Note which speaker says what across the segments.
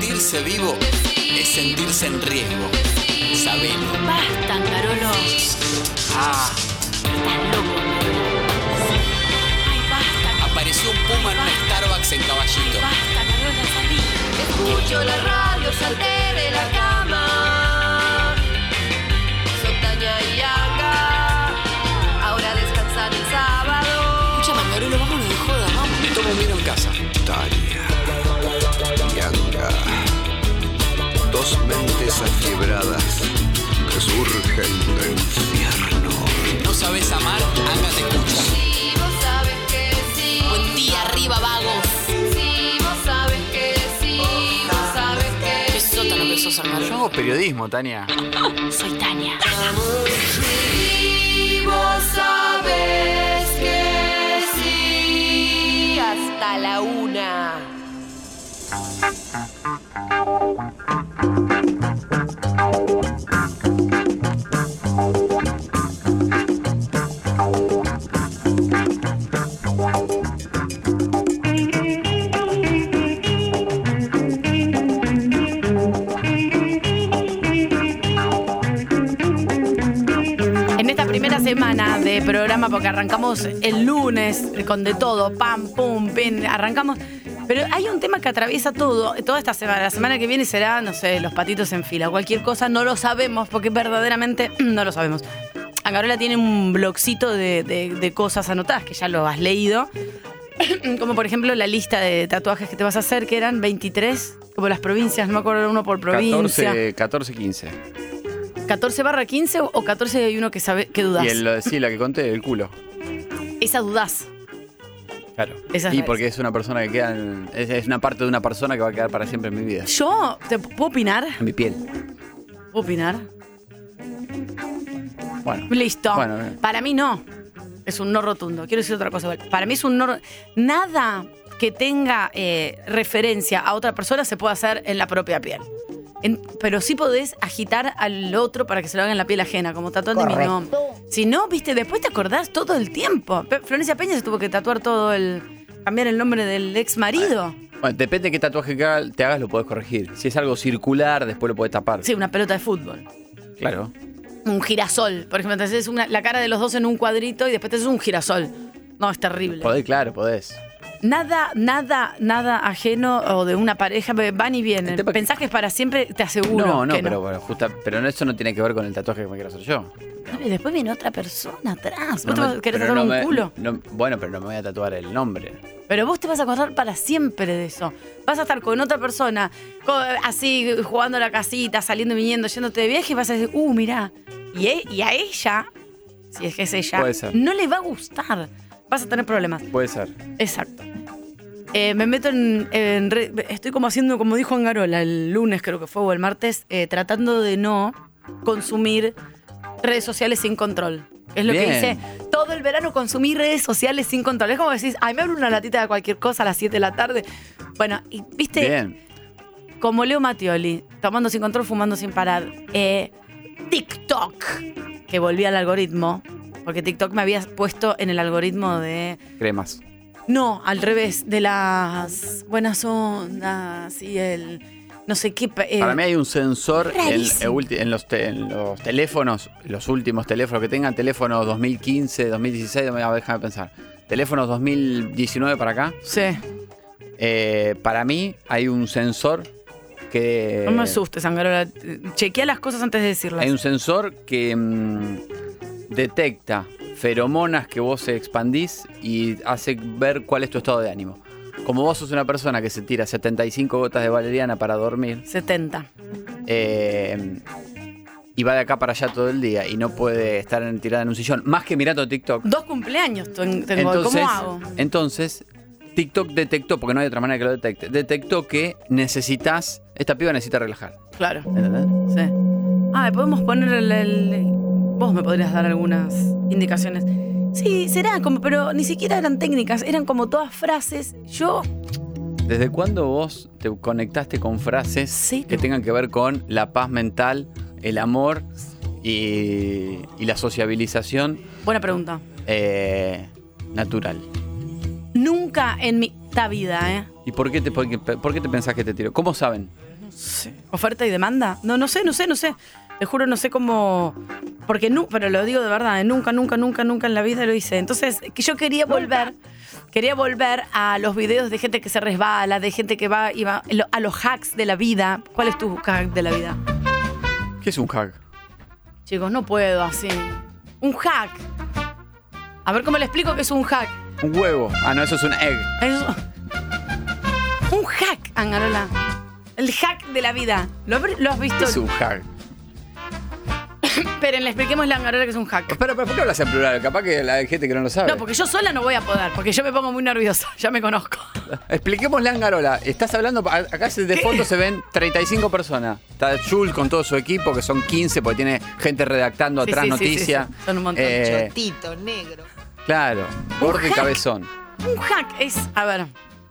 Speaker 1: deportivo es sentirse en riesgo. Sabelo.
Speaker 2: Basta, Carolo.
Speaker 1: Ah,
Speaker 2: Estás loco. Ay, basta.
Speaker 1: apareció un puma en un Starbucks en Caballito.
Speaker 2: Basta, Carola, salí.
Speaker 3: Escucho la radio, salté de la cama. Sotaña y Anga, ahora descansan el sábado.
Speaker 2: Escucha, Mangarolo, vámonos de joda, vamos.
Speaker 1: Me tomo un vino en casa.
Speaker 4: Tania, Yanga, dos mentes afiebradas que surgen del infierno.
Speaker 1: No sabes amar, anga te escucha.
Speaker 3: Si vos sabes que sí,
Speaker 2: Buen día, arriba, vagos.
Speaker 3: si vos sabes que sí, vos sabes que
Speaker 2: Qué sótano que sos,
Speaker 5: Yo
Speaker 2: Mangarolo.
Speaker 5: hago periodismo, Tania.
Speaker 2: Soy Tania.
Speaker 3: sí, vos sabes que sí. Hasta la una.
Speaker 6: En esta primera semana de programa, porque arrancamos el lunes con de todo, pam, pum, pin, arrancamos. Pero hay un tema que atraviesa todo, toda esta semana. La semana que viene será, no sé, los patitos en fila, cualquier cosa, no lo sabemos, porque verdaderamente no lo sabemos. Angarola tiene un blogcito de, de- de cosas anotadas, que ya lo has leído. Como por ejemplo la lista de tatuajes que te vas a hacer, que eran 23, como las provincias, no me acuerdo, era uno por provincia. 14,
Speaker 5: 14, 14, 15.
Speaker 6: 14 barra 15 o 14 hay uno que, sabe, que dudás.
Speaker 5: Y el, lo de- sí, la que conté, el culo.
Speaker 6: Esa dudás.
Speaker 5: Claro.
Speaker 6: Esa es
Speaker 5: y
Speaker 6: la-
Speaker 5: porque es una persona que queda. en- es, es una parte de una persona que va a quedar para siempre en mi vida.
Speaker 6: Yo, ¿te puedo opinar?
Speaker 5: En mi piel.
Speaker 6: ¿Puedo opinar?
Speaker 5: Bueno.
Speaker 6: Listo.
Speaker 5: Bueno, bien.
Speaker 6: Para mí no. Es un no rotundo. Quiero decir otra cosa. igual. Para mí es un no. ro- Nada que tenga eh, referencia a otra persona se puede hacer en la propia piel. En- pero sí podés agitar al otro para que se lo haga en la piel ajena, como tatuando mi nombre. Si no, viste, después te acordás todo el tiempo. Pe- Florencia Peña se tuvo que tatuar todo el. cambiar el nombre del ex marido.
Speaker 5: Bueno, depende de qué tatuaje que haga- te hagas, lo podés corregir. Si es algo circular, después lo podés tapar.
Speaker 6: Sí, una pelota de fútbol.
Speaker 5: Claro.
Speaker 6: un girasol. Por ejemplo, te haces una- la cara de los dos en un cuadrito y después te haces un girasol. No, es terrible.
Speaker 5: Podés, claro, podés.
Speaker 6: Nada, nada, nada ajeno o de una pareja ve- van y vienen.
Speaker 5: El tema que-
Speaker 6: Pensás que es para siempre, te aseguro.
Speaker 5: Este No, no,
Speaker 6: que
Speaker 5: pero bueno, justa, pero no- eso no tiene que ver con el tatuaje que me quiero hacer yo.
Speaker 6: Y después viene otra persona atrás. Vos
Speaker 5: No
Speaker 6: te
Speaker 5: me-
Speaker 6: querés tatuar
Speaker 5: pero no
Speaker 6: un
Speaker 5: me-
Speaker 6: culo.
Speaker 5: no- bueno, pero no me voy a tatuar el nombre.
Speaker 6: Pero vos te vas a acordar para siempre de eso. Vas a estar con otra persona, co- así, jugando a la casita, saliendo y viniendo, yéndote de viaje y vas a decir, uh, mirá. Y, e- y a ella, si es que es ella,
Speaker 5: Puede ser.
Speaker 6: no le va a gustar. Vas a tener problemas.
Speaker 5: Puede ser.
Speaker 6: Exacto. Eh, me meto en, en re- Estoy como haciendo, como dijo Angarola el lunes, creo que fue, o el martes, eh, tratando de no consumir redes sociales sin control. Es lo que
Speaker 5: Bien.
Speaker 6: hice todo el verano, consumí redes sociales sin control. Es como decís, ay, me abro una latita de cualquier cosa a las 7 de la tarde. Bueno, y viste,
Speaker 7: Este,
Speaker 5: Bien.
Speaker 6: como Leo Mattioli, tomando sin control, fumando sin parar. Eh, TikTok, que volví al algoritmo, porque TikTok me había puesto en el algoritmo de
Speaker 5: Cremas.
Speaker 6: no, al revés, de las buenas ondas y el no sé qué. pa- eh,
Speaker 5: Para mí hay un sensor en- en,
Speaker 6: rarísimo.
Speaker 5: ulti- en los te- en los teléfonos, los últimos teléfonos que tengan, teléfonos 2015, 2016, a ver, déjame pensar. Teléfonos 2019 para acá.
Speaker 6: Sí,
Speaker 5: eh, para mí hay un sensor que.
Speaker 6: no me asustes, Angarola. Chequea las cosas antes de decirlas.
Speaker 5: eh, Hay un sensor que mm, detecta feromonas que vos expandís y hace ver cuál es tu estado de ánimo. Como vos sos una persona que se tira 75 gotas de valeriana para dormir
Speaker 6: 70.
Speaker 5: eh, y va de acá para allá todo el día y no puede estar en- tirada en un sillón, más que mirando TikTok.
Speaker 6: Dos cumpleaños ten- tengo. hoy.
Speaker 5: Entonces,
Speaker 6: ¿Cómo hago?
Speaker 5: entonces, TikTok detectó, porque no hay otra manera que lo detecte, detectó que necesitas, esta piba necesita relajar.
Speaker 6: Claro,
Speaker 5: ¿entendés?
Speaker 6: sí. Ah, podemos poner el, el- Vos me podrías dar algunas indicaciones. Sí, será como, pero ni siquiera eran técnicas, eran como todas frases. Yo
Speaker 5: ¿Desde cuándo vos te conectaste con frases
Speaker 6: Cero.
Speaker 5: que tengan que ver con la paz mental, el amor y, y la sociabilización
Speaker 6: Buena pregunta.
Speaker 5: eh, natural?
Speaker 6: Nunca en mi ta vida, ¿eh?
Speaker 5: ¿Y por qué, te, por, qué, por qué te pensás que te tiró? ¿Cómo saben?
Speaker 6: sé. ¿Oferta y demanda? No, no sé, no sé, no sé. Te juro, no sé cómo. Porque no, pero lo digo de verdad, eh, nunca, nunca, nunca, nunca en la vida lo hice. Entonces, que yo quería volver. Quería volver a los videos de gente que se resbala, de gente que va y va. lo- A los hacks de la vida. ¿Cuál es tu hack de la vida?
Speaker 5: ¿Qué es un hack?
Speaker 6: Chicos, no puedo así. Un hack. A ver cómo le explico que es un hack.
Speaker 5: Un huevo. Ah, no, eso es un egg.
Speaker 6: Es un hack, Angarola. El hack de la vida. ¿Lo, habré- lo has
Speaker 5: ¿Qué
Speaker 6: visto?
Speaker 5: es un hack?
Speaker 6: Esperen, le expliquemos a Angarola que es un hack.
Speaker 5: Espera, pero ¿por qué hablas en plural? Capaz que la hay gente que no lo sabe.
Speaker 6: No, porque yo sola no voy a poder, porque yo me pongo muy nerviosa, ya me conozco.
Speaker 5: Expliquémosle a Angarola. Estás hablando. a- Acá se- de fondo se ven 35 personas. Está Jul con todo su equipo, que son 15, porque tiene gente redactando
Speaker 6: Sí,
Speaker 5: atrás
Speaker 6: sí, sí,
Speaker 5: noticias.
Speaker 6: sí, sí. Son un montón.
Speaker 5: eh,
Speaker 8: Chotito, negro.
Speaker 5: claro, gordo y
Speaker 6: hack.
Speaker 5: cabezón.
Speaker 6: Un hack es, a ver,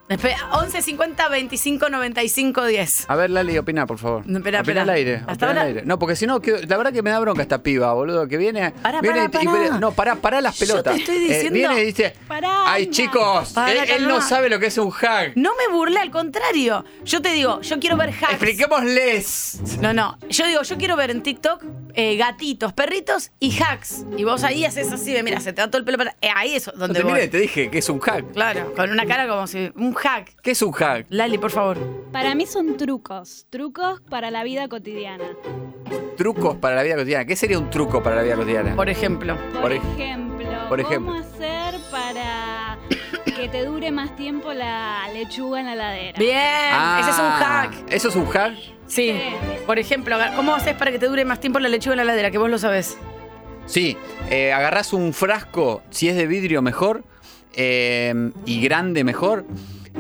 Speaker 6: espera, 11 50 25 95 10.
Speaker 5: A ver, Lali, opina, por favor.
Speaker 6: No, espera, espera.
Speaker 5: opina al aire.
Speaker 6: Hasta
Speaker 5: opina al
Speaker 6: ahora-
Speaker 5: aire. No, porque si no, quedo- la verdad que me da bronca esta piba, boludo, que viene.
Speaker 6: Pará,
Speaker 5: viene
Speaker 6: pará,
Speaker 5: y- y-
Speaker 6: pará.
Speaker 5: no, pará, pará las
Speaker 6: Yo te
Speaker 5: pelotas.
Speaker 6: estoy
Speaker 5: Eh,
Speaker 6: diciendo-
Speaker 5: viene y dice.
Speaker 6: Pará,
Speaker 5: Ay,
Speaker 6: anda.
Speaker 5: chicos, eh,
Speaker 6: Pará,
Speaker 5: él, él no
Speaker 6: calma.
Speaker 5: sabe lo que es un hack.
Speaker 6: No me burlé, al contrario. Yo te digo, yo quiero ver hacks.
Speaker 5: Expliquémosles.
Speaker 6: No, no. Yo digo, yo quiero ver en TikTok eh, gatitos, perritos y hacks. Y vos ahí haces así, de, mira, se te da todo el pelo para. eh, ahí es
Speaker 5: No
Speaker 6: donde
Speaker 5: te
Speaker 6: voy.
Speaker 5: miré, te dije que es un hack.
Speaker 6: Claro, con una cara como si. Un hack.
Speaker 5: ¿Qué es un hack?
Speaker 6: Lali, por favor.
Speaker 7: Para mí son trucos, trucos para la vida cotidiana.
Speaker 5: Trucos para la vida cotidiana. ¿Qué sería un truco para la vida cotidiana?
Speaker 6: Por ejemplo.
Speaker 7: Por,
Speaker 5: Por ej-
Speaker 7: ejemplo,
Speaker 5: por ejemplo.
Speaker 7: ¿cómo hacer para que te dure más tiempo la lechuga en la heladera?
Speaker 6: Bien,
Speaker 5: Ah,
Speaker 6: ese es un hack.
Speaker 5: ¿Eso es un hack?
Speaker 6: Sí. Por ejemplo, ¿cómo haces para que te dure más tiempo la lechuga en la ladera? Que vos lo sabés.
Speaker 5: Sí. Eh, agarrás un frasco, si es de vidrio mejor, eh, y grande mejor.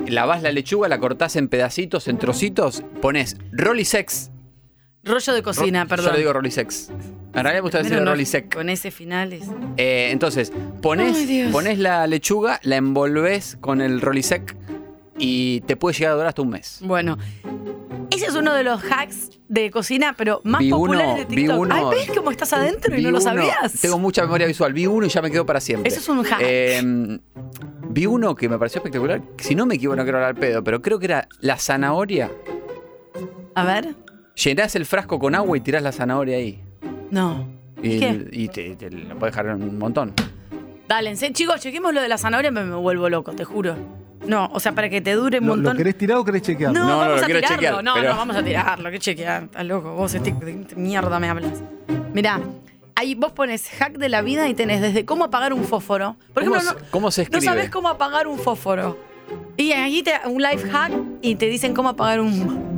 Speaker 5: Lavás la lechuga, la cortás en pedacitos, en trocitos, pones Rolisex.
Speaker 6: Rollo de cocina,
Speaker 5: Ro-
Speaker 6: perdón.
Speaker 5: Yo le digo Rolisex. En realidad me gusta
Speaker 6: Pero
Speaker 5: decir
Speaker 6: no,
Speaker 5: Rolisex.
Speaker 6: Con ese final es.
Speaker 5: Eh, entonces, pones,
Speaker 6: Ay, Dios.
Speaker 5: pones la lechuga, la envolvés con el Rolisec y te puede llegar a durar hasta un mes.
Speaker 6: Bueno. Ese es uno de los hacks de cocina, pero más
Speaker 5: Vi
Speaker 6: populares
Speaker 5: uno,
Speaker 6: de
Speaker 5: vi
Speaker 6: TikTok.
Speaker 5: uno.
Speaker 6: Ay, ¿ves cómo estás adentro y
Speaker 5: Vi
Speaker 6: no lo
Speaker 5: uno-
Speaker 6: sabías?
Speaker 5: Tengo mucha memoria visual. Vi uno y ya me quedo para siempre.
Speaker 6: Eso es un hack.
Speaker 5: Eh, vi uno que me pareció espectacular. Si no me equivoco, no quiero hablar al pedo, pero creo que era la zanahoria.
Speaker 6: A ver.
Speaker 5: Llenás el frasco con agua y tirás la zanahoria ahí.
Speaker 6: No.
Speaker 5: Y,
Speaker 6: ¿Qué?
Speaker 5: y te, te lo puedes dejar un montón.
Speaker 6: Dale, en serio, chicos, chequemos lo de la zanahoria, me, me vuelvo loco, te juro. No, o sea, para que te dure un
Speaker 9: ¿Lo,
Speaker 6: montón.
Speaker 9: lo querés tirar o querés
Speaker 6: no,
Speaker 9: chequear?
Speaker 5: no,
Speaker 6: vamos
Speaker 5: lo
Speaker 6: a
Speaker 5: quiero
Speaker 6: tirarlo.
Speaker 5: chequear,
Speaker 6: no,
Speaker 5: pero-
Speaker 6: no, vamos a tirarlo, que chequear. Estás loco, vos este, de qué mierda me hablas. Mirá, ahí vos pones hack de la vida y tenés desde cómo apagar un fósforo. Por
Speaker 5: ¿Cómo,
Speaker 6: ejemplo,
Speaker 5: se,
Speaker 6: no,
Speaker 5: cómo se
Speaker 6: no
Speaker 5: escribe?
Speaker 6: sabés cómo apagar un fósforo. Y ahí te un life hack y te dicen cómo apagar un.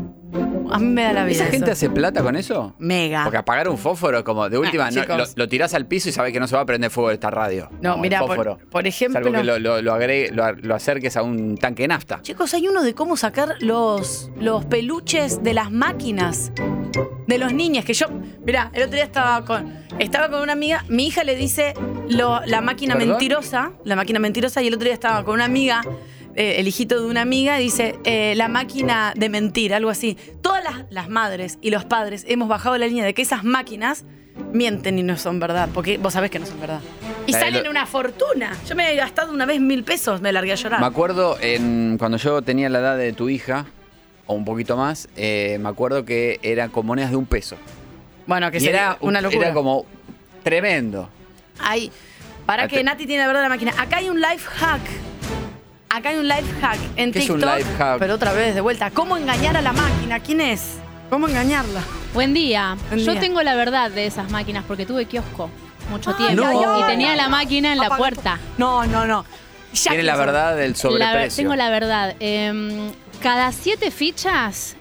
Speaker 6: A mí me da la vida.
Speaker 5: ¿Esa gente
Speaker 6: eso. Ah.
Speaker 5: hace plata con eso?
Speaker 6: Mega.
Speaker 5: Porque apagar un fósforo, como de última,
Speaker 6: Ah,
Speaker 5: no- lo,
Speaker 6: chicos.
Speaker 5: lo tirás al piso y sabés que no se va a prender fuego esta radio.
Speaker 6: No,
Speaker 5: Como
Speaker 6: mira,
Speaker 5: el fósforo.
Speaker 6: por, por ejemplo.
Speaker 5: Salvo que lo, lo- lo agregue- lo, lo acerques a un tanque de nafta.
Speaker 6: Chicos, hay uno de cómo sacar los, los peluches de las máquinas de los niños. Que yo, mirá, el otro día estaba con, estaba con una amiga. Mi hija le dice lo- la máquina
Speaker 5: ¿Perdón?
Speaker 6: mentirosa. La máquina mentirosa. Y el otro día estaba con una amiga, eh, el hijito de una amiga, y dice eh, la máquina de mentir, algo así. Todas las, las madres y los padres hemos bajado la línea de que esas máquinas mienten y no son verdad. Porque vos sabés que no son verdad. Y
Speaker 5: Dale,
Speaker 6: salen
Speaker 5: Eh, lo-
Speaker 6: una fortuna. Yo me he gastado una vez mil pesos, me largué a llorar.
Speaker 5: Me acuerdo en, cuando yo tenía la edad de tu hija, o un poquito más, eh, me acuerdo que eran con monedas de un peso.
Speaker 6: Bueno, que
Speaker 5: y era,
Speaker 6: sería una
Speaker 5: un-
Speaker 6: locura.
Speaker 5: era como tremendo.
Speaker 6: Ay, para que
Speaker 5: Ate-
Speaker 6: Nati tiene la verdad de la máquina. Acá hay un life hack. Acá hay un life hack en
Speaker 5: ¿Qué es un
Speaker 6: TikTok.
Speaker 5: life hack?
Speaker 6: Pero otra vez, de vuelta. ¿Cómo engañar a la máquina? ¿Quién es? ¿Cómo engañarla?
Speaker 10: Buen día.
Speaker 6: Buen
Speaker 10: Yo
Speaker 6: día. Ah.
Speaker 10: tengo la verdad de esas máquinas porque tuve kiosco mucho
Speaker 6: Ay,
Speaker 10: tiempo
Speaker 5: ay, ay.
Speaker 10: y tenía la máquina en la
Speaker 6: Apaga-
Speaker 10: puerta.
Speaker 6: No, no, no. Ya
Speaker 5: Tiene la
Speaker 6: que-
Speaker 5: verdad del
Speaker 10: La ver-
Speaker 5: sobreprecio.
Speaker 10: tengo la verdad. Em, cada siete fichas,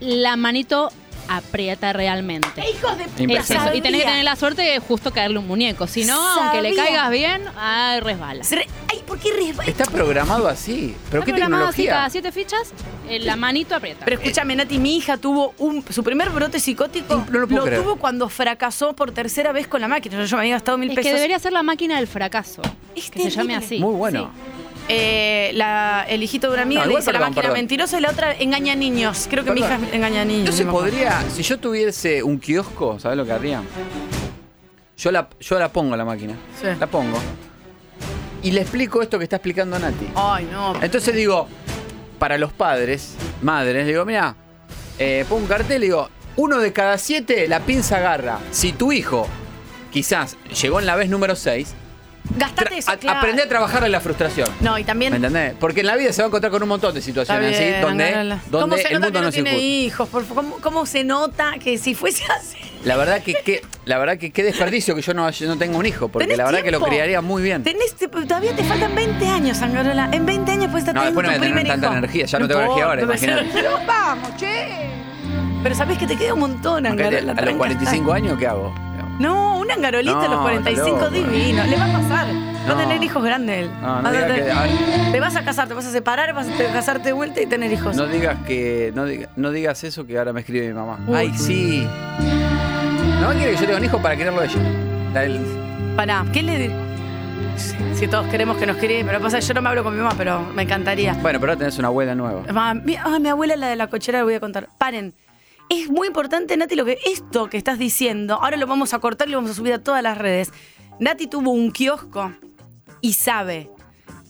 Speaker 10: la manito aprieta realmente.
Speaker 6: Hijos de puta,
Speaker 5: Impresionante.
Speaker 10: Esa- y tenés que
Speaker 6: sabía.
Speaker 10: tener la suerte de justo caerle un muñeco. Si no, aunque le
Speaker 6: Sabía.
Speaker 10: caigas bien, ay, resbala.
Speaker 6: Se re- Ay, ¿por qué resbala?
Speaker 5: Está programado así. ¿Pero
Speaker 10: Está
Speaker 5: qué
Speaker 10: programado así,
Speaker 5: tecnología?
Speaker 10: cada siete fichas, eh, la manito aprieta.
Speaker 6: Pero escúchame, Nati, mi hija tuvo un, su primer brote psicótico.
Speaker 5: No lo puedo creer.
Speaker 6: tuvo cuando fracasó por tercera vez con la máquina. Yo me había gastado mil
Speaker 10: es que
Speaker 6: pesos.
Speaker 10: debería ser la máquina del fracaso.
Speaker 6: Es
Speaker 10: que se llame
Speaker 6: terrible.
Speaker 10: así.
Speaker 5: Muy bueno.
Speaker 6: Eh, la, el hijito de una amiga
Speaker 5: No,
Speaker 6: le
Speaker 5: Ah, igual,
Speaker 6: dice la
Speaker 5: perdón,
Speaker 6: máquina
Speaker 5: perdón.
Speaker 6: mentirosa y la otra engaña a niños. Creo que mi
Speaker 5: Perdón.
Speaker 6: hija engaña a niños.
Speaker 5: Yo se
Speaker 6: no me acuerdo.
Speaker 5: podría, si yo tuviese un kiosco, ¿sabes lo que haría? Yo la, yo la pongo la máquina.
Speaker 6: Sí.
Speaker 5: La pongo. Y le explico esto que está explicando Nati.
Speaker 6: Ay, no.
Speaker 5: Entonces digo, para los padres, madres, digo, mira, eh, pongo un cartel y digo, uno de cada siete la pinza agarra. Si tu hijo quizás llegó en la vez número 6,
Speaker 6: Gastate eso, claro.
Speaker 5: aprende a trabajar en la frustración.
Speaker 6: No, y
Speaker 5: ¿Me
Speaker 6: también.
Speaker 5: entendés? Porque en la vida se va a encontrar con un montón de
Speaker 6: Está
Speaker 5: situaciones
Speaker 6: bien,
Speaker 5: así donde,
Speaker 6: Angarola. ¿Cómo
Speaker 5: donde
Speaker 6: se
Speaker 5: el
Speaker 6: nota que
Speaker 5: mundo
Speaker 6: no
Speaker 5: no se
Speaker 6: tiene
Speaker 5: juzga.
Speaker 6: hijos? Por favor, ¿cómo, cómo se nota que si fuese así?
Speaker 5: La verdad que qué, la verdad que qué desperdicio que yo no, yo no tenga un hijo, porque
Speaker 6: Tenés
Speaker 5: la verdad que
Speaker 6: tiempo.
Speaker 5: lo criaría muy bien.
Speaker 6: Tenés, te- todavía te faltan 20 años, Angarola. En 20 años puedes estar
Speaker 5: No, después
Speaker 6: teniendo
Speaker 5: no voy a
Speaker 6: tu
Speaker 5: tener
Speaker 6: primer
Speaker 5: tanta
Speaker 6: hijo.
Speaker 5: energía, ya no tengo energía ahora,
Speaker 6: importa, pero-
Speaker 5: imagínate.
Speaker 6: Pero vamos, che. Pero sabés que te queda un montón,
Speaker 5: Imagínate,
Speaker 6: Angarola.
Speaker 5: a los
Speaker 6: tranca.
Speaker 5: 45 años, ¿qué hago?
Speaker 6: No, una angarolita a los
Speaker 5: No,
Speaker 6: 45
Speaker 5: está loco.
Speaker 6: divino. Le va a pasar. Va a
Speaker 5: No.
Speaker 6: tener hijos grandes él.
Speaker 5: No, no
Speaker 6: Va a
Speaker 5: diga
Speaker 6: tener-
Speaker 5: que- ay.
Speaker 6: Te vas a casar, te vas a separar, vas a te- casarte de vuelta y tener hijos.
Speaker 5: No digas que. No, diga- no digas eso que ahora me escribe mi mamá.
Speaker 6: Uy.
Speaker 5: Ay, sí. No quiere que yo tenga un hijo para quererlo a ella. Dale.
Speaker 6: Pará, ¿qué le.? di- Si, si todos queremos que nos críe, pero pasa, que yo no me hablo con mi mamá, pero me encantaría.
Speaker 5: Bueno, pero ahora tenés una abuela nueva.
Speaker 6: Ma, mi, ah, mi abuela, la de la cochera, le voy a contar. Paren. Es muy importante, Nati, lo que esto que estás diciendo. Ahora lo vamos a cortar y lo vamos a subir a todas las redes. Nati tuvo un kiosco y sabe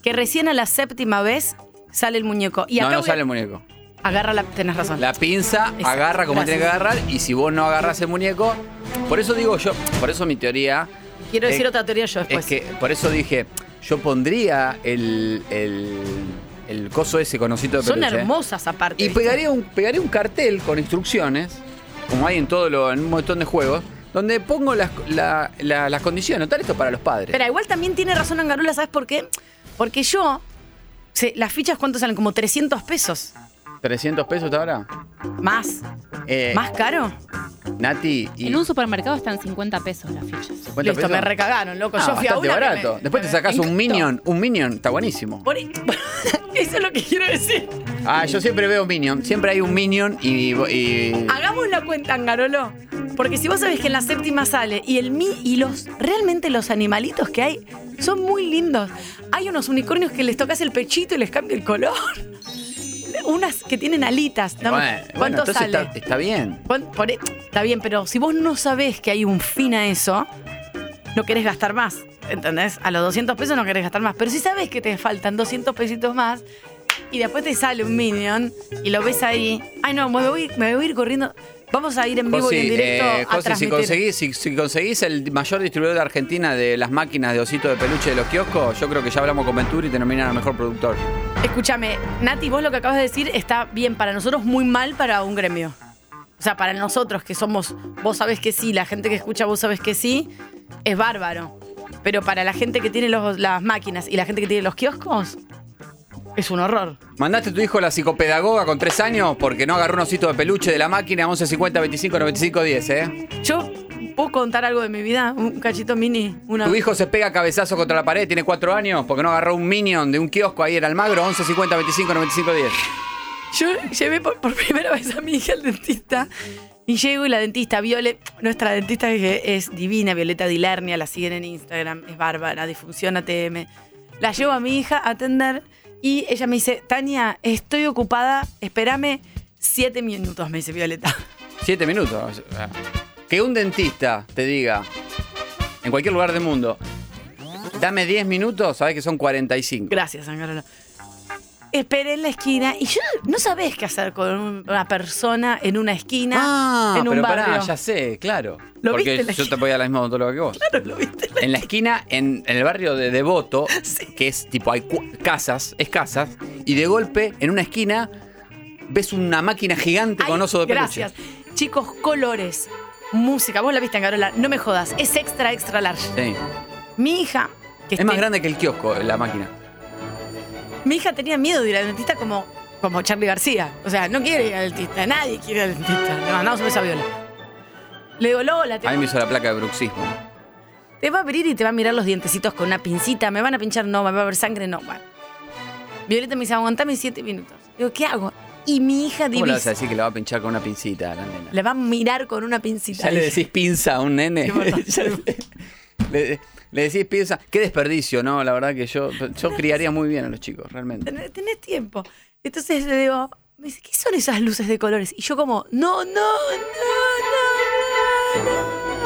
Speaker 6: que recién a la séptima vez sale el muñeco. Y
Speaker 5: no,
Speaker 6: acá
Speaker 5: no
Speaker 6: voy a-
Speaker 5: sale el muñeco.
Speaker 6: Agarra la. Tenés razón.
Speaker 5: La pinza
Speaker 6: Exacto,
Speaker 5: agarra como
Speaker 6: gracias.
Speaker 5: tiene que agarrar y si vos no agarras el muñeco. Por eso digo yo, por eso mi teoría
Speaker 6: Quiero decir
Speaker 5: eh,
Speaker 6: otra teoría yo después.
Speaker 5: es que, por eso dije, yo pondría el, el, el coso ese con osito de
Speaker 6: Son
Speaker 5: peluche. ¿eh?
Speaker 6: hermosas aparte.
Speaker 5: Y
Speaker 6: ¿viste?
Speaker 5: pegaría un, pegaría un cartel con instrucciones, como hay en todo lo, en un montón de juegos, donde pongo las, la- la- las condiciones. Tal esto para los padres.
Speaker 6: Pero igual también tiene razón Angarola, ¿sabes por qué? Porque yo. se- las fichas, ¿cuánto salen? Como 300 pesos.
Speaker 5: ¿300 pesos hasta ahora?
Speaker 6: Más.
Speaker 5: Eh,
Speaker 6: ¿Más caro?
Speaker 5: Nati y...
Speaker 10: En un supermercado están 50 pesos las fichas.
Speaker 5: 50
Speaker 6: Listo,
Speaker 5: pesos.
Speaker 6: me recagaron, loco.
Speaker 5: Ah,
Speaker 6: yo fui a
Speaker 5: bastante
Speaker 6: una que
Speaker 5: barato.
Speaker 6: me-
Speaker 5: Después te
Speaker 6: me
Speaker 5: sacás un
Speaker 6: encantó.
Speaker 5: Minion. Un Minion, está buenísimo.
Speaker 6: Por- Eso es lo que quiero decir.
Speaker 5: Ah, yo siempre veo Minion. Siempre hay un Minion y... y-
Speaker 6: Hagamos la cuenta, Angarolo. Porque si vos sabés que en la séptima sale y el mi y los realmente los animalitos que hay son muy lindos. Hay unos unicornios que les tocas el pechito y les cambia el color. Unas que tienen alitas. Dame-
Speaker 5: Bueno, bueno,
Speaker 6: ¿Cuánto
Speaker 5: entonces
Speaker 6: sale?
Speaker 5: Está, está bien.
Speaker 6: Cuán- por e- está bien, pero si vos no sabés que hay un fin a eso, no querés gastar más. ¿Entendés? A los 200 pesos no querés gastar más. Pero si sabés que te faltan 200 pesitos más y después te sale un minion y lo ves ahí. Ay, no, me voy, me voy a ir corriendo. Vamos a ir en vivo
Speaker 5: José,
Speaker 6: y en directo.
Speaker 5: eh,
Speaker 6: a
Speaker 5: José, si,
Speaker 6: transmitir.
Speaker 5: conseguís, si, si conseguís el mayor distribuidor de Argentina de las máquinas de osito de peluche de los kioscos, yo creo que ya hablamos con Venturi y te nominan a mejor productor.
Speaker 6: Escúchame, Nati, vos lo que acabas de decir está bien para nosotros, muy mal para un gremio. O sea, para nosotros que somos, vos sabés que sí, la gente que escucha vos sabés que sí, es bárbaro. Pero para la gente que tiene los- las máquinas y la gente que tiene los kioscos, es un horror.
Speaker 5: ¿Mandaste a tu hijo a la psicopedagoga con tres años porque no agarró un osito de peluche de la máquina 1150 25 95 10, eh?
Speaker 6: Yo puedo contar algo de mi vida, un cachito mini, una
Speaker 5: Tu hijo se pega cabezazo contra la pared, tiene cuatro años, porque no agarró un Minion de un kiosco ahí en Almagro 1150 25 95 10.
Speaker 6: Yo llevé por, por primera vez a mi hija al dentista y llego y la dentista, Violet, nuestra dentista que es divina, Violeta Dilernia, la siguen en Instagram, es bárbara, difusión ATM. La llevo a mi hija a atender y ella me dice, Tania, estoy ocupada, espérame siete minutos, me dice Violeta.
Speaker 5: Siete minutos. Que un dentista te diga, en cualquier lugar del mundo, dame 10 minutos, sabes que son 45.
Speaker 6: Gracias, Angarola. Esperé en la esquina y yo no sabés qué hacer con un- una persona en una esquina,
Speaker 5: Ah,
Speaker 6: en un
Speaker 5: pero
Speaker 6: barrio.
Speaker 5: pará, ya sé, claro.
Speaker 6: ¿Lo
Speaker 5: porque
Speaker 6: viste en la
Speaker 5: yo te
Speaker 6: esquina?
Speaker 5: voy a la misma odontóloga que vos.
Speaker 6: Claro, lo viste.
Speaker 5: En la esquina, en, en el barrio de Devoto, que es tipo, hay cu- casas, es casas, y de golpe, en una esquina, ves una máquina gigante
Speaker 6: Ay,
Speaker 5: con oso de peluche.
Speaker 6: Gracias. Chicos, colores, música. Vos la viste, Angarola. No me jodas. Es extra, extra large.
Speaker 5: Sí.
Speaker 6: Mi hija. Que
Speaker 5: Es más
Speaker 6: te-
Speaker 5: grande que el kiosco, la máquina.
Speaker 6: Mi hija tenía miedo de ir al dentista como, como Charlie García. O sea, no quiere ir al dentista. Nadie quiere ir al dentista. Le mandamos un beso a Viola. Le digo, Lola, te,
Speaker 5: A mí me hizo la placa de bruxismo.
Speaker 6: te va a abrir y te va a mirar los dientecitos con una pincita. ¿Me van a pinchar? No. ¿Me va a haber sangre? No. Bueno. Violeta me dice, aguantame siete minutos. Digo, ¿qué hago? Y mi hija
Speaker 5: ¿Cómo le vas a
Speaker 6: divisa.
Speaker 5: decir que la va a pinchar con una pincita a la nena?
Speaker 6: Le va a mirar con una pincita.
Speaker 5: Ya le decís pinza a un nene.
Speaker 6: Qué bárbaro.
Speaker 5: Ya le, le- le decís pinza. Qué desperdicio, ¿no? La verdad que yo, yo criaría muy bien a los chicos, realmente.
Speaker 6: tenés, tenés tiempo. Entonces le digo, me dice, ¿qué son esas luces de colores? Y yo como, no, no, no, no,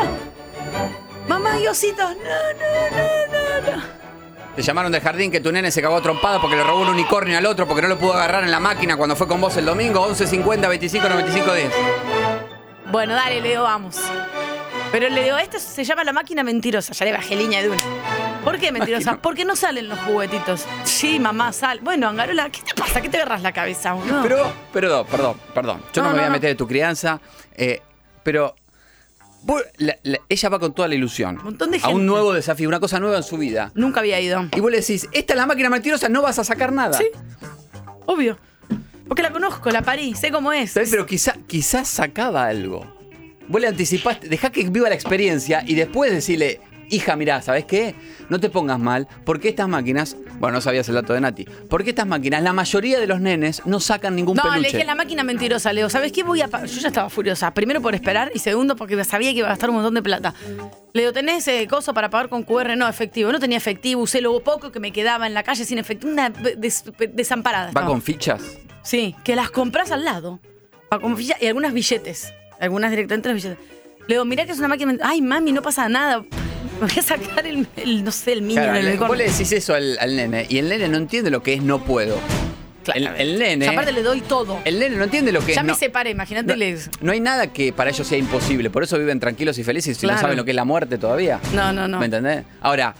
Speaker 6: no. Mamá y ositos, no, no, no, no, no.
Speaker 5: Te llamaron del jardín que tu nene se cagó a trompadas porque le robó un unicornio al otro porque no lo pudo agarrar en la máquina cuando fue con vos el domingo. 11 50 25 95 10.
Speaker 6: Bueno, dale, le digo, vamos. Pero le digo, esto se llama la máquina mentirosa. Ya le bajé línea de una. ¿Por qué mentirosa? Porque no salen los juguetitos. Sí, mamá, sal. Bueno, Angarola, ¿qué te pasa? ¿Qué te agarras la cabeza, boludo?
Speaker 5: Pero, perdón, perdón, perdón. Yo no,
Speaker 6: No,
Speaker 5: me
Speaker 6: no,
Speaker 5: voy a
Speaker 6: no.
Speaker 5: meter en tu crianza, eh, pero vos- la- la- ella va con toda la ilusión.
Speaker 6: Montón de
Speaker 5: A
Speaker 6: gente.
Speaker 5: un nuevo desafío, una cosa nueva en su vida.
Speaker 6: Nunca había ido.
Speaker 5: Y vos le decís, esta es la máquina mentirosa, no vas a sacar nada.
Speaker 6: Sí. Obvio. Porque la conozco, la parí, sé cómo es.
Speaker 5: ¿Sabés? Pero quizá, quizás sacaba algo. Vos le anticipaste, dejá que viva la experiencia y después decirle, hija, mirá, ¿sabés qué? No te pongas mal, porque estas máquinas, bueno, no sabías el dato de Nati, porque estas máquinas, la mayoría de los nenes no sacan ningún
Speaker 6: No, le
Speaker 5: peluche.
Speaker 6: dije la máquina mentirosa, Leo. ¿Sabes qué voy a pa- Yo ya estaba furiosa. Primero por esperar y segundo porque sabía que iba a gastar un montón de plata. Leo, ¿tenés eh, coso para pagar con QR? No, efectivo. No tenía efectivo. Usé lo poco que me quedaba en la calle sin efectivo. Una be- des- be- desamparada.
Speaker 5: ¿Va
Speaker 6: estaba.
Speaker 5: con fichas?
Speaker 6: Sí, que las compras al lado. Pa- como ficha- y algunas billetes. Algunas directamente los billetes. Leo, mirá que es una máquina. ment- Ay, mami, no pasa nada. Me voy a sacar el, el- no sé, el niño
Speaker 5: Claro,
Speaker 6: del
Speaker 5: le-
Speaker 6: unicornio.
Speaker 5: vos le decís eso al, al nene y el nene no entiende lo que es no puedo. El, el
Speaker 6: Y
Speaker 5: nene.
Speaker 6: aparte le doy todo.
Speaker 5: El nene no entiende lo que
Speaker 6: ya
Speaker 5: es.
Speaker 6: me
Speaker 5: no-
Speaker 6: separé, imagínate.
Speaker 5: no,
Speaker 6: les-
Speaker 5: no hay nada que para ellos sea imposible, por eso viven tranquilos y felices y no
Speaker 6: Claro.
Speaker 5: saben lo que es la muerte todavía.
Speaker 6: No, no, no.
Speaker 5: ¿Me entendés? Ahora,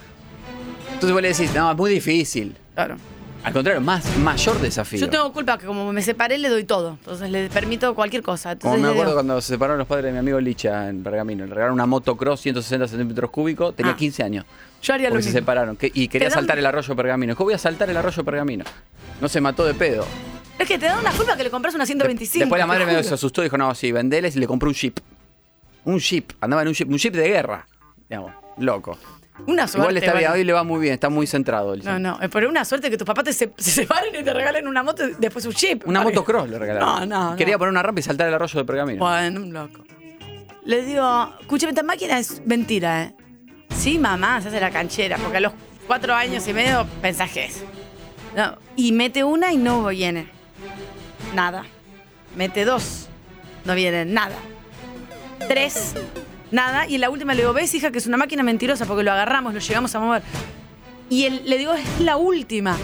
Speaker 5: entonces vos le decís, no, es muy difícil.
Speaker 6: Claro.
Speaker 5: Al contrario, más, mayor desafío.
Speaker 6: Yo tengo culpa que como me separé le doy todo. Entonces le permito cualquier cosa.
Speaker 5: Como
Speaker 6: Entonces,
Speaker 5: me
Speaker 6: le
Speaker 5: acuerdo
Speaker 6: digo,
Speaker 5: cuando se separaron los padres de mi amigo Licha en Pergamino, le regalaron una motocross 160 centímetros cúbicos, tenía
Speaker 6: Ah.
Speaker 5: 15 años.
Speaker 6: yo haría lo
Speaker 5: Porque se
Speaker 6: mismo.
Speaker 5: separaron que- y quería
Speaker 6: Te dan-
Speaker 5: saltar el arroyo Pergamino. Dijo, voy a saltar el arroyo Pergamino. No se mató de pedo.
Speaker 6: Es que te da una culpa que le compras una 125.
Speaker 5: Después la
Speaker 6: te
Speaker 5: madre me
Speaker 6: juro.
Speaker 5: se asustó y dijo, no, sí, vendeles y le compró un jeep. Un jeep, andaba en un jeep, un jeep de guerra. Digamos, loco.
Speaker 6: Una suerte.
Speaker 5: Igual está bien,
Speaker 6: vale.
Speaker 5: hoy le va muy bien, está muy centrado. Licha.
Speaker 6: No, no. eh, Pero una suerte que tus papás te se, se separen y te regalen una moto y después un chip.
Speaker 5: Una
Speaker 6: Vale.
Speaker 5: motocross le regalaron.
Speaker 6: No, no, no.
Speaker 5: Quería poner una rampa y saltar el arroyo de Pergamino.
Speaker 6: Bueno, un loco. Le digo, escúchame, esta máquina es mentira, ¿eh? Sí, mamá, se hace la canchera, porque a los cuatro años y medio pensás que es. No, y mete una y no viene. Nada. Mete dos. No viene nada. Tres. Nada. Y en la última le digo, ves, hija, que es una máquina mentirosa porque lo agarramos, lo llegamos a mover. Y él, le digo, es la última.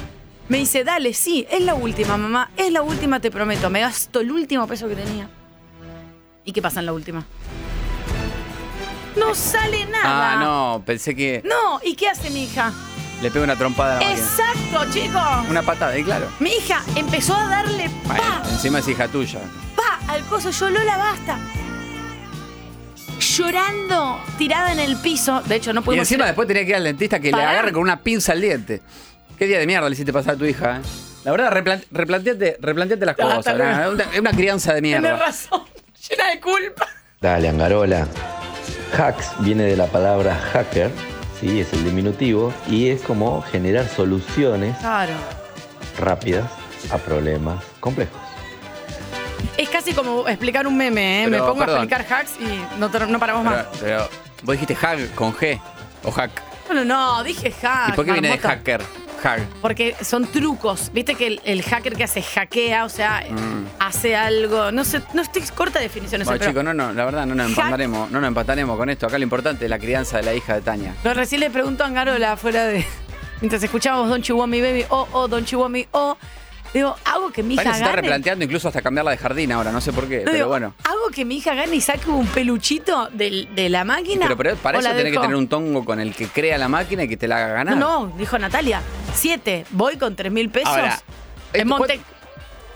Speaker 6: Me dice, dale, sí, es la última, mamá. Es la última, te prometo. Me gasto el último peso que tenía. ¿Y qué pasa en la última? No sale nada.
Speaker 5: Ah, no, pensé que
Speaker 6: No, ¿y qué hace mi hija?
Speaker 5: le pego una trompada a la máquina.
Speaker 6: Exacto, chicos.
Speaker 5: Una patada, y claro.
Speaker 6: Mi hija empezó a darle
Speaker 5: Bueno,
Speaker 6: pa,
Speaker 5: encima es hija tuya.
Speaker 6: pa al coso. Yo, Lola, basta. Llorando, tirada en el piso. De hecho, no
Speaker 5: Y
Speaker 6: pudimos...
Speaker 5: encima
Speaker 6: ir-
Speaker 5: después tenía que ir al dentista que le
Speaker 6: Pará.
Speaker 5: agarre con una pinza al diente. Qué día de mierda le hiciste pasar a tu hija, eh? La verdad, replan- replanteate, replanteate las
Speaker 6: Ah,
Speaker 5: cosas.
Speaker 6: tal vez.
Speaker 5: nada, una- Es una crianza de
Speaker 6: Tenés
Speaker 5: mierda.
Speaker 6: razón. Llena de culpa.
Speaker 8: Dale, Angarola. Hacks viene de la palabra hacker, ¿sí? es el diminutivo, y es como generar soluciones
Speaker 6: Claro.
Speaker 8: rápidas a problemas complejos.
Speaker 6: Es casi como explicar un meme, ¿eh?
Speaker 5: Pero,
Speaker 6: Me pongo
Speaker 5: perdón.
Speaker 6: a explicar hacks y no, ter- no paramos
Speaker 5: Pero,
Speaker 6: más.
Speaker 5: pero vos dijiste hack con G o hack.
Speaker 6: Bueno, no, dije hack.
Speaker 5: ¿Y por qué viene de
Speaker 6: Ah, marmota.
Speaker 5: hacker? Hack.
Speaker 6: Porque son trucos. Viste que el, el hacker que hace hackea, o sea,
Speaker 5: Mm.
Speaker 6: hace algo. No sé, no estoy corta definición. no sé,
Speaker 5: Bueno,
Speaker 6: pero-
Speaker 5: chicos, no, no, la verdad no nos
Speaker 6: Hack.
Speaker 5: empataremos, no nos empataremos con esto. Acá lo importante es la crianza de la hija de Tania.
Speaker 6: No, recién le pregunto a Angarola fuera de. Mientras escuchábamos Don Chihuahua Mi Baby, oh, oh, Don Chihuahua Mi, oh. Digo, hago que mi hija
Speaker 5: Tania se está
Speaker 6: gane.
Speaker 5: replanteando incluso hasta cambiarla de jardín ahora, no sé por qué,
Speaker 6: No,
Speaker 5: pero
Speaker 6: digo,
Speaker 5: bueno.
Speaker 6: Hago que mi hija gane y saque un peluchito del- de, la máquina.
Speaker 5: Pero, pero para
Speaker 6: ¿O
Speaker 5: eso
Speaker 6: la
Speaker 5: tenés
Speaker 6: dejo?
Speaker 5: que tener un tongo con el que crea la máquina y que te la haga ganar.
Speaker 6: No, no, dijo Natalia. Siete, voy con tres mil pesos.
Speaker 5: Ahora, este
Speaker 6: en
Speaker 5: esto-
Speaker 6: Monte,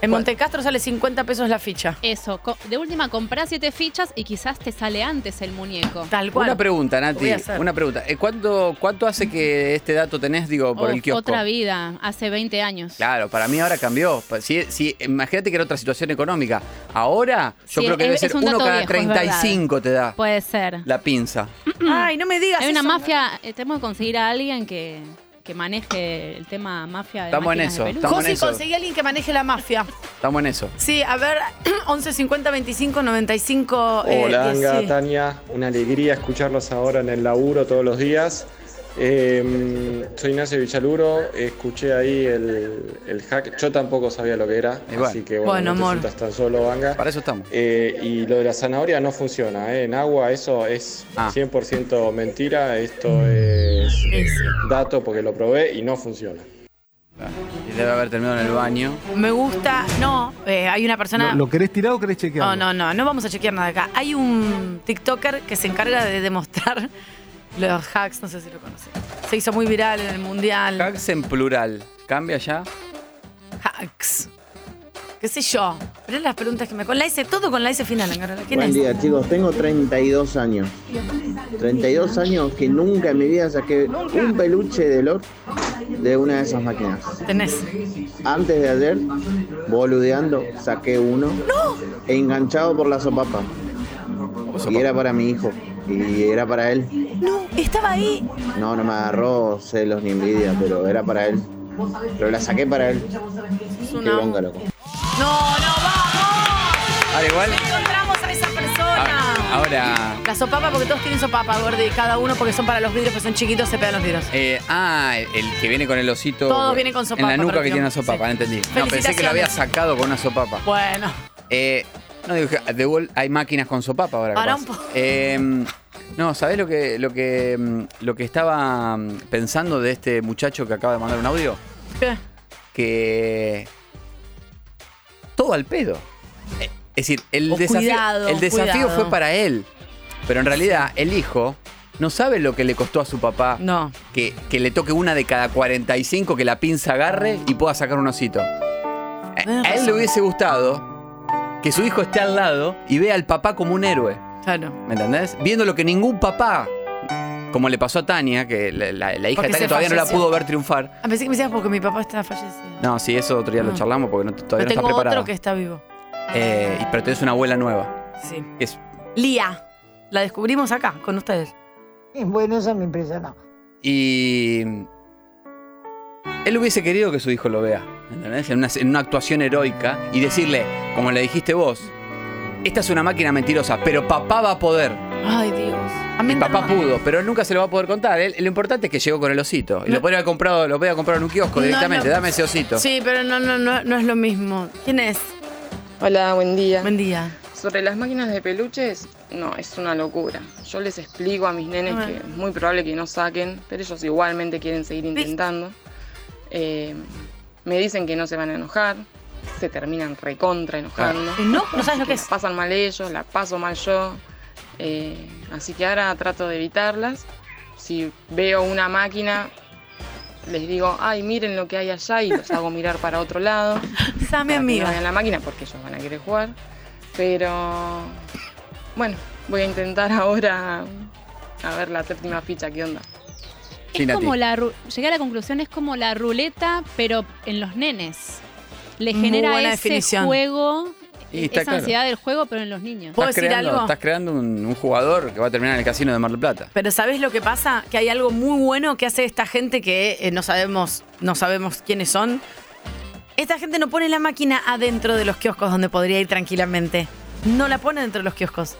Speaker 6: en
Speaker 5: cuál-
Speaker 6: Montecastro sale 50 pesos la ficha.
Speaker 10: Eso, co- de última comprá siete fichas y quizás te sale antes el muñeco.
Speaker 6: Tal cual.
Speaker 5: Una pregunta,
Speaker 6: Voy
Speaker 5: Nati.
Speaker 6: a hacer.
Speaker 5: Una pregunta. Eh, ¿Cuánto, ¿Cuánto hace que este dato tenés, digo, por
Speaker 10: Oh,
Speaker 5: el kiosco?
Speaker 10: Otra vida, hace 20 años.
Speaker 5: Claro, para mí ahora cambió. Pa- Si, si- imagínate que era otra situación económica. Ahora, yo
Speaker 10: Sí,
Speaker 5: creo que
Speaker 10: es-
Speaker 5: debe
Speaker 10: es
Speaker 5: ser
Speaker 10: un
Speaker 5: uno
Speaker 10: dato
Speaker 5: cada
Speaker 10: viejo, es verdad.
Speaker 5: 35 te da
Speaker 10: Puede ser.
Speaker 5: la pinza.
Speaker 6: Ay, no me digas.
Speaker 10: Hay una
Speaker 6: eso.
Speaker 10: mafia, eh, tenemos que conseguir a alguien que, que maneje el tema mafia de
Speaker 5: Estamos en
Speaker 10: máquinas de
Speaker 5: eso,
Speaker 10: peluche.
Speaker 5: estamos-
Speaker 6: José,
Speaker 5: en eso.
Speaker 6: conseguí a alguien que maneje la mafia.
Speaker 5: Estamos en eso.
Speaker 6: Sí, a ver, 11 50 25 95 eh,
Speaker 9: Hola, Anga,
Speaker 6: 10, sí.
Speaker 9: Tania. Una alegría escucharlos ahora en el laburo todos los días. Eh, soy Ignacio Villaluro, escuché ahí el, el hack, yo tampoco sabía lo que era,
Speaker 5: Y bueno.
Speaker 9: así que bueno,
Speaker 6: Bueno,
Speaker 9: no te
Speaker 6: amor.
Speaker 9: sientas tan solo, Vanga.
Speaker 5: Para eso estamos.
Speaker 9: Eh, y lo de la zanahoria no funciona, ¿eh? en agua eso es
Speaker 5: Ah.
Speaker 9: 100% mentira, esto es
Speaker 6: Mm. Es-
Speaker 9: dato porque lo probé y no funciona.
Speaker 5: Y debe haber terminado en el baño.
Speaker 6: Me gusta. No, eh, hay una persona. Oh,
Speaker 11: ¿Lo, lo querés tirar o querés chequear?
Speaker 6: No, no, no, no vamos a chequear nada acá. Hay un TikToker que se encarga de demostrar los hacks, no sé si lo conocen. Se hizo muy viral en el mundial.
Speaker 5: Hacks en plural. ¿Cambia ya?
Speaker 6: Hacks. ¿Qué sé yo? Pero las preguntas que me. Con la S, todo con la S final, Angarola. ¿Quién es?
Speaker 11: chicos. Tengo 32 años. 32 años que nunca en mi vida saqué un peluche de LOL de una de esas máquinas.
Speaker 6: Tenés.
Speaker 11: Antes de ayer, boludeando, saqué uno enganchado por la sopapa. Y era para mi hijo. Y era para él.
Speaker 6: No, estaba ahí.
Speaker 11: No, no me agarró celos ni envidia, pero era para él. Pero la saqué para él.
Speaker 6: Es
Speaker 11: Qué
Speaker 6: una-
Speaker 11: bronca, loco.
Speaker 6: No, no, vamos.
Speaker 5: Ahora igual.
Speaker 6: Encontramos a esa persona.
Speaker 5: a- Ahora.
Speaker 6: La sopapa, porque todos tienen sopapa, gordi. Cada uno, porque son para los vidrios, pues son chiquitos, se pegan los vidrios.
Speaker 5: eh, ah, el- el que viene con el osito.
Speaker 6: Todos vienen con sopapa,
Speaker 5: En la nuca que
Speaker 6: perdón.
Speaker 5: tiene una sopapa,
Speaker 6: Sí.
Speaker 5: entendí. No, pensé que lo había
Speaker 6: Felicitaciones.
Speaker 5: sacado con una sopapa.
Speaker 6: Bueno,
Speaker 5: Eh, no, digo, que de vol- hay máquinas con sopapa ahora.
Speaker 6: Pará
Speaker 5: capaz.
Speaker 6: un poco.
Speaker 5: Eh, no, ¿sabés lo que, lo, que, mm, lo que estaba mm, pensando de este muchacho que acaba de mandar un audio?
Speaker 6: ¿qué?
Speaker 5: Que. Todo al pedo. Eh, Es decir, el
Speaker 6: Oh,
Speaker 5: desafío,
Speaker 6: cuidado,
Speaker 5: el desafío
Speaker 6: cuidado.
Speaker 5: fue para él. Pero en realidad, el hijo no sabe lo que le costó a su papá
Speaker 6: No.
Speaker 5: que, que le toque una de cada 45, que la pinza agarre y pueda sacar un osito. A
Speaker 6: Tenés
Speaker 5: a él le
Speaker 6: razón.
Speaker 5: hubiese gustado que su hijo esté al lado y vea al papá como un héroe.
Speaker 6: Claro.
Speaker 5: ¿Me entendés? Viendo lo que ningún papá, como le pasó a Tania, que la, la- la hija
Speaker 6: Porque
Speaker 5: de Tania
Speaker 6: se
Speaker 5: todavía no la
Speaker 6: falleció.
Speaker 5: pudo ver triunfar.
Speaker 6: Ah, pensé que me decías porque mi papá está fallecido.
Speaker 5: No, sí, eso otro día lo
Speaker 6: No.
Speaker 5: charlamos porque no-
Speaker 6: Ah. Pero
Speaker 5: todavía no
Speaker 6: tengo
Speaker 5: está preparado.
Speaker 6: otro que está vivo.
Speaker 5: Eh, y- pero tenés una abuela nueva.
Speaker 6: Sí.
Speaker 5: que es-
Speaker 6: Lía. La descubrimos acá, con ustedes.
Speaker 11: Bueno, eso me impresionó.
Speaker 5: y. Él hubiese querido que su hijo lo vea, ¿me ¿entendés? En una, en una actuación heroica y decirle, como le dijiste vos, esta es una máquina mentirosa, pero papá va a poder.
Speaker 6: Ay, Dios. A mí
Speaker 5: Mi papá
Speaker 6: no-
Speaker 5: pudo, pero él nunca se lo va a poder contar. Él- lo importante es que llegó con el osito. Y lo podría haber comprado, lo podía comprar en un kiosco
Speaker 6: No,
Speaker 5: directamente.
Speaker 6: no.
Speaker 5: Dame ese osito.
Speaker 6: Sí, pero no, no, no, no es lo mismo. ¿Quién es?
Speaker 3: Hola, buen día.
Speaker 6: Buen día.
Speaker 3: Sobre las máquinas de peluches, no, es una locura. Yo les explico a mis nenes
Speaker 6: Ah.
Speaker 3: que es muy probable que no saquen, pero ellos igualmente quieren seguir intentando. Eh, me dicen que no se van a enojar, se terminan recontra enojando.
Speaker 6: No, Ah. no sabes lo que
Speaker 3: Que la
Speaker 6: es.
Speaker 3: pasan mal ellos, la paso mal yo. Eh, así que ahora trato de evitarlas. Si veo una máquina, les digo, ay, miren lo que hay allá y los hago mirar para otro lado.
Speaker 6: Esa
Speaker 3: para que
Speaker 6: mi
Speaker 3: no
Speaker 6: amiga.
Speaker 3: vayan a la máquina porque ellos van a querer jugar. Pero bueno, voy a intentar ahora a ver la séptima ficha, ¿qué onda?
Speaker 5: Sí,
Speaker 10: Es
Speaker 5: Nati.
Speaker 10: como la. ru- Llegué a la conclusión, es como la ruleta, pero en los nenes. Le genera
Speaker 6: buena
Speaker 10: ese
Speaker 6: definición.
Speaker 10: juego,
Speaker 5: Y está
Speaker 10: esa
Speaker 5: claro.
Speaker 10: ansiedad del juego, pero en los niños.
Speaker 6: ¿Puedo
Speaker 5: Estás
Speaker 6: decir
Speaker 5: creando,
Speaker 6: algo?
Speaker 5: estás creando un, un jugador que va a terminar en el casino de Mar del Plata.
Speaker 6: Pero ¿sabés lo que pasa? Que hay algo muy bueno que hace esta gente que eh, no sabemos, no sabemos quiénes son. Esta gente no pone la máquina adentro de los kioscos donde podría ir tranquilamente. No la pone dentro de los kioscos.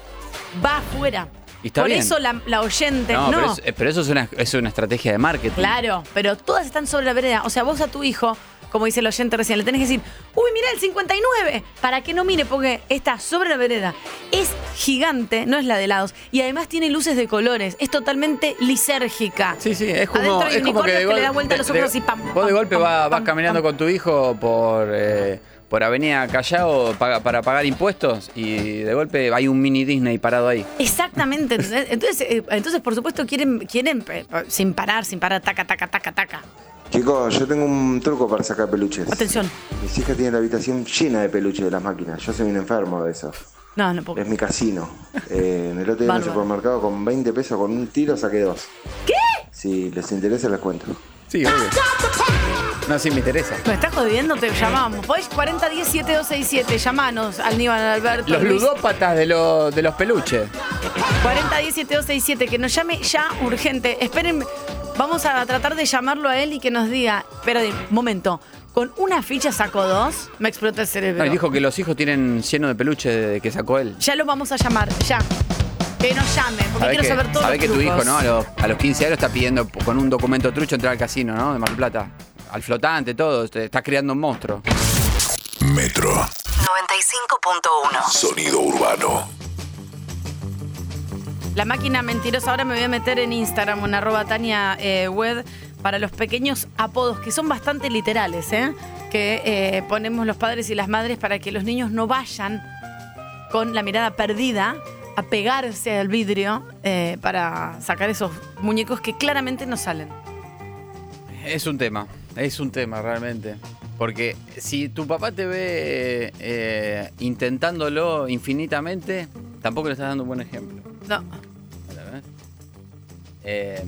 Speaker 6: Va afuera.
Speaker 5: Y está
Speaker 6: Por
Speaker 5: bien.
Speaker 6: eso la, la oyente. No,
Speaker 5: Pero, es- eh, pero eso es una, es una estrategia de marketing.
Speaker 6: claro, pero todas están sobre la vereda. O sea, vos a tu hijo, como dice el oyente recién, le tenés que decir, uy, mira el 59, para que no mire, porque está sobre la vereda. Es gigante, no es la de lados. Y además tiene luces de colores. Es totalmente lisérgica.
Speaker 5: Sí, sí, es como,
Speaker 6: Adentro hay
Speaker 5: es como que,
Speaker 6: unicornios que le
Speaker 5: gol-
Speaker 6: da vuelta a los ojos y pam,
Speaker 5: Vos de
Speaker 6: pam,
Speaker 5: golpe
Speaker 6: pam,
Speaker 5: va- vas,
Speaker 6: pam,
Speaker 5: caminando
Speaker 6: pam.
Speaker 5: con tu hijo por, eh, por Avenida Callao para, para pagar impuestos y de golpe hay un mini Disney parado ahí.
Speaker 6: Exactamente. ¿entendés? Entonces, eh, entonces por supuesto, quieren, quieren eh, sin parar, sin parar, taca, taca, taca, taca.
Speaker 11: Chicos, yo tengo un truco para sacar peluches.
Speaker 6: Atención.
Speaker 11: Mis hijas tienen la habitación llena de peluches de las máquinas. Yo soy un enfermo de eso.
Speaker 6: No, no puedo.
Speaker 11: Es mi casino. Eh, en el otro día en el
Speaker 6: Bárbaro.
Speaker 11: supermercado con 20 pesos, con un tiro saqué dos. ¿Qué? Si les interesa, les cuento.
Speaker 5: Sí, obvio. No, sí, me interesa.
Speaker 6: Me estás jodiendo, te llamamos. Podés 40 10 7267, llamanos al Aníbal al Alberto.
Speaker 5: Los
Speaker 6: Luis.
Speaker 5: ludópatas de, los de los peluches.
Speaker 6: 40 10 7267, que nos llame ya urgente. Esperen, vamos a tratar de llamarlo a él y que nos diga, pero de momento, con una ficha saco dos, me explota el
Speaker 5: No,
Speaker 6: cerebro.
Speaker 5: y dijo que los hijos tienen lleno de peluches desde que sacó él.
Speaker 6: Ya lo vamos a llamar, ya. Que nos llamen, porque
Speaker 5: Sabés
Speaker 6: quiero
Speaker 5: que,
Speaker 6: saber todos
Speaker 5: sabés
Speaker 6: los
Speaker 5: que tu hijo,
Speaker 6: trucos.
Speaker 5: ¿no? A los, a los 15 años está pidiendo p- con un documento trucho entrar al casino, ¿no? De Mar del Plata. Al flotante, todo. Te está creando un monstruo.
Speaker 12: Metro.
Speaker 2: 95.1.
Speaker 12: Sonido urbano.
Speaker 6: La máquina mentirosa, ahora me voy a meter en Instagram, en arroba Tania eh, Wed, para los pequeños apodos que son bastante literales, ¿eh? que eh, ponemos los padres y las madres para que los niños no vayan con la mirada perdida a pegarse al vidrio eh, para sacar esos muñecos que claramente no salen.
Speaker 5: Es un tema, es un tema realmente. Porque si tu papá te ve eh, intentándolo infinitamente, tampoco le estás dando un buen ejemplo.
Speaker 6: No.
Speaker 5: ¿entendés? Eh,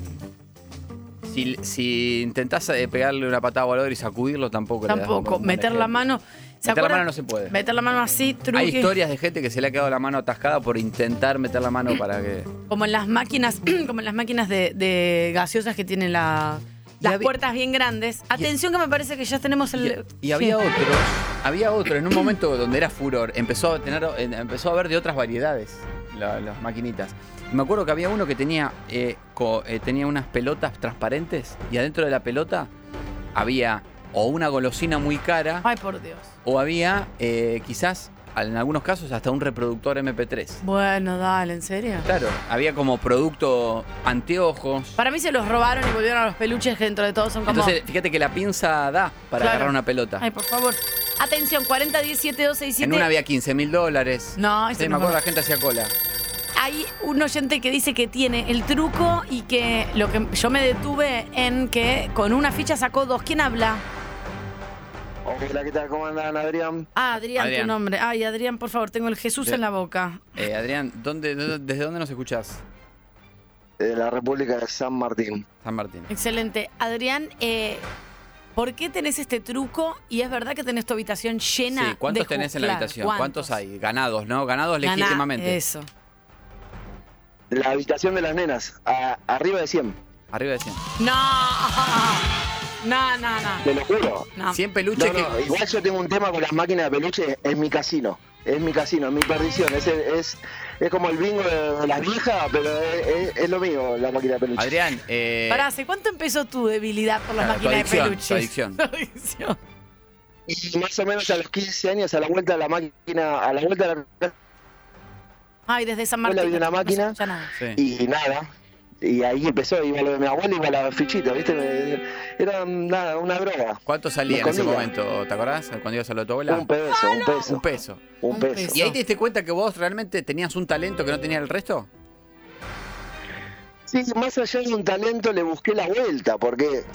Speaker 5: si, si intentás eh, pegarle una patada voladora y sacudirlo, tampoco, le das un
Speaker 6: Tampoco.
Speaker 5: buen- buen
Speaker 6: Meter la
Speaker 5: ejemplo.
Speaker 6: mano. ¿se
Speaker 5: Meter la
Speaker 6: acuerdan?
Speaker 5: mano no se puede.
Speaker 6: Meter la mano así, truque.
Speaker 5: Hay historias de gente que se le ha quedado la mano atascada por intentar meter la mano para que.
Speaker 6: Como en las máquinas, como en las máquinas de, de gaseosas que tienen la- las puertas bien grandes. Atención que me parece que ya tenemos el.
Speaker 5: Y había
Speaker 6: Sí.
Speaker 5: otros, había otros, en un momento donde era furor, empezó a tener, eh, empezó a haber de otras variedades la- las maquinitas. Y me acuerdo que había uno que tenía, eh, co- eh, tenía unas pelotas transparentes y adentro de la pelota había o una golosina muy cara
Speaker 6: Ay, por Dios.
Speaker 5: o había eh, quizás, en algunos casos, hasta un reproductor MP3.
Speaker 6: Bueno, dale, ¿en serio?
Speaker 5: Claro, había como producto anteojos.
Speaker 6: Para mí se los robaron y volvieron a los peluches que dentro de todo son como.
Speaker 5: Entonces, fíjate que la pinza da para
Speaker 6: Claro.
Speaker 5: agarrar una pelota.
Speaker 6: Ay, por favor. Atención, 4017-267.
Speaker 5: En una había 15 mil dólares.
Speaker 6: No, eso
Speaker 5: sí,
Speaker 6: no
Speaker 5: me acuerdo,
Speaker 6: me-
Speaker 5: la gente hacía cola.
Speaker 6: Hay un oyente que dice que tiene el truco y que lo que yo me detuve en que con una ficha sacó dos. ¿Quién habla?
Speaker 13: Hola, ¿qué tal? ¿Cómo andan, Adrián?
Speaker 6: Ah, Adrián,
Speaker 5: Adrián.
Speaker 6: tu nombre. Ay, Adrián, por favor, tengo el Jesús
Speaker 5: De-
Speaker 6: en la boca.
Speaker 5: Eh, Adrián, ¿dónde, dónde- desde dónde nos escuchás?
Speaker 13: De la República de San Martín.
Speaker 5: San Martín.
Speaker 6: Excelente. Adrián, eh, ¿por qué tenés este truco? Y es verdad que tenés tu habitación
Speaker 5: Sí,
Speaker 6: llena de
Speaker 5: ¿cuántos
Speaker 6: ju-
Speaker 5: tenés en la
Speaker 6: claro,
Speaker 5: habitación?
Speaker 6: ¿cuántos?
Speaker 5: ¿Cuántos hay? Ganados, ¿no? Ganados
Speaker 6: Ganá-
Speaker 5: legítimamente.
Speaker 6: Eso.
Speaker 13: La habitación de las nenas, a- arriba de 100.
Speaker 5: Arriba de 100.
Speaker 6: No, no, no, no.
Speaker 13: Te lo juro.
Speaker 6: No.
Speaker 5: 100 peluches
Speaker 13: No, no,
Speaker 5: que-
Speaker 13: Igual yo tengo un tema con las máquinas de peluche en mi casino. Es mi casino, es mi perdición. Es, el- es, es como el bingo de de las viejas, pero es, es- es lo mío la máquina de peluche.
Speaker 5: Adrián, eh,
Speaker 6: Pará, ¿hace cuánto empezó tu debilidad por las
Speaker 13: Claro, tu
Speaker 6: máquinas
Speaker 13: adicción,
Speaker 6: de
Speaker 13: tu
Speaker 6: peluches?
Speaker 13: adicción.
Speaker 6: adicción.
Speaker 13: Y más o menos a los 15 años, a la vuelta de la máquina, a la vuelta de la
Speaker 6: Ay, desde San
Speaker 13: abuela
Speaker 6: Martín.
Speaker 13: había una
Speaker 6: no se
Speaker 13: máquina
Speaker 6: escucha nada.
Speaker 13: y nada. Y ahí empezó, iba lo de mi abuela, iba la fichita, ¿viste? Era nada, una droga.
Speaker 5: ¿cuánto salía
Speaker 13: Me
Speaker 5: en ese
Speaker 13: escondía.
Speaker 5: momento? ¿Te acordás? Cuando ibas a lo de tu abuela.
Speaker 13: Un
Speaker 6: Ah,
Speaker 13: peso, un peso.
Speaker 5: Un peso.
Speaker 13: Un peso.
Speaker 5: ¿Y ahí te diste cuenta que vos realmente tenías un talento que no tenía el resto?
Speaker 13: Sí, más allá de un talento le busqué la vuelta, porque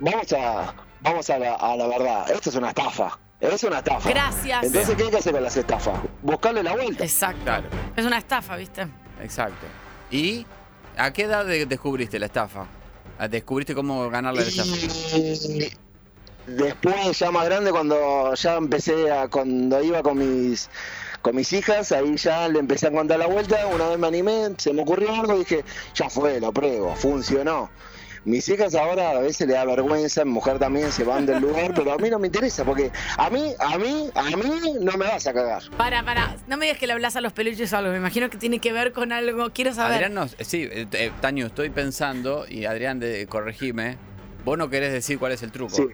Speaker 13: vamos a vamos a la, a la verdad, esto es una estafa. Es una estafa.
Speaker 6: Gracias.
Speaker 13: Entonces, ¿qué hay que hacer con las estafas? Buscarle la vuelta.
Speaker 6: Exacto.
Speaker 5: Claro,
Speaker 6: Es una estafa, ¿viste?
Speaker 5: exacto. ¿Y a qué edad de- descubriste la estafa? Ah, ¿Descubriste cómo ganar la estafa?
Speaker 13: Y después, ya más grande, cuando ya empecé a, cuando iba con mis con mis hijas, ahí ya le empecé a contar la vuelta, una vez me animé, se me ocurrió algo, dije, ya fue, lo pruebo, funcionó. Mis hijas ahora a veces le da vergüenza, mi mujer también se van del lugar, pero a mí no me interesa, porque a mí, a mí, a mí no me vas a cagar.
Speaker 6: Para, para. No me digas que le hablas a los peluches o algo. Me imagino que tiene que ver con algo. Quiero saber.
Speaker 5: Adrián, nos- sí, eh, eh, Taño, estoy pensando, y Adrián, de- corregime, vos no querés decir cuál es el truco.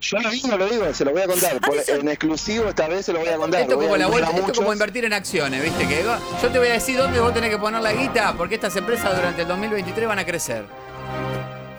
Speaker 13: Yo lo digo, lo digo, se lo voy a contar, por- en exclusivo esta vez se lo voy a contar.
Speaker 5: Esto
Speaker 13: voy a
Speaker 5: como la
Speaker 13: contar a
Speaker 5: vuelta, esto
Speaker 13: muchos.
Speaker 5: como invertir en acciones, ¿viste? Que va- yo te voy a decir dónde vos tenés que poner la guita, porque estas empresas durante el 2023 van a crecer.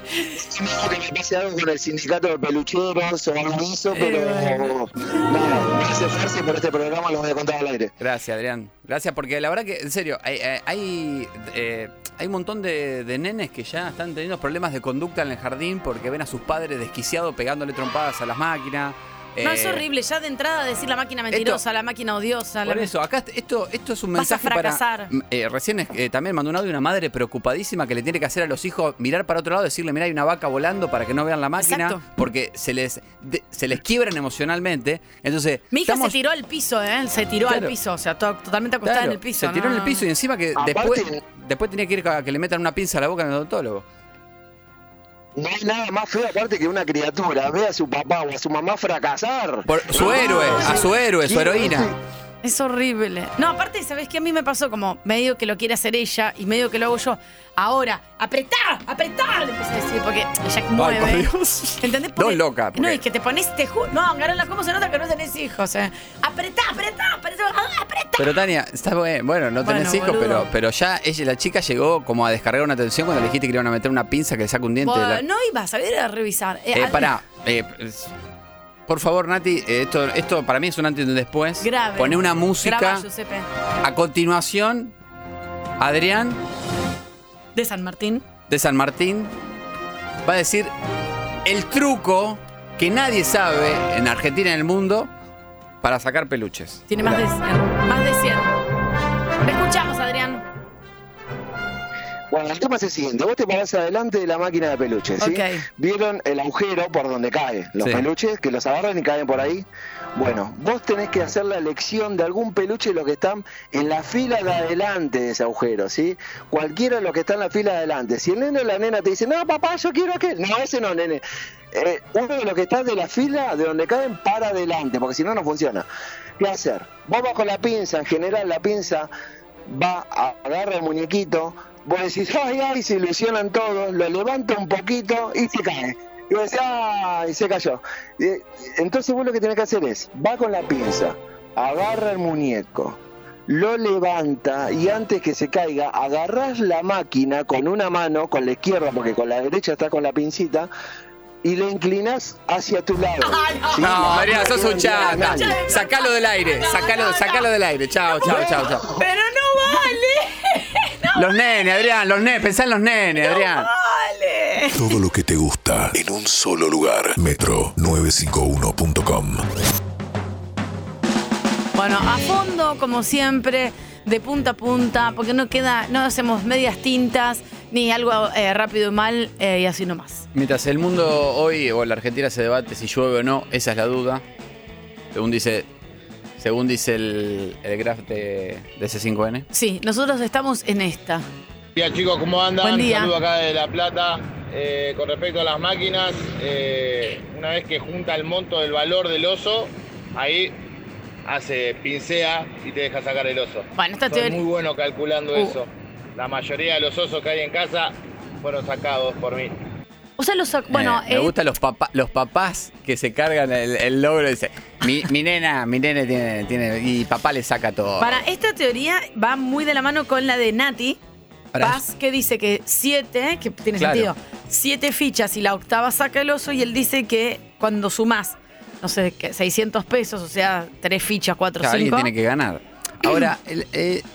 Speaker 13: Espero que me pase algo con el sindicato de pelucheros o algo de
Speaker 5: Eh,
Speaker 13: eso, pero nada, voy a esforzarse por este programa, lo voy a contar al aire.
Speaker 5: Gracias, Adrián. Gracias, porque la verdad que, en serio, hay, eh, hay, eh, hay un montón de, de nenes que ya están teniendo problemas de conducta en el jardín porque ven a sus padres desquiciados pegándole trompadas a las máquinas.
Speaker 6: No,
Speaker 5: eh,
Speaker 6: es horrible. Ya de entrada decir la máquina mentirosa, la máquina odiosa. la-
Speaker 5: Por eso, acá esto, esto es un
Speaker 6: Vas a
Speaker 5: mensaje para.
Speaker 6: fracasar.
Speaker 5: Eh, recién eh, también mandó un audio una madre preocupadísima que le tiene que hacer a los hijos mirar para otro lado, decirle, mira, hay una vaca volando para que no vean la máquina,
Speaker 6: Exacto.
Speaker 5: porque se les, de- se les quiebran emocionalmente. Entonces,
Speaker 6: Mi hija
Speaker 5: estamos-
Speaker 6: se tiró al piso, ¿eh? Se tiró
Speaker 5: Claro.
Speaker 6: al piso. O sea, to- totalmente acostada
Speaker 5: claro,
Speaker 6: en el piso.
Speaker 5: Se tiró
Speaker 6: no,
Speaker 5: en el
Speaker 6: no.
Speaker 5: piso y encima que
Speaker 13: Aparte-
Speaker 5: después, después tenía que ir a que le metan una pinza a la boca en el odontólogo.
Speaker 13: No hay nada más feo aparte que una criatura ve a su papá o a su mamá fracasar.
Speaker 5: Por su héroe, a su héroe, su
Speaker 13: Sí,
Speaker 5: heroína.
Speaker 13: sí.
Speaker 6: Es horrible. No, aparte, ¿sabes qué? A mí me pasó como medio que lo quiere hacer ella y medio que lo hago yo. Ahora, apretá, apretá, le empecé a decir, porque ella mueve.
Speaker 5: por
Speaker 6: ¿Entendés?
Speaker 5: No
Speaker 6: Porque-
Speaker 5: loca, ah, porque-
Speaker 6: No, y que te pones, te ju- No, Garola, ¿cómo se nota que no tenés hijos? eh? Apretá, apretá, apretá, ah, apretá.
Speaker 5: Pero Tania, está bien, bueno, no tenés
Speaker 6: Bueno,
Speaker 5: hijos,
Speaker 6: boludo.
Speaker 5: pero, pero ya ella, la chica llegó como a descargar una tensión cuando le dijiste que le iban a meter una pinza que le saca un diente. de la-
Speaker 6: Bueno, no ibas a ver a revisar. Eh,
Speaker 5: Eh,
Speaker 6: al-
Speaker 5: pará. eh, es- por favor, Nati, eh, esto, esto para mí es un antes y un después.
Speaker 6: Grave.
Speaker 5: Poné una música.
Speaker 6: Graba, Giuseppe.
Speaker 5: A continuación, Adrián
Speaker 6: De San Martín.
Speaker 5: de San Martín va a decir el truco que nadie sabe en Argentina y en el mundo para sacar peluches.
Speaker 6: Tiene más de 100. Más de 100. Te escuchamos, Adrián.
Speaker 13: Bueno, el tema es el siguiente. Vos te parás adelante de la máquina de peluches, ¿sí? Vieron el agujero por donde caen los
Speaker 14: Sí.
Speaker 13: peluches, que los agarran y caen por ahí. Bueno, vos tenés que hacer la elección de algún peluche de los que están en la fila de adelante de ese agujero, ¿sí? Cualquiera de los que están en la fila de adelante. Si el nene o la nena te dice, no, papá, yo quiero aquel. No, ese no, nene. Eh, uno de los que está de la fila de donde caen para adelante, porque si no, no funciona. ¿Qué hacer? Vos vas con la pinza, en general la pinza va, a- agarra el muñequito, vos decís, ay, ay, se ilusionan todos, lo levanta un poquito y se cae. Y vos decís, ay, se cayó. Eh, Entonces vos lo que tenés que hacer es, va con la pinza, agarra el muñeco, lo levanta y antes que se caiga, agarrás la máquina con una mano, con la izquierda, porque con la derecha está con la pincita, y le inclinás hacia tu lado. ¿Sí? La
Speaker 5: No,
Speaker 13: máquina
Speaker 5: Adrián, sos
Speaker 13: queda
Speaker 5: un chata.
Speaker 13: inclinada.
Speaker 5: Sacalo del aire. Sacalo, sacalo del aire. Chao, chao, chao, chao.
Speaker 6: Pero no vale.
Speaker 5: Los nenes, Adrián, los nenes. Pensá en los nenes, Adrián.
Speaker 6: Eh.
Speaker 12: Todo lo que te gusta en un solo lugar. Metro951.com.
Speaker 6: Bueno, a fondo, como siempre, de punta a punta, porque no queda, no hacemos medias tintas, ni algo eh, rápido y mal, eh, y así nomás.
Speaker 5: Mientras el mundo hoy o la Argentina se debate si llueve o no, esa es la duda. Según dice, según dice el, el graph de, de C5N.
Speaker 6: Sí, nosotros estamos en esta.
Speaker 15: Buen día chicos, ¿cómo andan?
Speaker 6: Buen día.
Speaker 15: Saludo acá de La Plata. Eh, con respecto a las máquinas, eh, una vez que junta el monto del valor del oso, ahí hace pincea y te deja sacar el oso.
Speaker 6: Bueno, esta
Speaker 15: Soy
Speaker 6: teoría-
Speaker 15: muy bueno calculando
Speaker 6: Uh.
Speaker 15: eso. La mayoría de los osos que hay en casa fueron sacados por mí.
Speaker 6: O sea, los sac- bueno,
Speaker 5: Eh, me
Speaker 6: eh,
Speaker 5: gustan los, papá- los papás que se cargan el, el logro y dicen, mi, mi nena, mi nene tiene, tiene, y papá le saca todo.
Speaker 6: para esta teoría va muy de la mano con la de Nati.
Speaker 5: Pará.
Speaker 6: Paz que dice que siete, que tiene
Speaker 5: Claro.
Speaker 6: sentido, siete fichas y la octava saca el oso y él dice que cuando sumás, no sé, que 600 pesos, o sea, tres fichas, cuatro,
Speaker 5: Claro, alguien
Speaker 6: cinco.
Speaker 5: tiene que ganar. Ahora, el, eh,
Speaker 6: Yo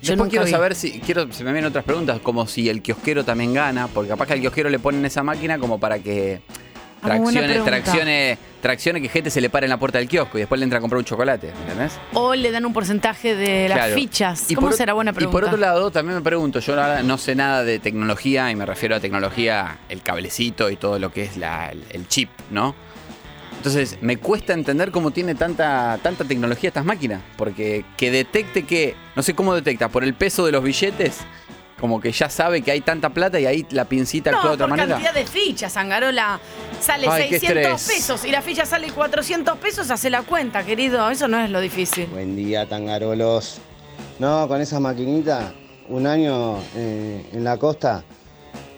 Speaker 5: después
Speaker 6: nunca
Speaker 5: quiero
Speaker 6: vi.
Speaker 5: saber si, quiero, se me vienen otras preguntas, como si el kiosquero también gana, porque capaz que al kiosquero le ponen esa máquina como para que
Speaker 6: Ah, buena
Speaker 5: traccione,
Speaker 6: pregunta.
Speaker 5: traccione, traccione que gente se le pare en la puerta del kiosco y después le entra a comprar un chocolate, ¿entendés?
Speaker 6: O le dan un porcentaje de las
Speaker 5: Claro.
Speaker 6: fichas.
Speaker 5: Y
Speaker 6: ¿Cómo
Speaker 5: por o-
Speaker 6: será buena pregunta?
Speaker 5: Y por otro lado, también me pregunto, yo ahora no sé nada de tecnología, y me refiero a tecnología, el cablecito y todo lo que es la- el, el chip, ¿no? Entonces, me cuesta entender cómo tiene tanta, tanta tecnología estas máquinas, porque que detecte que, no sé cómo detecta, por el peso de los billetes, como que ya sabe que hay tanta plata y ahí la pincita
Speaker 6: no,
Speaker 5: actúa de otra
Speaker 6: por
Speaker 5: manera.
Speaker 6: cantidad de fichas, Angarola. Sale
Speaker 5: Ay, qué
Speaker 6: 600
Speaker 5: estrés.
Speaker 6: pesos y la ficha sale 400 pesos, hace la cuenta, querido. Eso no es lo difícil.
Speaker 16: Buen día, tangarolos. No, con esas maquinitas, un año eh, en la costa,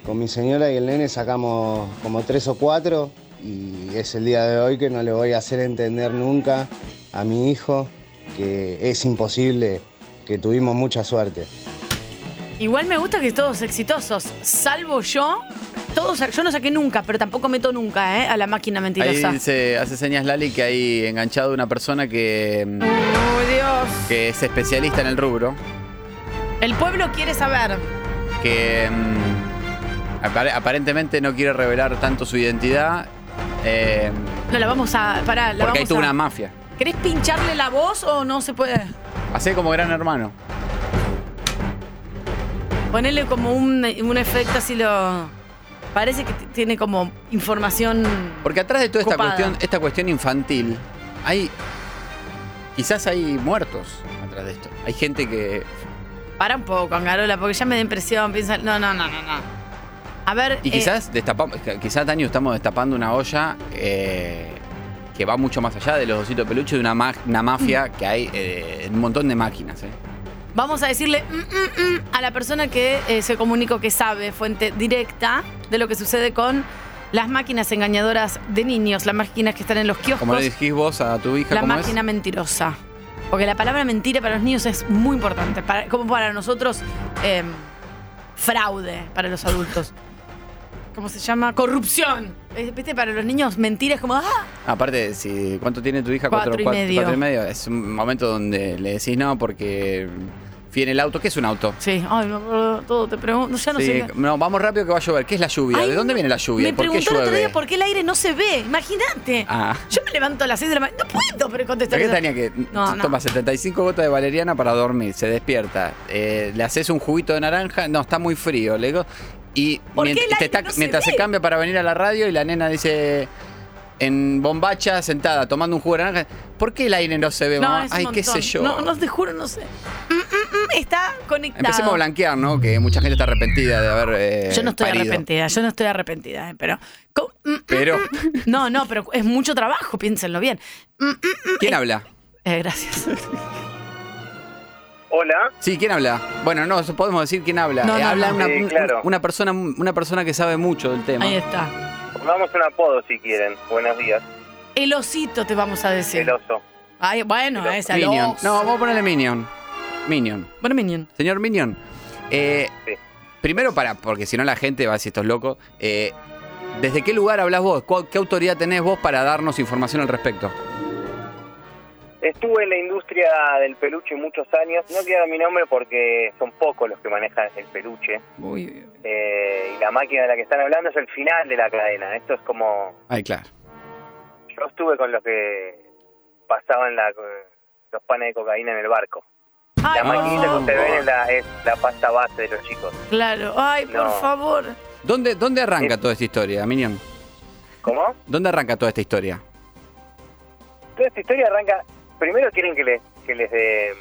Speaker 16: con mi señora y el nene sacamos como tres o cuatro y es el día de hoy que no le voy a hacer entender nunca a mi hijo que es imposible, que tuvimos mucha suerte.
Speaker 6: Igual me gusta que todos exitosos, salvo yo. Todos, yo no saqué nunca, pero tampoco meto nunca, ¿eh? A la máquina
Speaker 5: Ahí
Speaker 6: mentirosa.
Speaker 5: dice- hace señas Lali que hay enganchado una persona que, mm,
Speaker 6: ¡Oh, Dios!
Speaker 5: que es especialista en el rubro.
Speaker 6: El pueblo quiere saber.
Speaker 5: que mm, apare- aparentemente no quiere revelar tanto su identidad eh,
Speaker 6: No, la vamos a. Pará, la
Speaker 5: porque ahí
Speaker 6: vamos
Speaker 5: tuvo
Speaker 6: a-
Speaker 5: una mafia.
Speaker 6: ¿Querés pincharle la voz o no se puede?
Speaker 5: Hace como gran hermano.
Speaker 6: Ponele como un, un efecto así lo. Parece que t- tiene como información
Speaker 5: Porque atrás de toda esta
Speaker 6: Copada.
Speaker 5: cuestión, esta cuestión infantil, hay. Quizás hay muertos atrás de esto. Hay gente que.
Speaker 6: Para un poco, Angarola, porque ya me da impresión. Piensa, no, no, no, no, no. A ver.
Speaker 5: Y
Speaker 6: eh,
Speaker 5: quizás destapamos. Quizás, Dani, estamos destapando una olla eh, que va mucho más allá de los ositos de peluche, de una, ma- una
Speaker 6: Mm.
Speaker 5: mafia que hay eh, en un montón de máquinas. ¿eh?
Speaker 6: Vamos a decirle mm, mm, mm, a la persona que eh, se comunicó que sabe, fuente directa, de lo que sucede con las máquinas engañadoras de niños, las máquinas que están en los kioscos,
Speaker 5: Como le dijiste vos a tu hija,
Speaker 6: la
Speaker 5: ¿cómo
Speaker 6: máquina mentirosa. Porque la palabra mentira para los niños es muy importante, para- como para nosotros, eh, fraude para los adultos. ¿Cómo se llama? Corrupción. Eh, ¿Viste? Para los niños, mentira es como, ¡ah!
Speaker 5: es? Aparte, si, ¿cuánto tiene tu hija?
Speaker 6: Cuatro y medio.
Speaker 5: cuatro y medio. Es un momento donde le decís no porque fui en el auto. ¿Qué es un auto?
Speaker 6: Sí, ay, me acuerdo de todo, te pregunto, ya no
Speaker 5: Sí,
Speaker 6: sé. qué-
Speaker 5: no, vamos rápido que va a llover. ¿Qué es la lluvia? ¿De dónde viene la lluvia?
Speaker 6: Me
Speaker 5: ¿Por qué
Speaker 6: preguntó el otro
Speaker 5: llueve?
Speaker 6: día por qué el aire no se ve. Imagínate.
Speaker 5: Ah.
Speaker 6: Yo me levanto a las 6 de la mañana. No puedo pero contestar.
Speaker 5: ¿Qué
Speaker 6: eso.
Speaker 5: tenía que
Speaker 6: No, no.
Speaker 5: toma 75 gotas de valeriana para dormir, se despierta, eh, le haces un juguito de naranja, no, está muy frío, le digo, y
Speaker 6: ¿Por qué
Speaker 5: mient-
Speaker 6: el aire
Speaker 5: te está-
Speaker 6: no se
Speaker 5: mientras se,
Speaker 6: ve?
Speaker 5: cambia para venir a la radio y la nena dice en bombacha sentada tomando un jugo de naranja, ¿por qué el aire no se ve?
Speaker 6: No,
Speaker 5: mamá?
Speaker 6: es un
Speaker 5: Ay, qué
Speaker 6: montón.
Speaker 5: sé yo.
Speaker 6: No, no te juro, no sé. Mm, mm, mm, está conectado.
Speaker 5: Empecemos a blanquear, ¿no? Que mucha gente está arrepentida de haber eh,
Speaker 6: Yo no estoy
Speaker 5: parido.
Speaker 6: arrepentida, yo no estoy arrepentida, eh, pero. co- mm,
Speaker 5: Pero
Speaker 6: No, no, pero es mucho trabajo, piénsenlo bien. Mm,
Speaker 5: ¿quién habla?
Speaker 6: Eh, gracias.
Speaker 14: Hola.
Speaker 5: Sí, ¿quién habla? Bueno, no, podemos decir quién habla.
Speaker 6: No,
Speaker 5: Eh,
Speaker 6: no,
Speaker 5: habla
Speaker 6: no.
Speaker 5: una,
Speaker 14: Sí, claro.
Speaker 5: una persona una persona que sabe mucho del tema.
Speaker 6: Ahí está.
Speaker 14: Pongamos un apodo si quieren. Buenos días.
Speaker 6: El osito te vamos a decir. El
Speaker 14: oso.
Speaker 6: Ay, bueno, esa al
Speaker 5: Minion.
Speaker 6: oso.
Speaker 5: No, vamos a ponerle Minion. Minion.
Speaker 6: Bueno, Minion.
Speaker 5: Señor Minion. eh, Primero para, porque si no la gente va a decir esto es loco. eh, ¿Desde qué lugar hablas vos? ¿Cuál- ¿Qué autoridad tenés vos para darnos información al respecto?
Speaker 14: Estuve en la industria del peluche muchos años. No quiero mi nombre porque son pocos los que manejan el peluche. Eh, y la máquina de la que están hablando es el final de la cadena. Esto es como
Speaker 5: Ay, claro.
Speaker 14: Yo estuve con los que pasaban la- los panes de cocaína en el barco. la maquinita que ustedes ven es la, es la pasta base de los chicos.
Speaker 6: Claro. Oh, Ay, por
Speaker 14: No.
Speaker 6: favor.
Speaker 5: ¿Dónde, dónde arranca toda esta historia, Minion?
Speaker 14: Eh, ¿Cómo?
Speaker 5: ¿Dónde arranca toda esta historia?
Speaker 14: Toda esta historia arranca. Primero quieren que les que les de-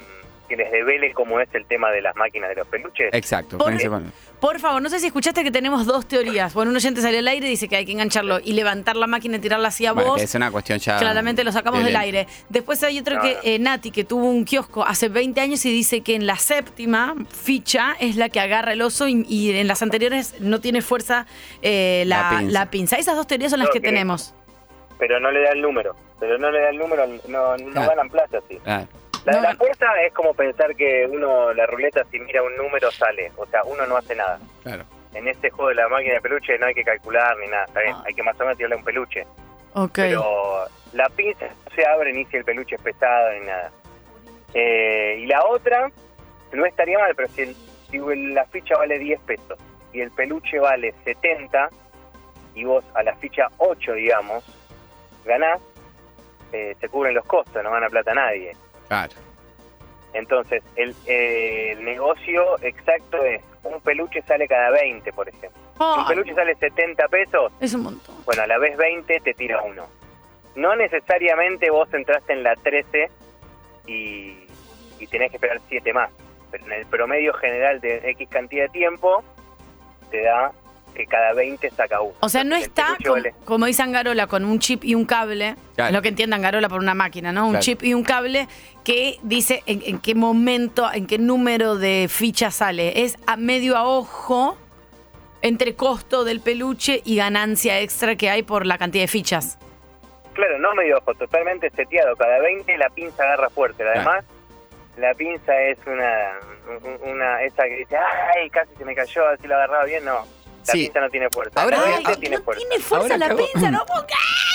Speaker 14: que les devele cómo es el tema de las máquinas de los peluches.
Speaker 5: Exacto.
Speaker 6: Por-
Speaker 5: fíjense, bueno.
Speaker 6: Por favor, no sé si escuchaste que tenemos dos teorías. Bueno, un oyente salió al aire y dice que hay que engancharlo y levantar la máquina y tirarla hacia
Speaker 5: Bueno,
Speaker 6: vos.
Speaker 5: que es una cuestión ya.
Speaker 6: Claramente lo sacamos del
Speaker 5: violenta.
Speaker 6: aire. Después hay otro
Speaker 5: No,
Speaker 6: que
Speaker 5: no.
Speaker 6: eh, Nati, que tuvo un kiosco hace 20 años y dice que en la séptima ficha es la que agarra el oso y, y en las anteriores no tiene fuerza eh, la,
Speaker 14: La
Speaker 6: la
Speaker 14: pinza.
Speaker 6: pinza. Esas dos teorías son las
Speaker 14: No,
Speaker 6: que
Speaker 14: que-
Speaker 6: tenemos.
Speaker 14: Pero no le dan el número. Pero no le dan el número, no, no
Speaker 5: Claro.
Speaker 14: ganan plata así.
Speaker 11: Ah.
Speaker 14: La de la fuerza es como pensar que uno, la ruleta, si mira un número sale. O sea, uno no hace nada.
Speaker 5: Claro.
Speaker 14: En este juego de la máquina de peluche no hay que calcular ni nada, está bien. Hay que más o menos tirarle un peluche.
Speaker 6: Ok.
Speaker 14: Pero la pinza no se abre ni si el peluche es pesado ni nada. Eh, y la otra, no estaría mal, pero si, el- si el- la ficha vale 10 pesos y el peluche vale 70 y vos a la ficha 8, digamos, ganás, eh, se cubren los costos, no gana plata nadie.
Speaker 5: Claro.
Speaker 14: Entonces, el, eh, el negocio exacto es, un peluche sale cada 20, por ejemplo. Si un peluche sale 70 pesos,
Speaker 6: Es un montón.
Speaker 14: bueno, a la vez 20 te tira uno. No necesariamente vos entraste en la 13 y, y tenés que esperar 7 más. Pero en el promedio general de X cantidad de tiempo, te da que cada 20 saca uno.
Speaker 6: O sea, no está,
Speaker 14: peluche
Speaker 6: com-
Speaker 14: vale.
Speaker 6: como, dice Angarola, con un chip y un cable.
Speaker 14: Claro.
Speaker 6: Lo que entienda Angarola por una máquina, ¿no? Un
Speaker 14: Claro.
Speaker 6: chip y un cable que dice en, en qué momento, en qué número de fichas sale. Es a medio a ojo entre costo del peluche y ganancia extra que hay por la cantidad de fichas.
Speaker 14: Claro, no medio ojo, totalmente seteado. Cada 20 la pinza agarra fuerte. Además, la pinza es una, un- una esa que dice, ay, casi se me cayó, así la agarraba bien. No, la
Speaker 5: Sí.
Speaker 14: pinza no tiene fuerza.
Speaker 5: Ahora-
Speaker 14: la
Speaker 5: Ay,
Speaker 14: 20 tiene fuerza.
Speaker 5: Ahora que hago-
Speaker 6: no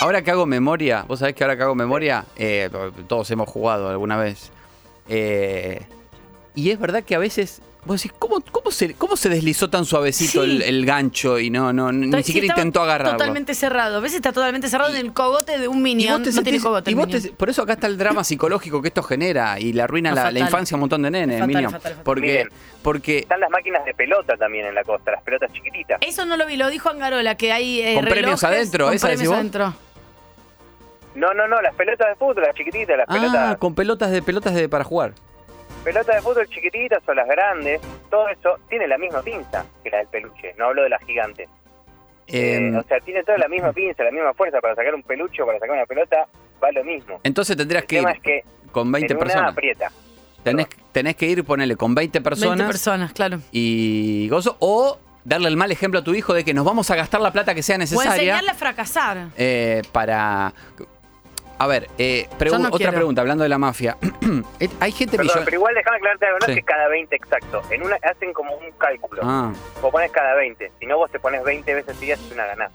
Speaker 5: Ahora que hago memoria, vos sabés que ahora que hago memoria, eh, todos hemos jugado alguna vez. Eh, y es verdad que a veces vos decís, ¿cómo, cómo, se, cómo se deslizó tan suavecito
Speaker 6: Sí.
Speaker 5: el, el gancho y no, no ni
Speaker 6: Entonces,
Speaker 5: siquiera
Speaker 6: si estaba
Speaker 5: intentó agarrarlo?
Speaker 6: Totalmente cerrado. A veces está totalmente cerrado en el cogote de un
Speaker 5: Y
Speaker 6: minion.
Speaker 5: vos te
Speaker 6: no
Speaker 5: sentís-
Speaker 6: tiene cogote.
Speaker 5: y
Speaker 6: el
Speaker 5: vos te-
Speaker 6: minion.
Speaker 5: por eso acá está el drama psicológico que esto genera y le arruina
Speaker 14: No,
Speaker 5: la, la
Speaker 14: fatal.
Speaker 5: infancia a un montón de nenes,
Speaker 14: Fatal,
Speaker 5: Minion.
Speaker 14: fatal, fatal.
Speaker 5: Porque,
Speaker 14: Miren.
Speaker 5: porque
Speaker 14: Están las máquinas de pelota también en la costa, las pelotas chiquititas.
Speaker 6: Eso no lo vi, lo dijo Angarola, que hay. eh,
Speaker 5: Con premios
Speaker 6: relojes
Speaker 5: adentro,
Speaker 6: con
Speaker 5: ¿esa decís
Speaker 6: premios
Speaker 5: vos?
Speaker 6: adentro.
Speaker 14: No, no, no, las pelotas de fútbol, las chiquititas, las
Speaker 5: ah,
Speaker 14: pelotas,
Speaker 5: con pelotas de pelotas de para jugar.
Speaker 14: pelotas de fútbol chiquititas o las grandes, todo eso tiene la misma pinza que la del peluche, no hablo de las gigantes.
Speaker 5: Eh, Em,
Speaker 14: O sea, tiene toda la misma pinza, la misma fuerza para sacar un peluche o para sacar una pelota, va lo mismo.
Speaker 5: Entonces tendrías que ir
Speaker 14: tema es que
Speaker 5: con 20
Speaker 14: en una
Speaker 5: personas.
Speaker 14: aprieta.
Speaker 5: Tenés, tenés que ir, ponele, con 20 personas.
Speaker 6: 20 personas, claro.
Speaker 5: Y gozo. O darle el mal ejemplo a tu hijo de que nos vamos a gastar la plata que sea
Speaker 6: O
Speaker 5: necesaria
Speaker 6: enseñarle a fracasar.
Speaker 5: eh, para. A ver, eh, pregu-
Speaker 6: Yo no
Speaker 5: otra
Speaker 6: quiero.
Speaker 5: pregunta, hablando de la mafia. Eh, Hay gente
Speaker 14: Perdón,
Speaker 5: millonaria.
Speaker 14: pero igual déjame aclararte algo, no
Speaker 5: Sí.
Speaker 14: es que cada 20 exacto. En una hacen como un cálculo.
Speaker 5: Ah.
Speaker 14: Vos pones cada 20, si no vos te pones 20 veces y haces una ganada.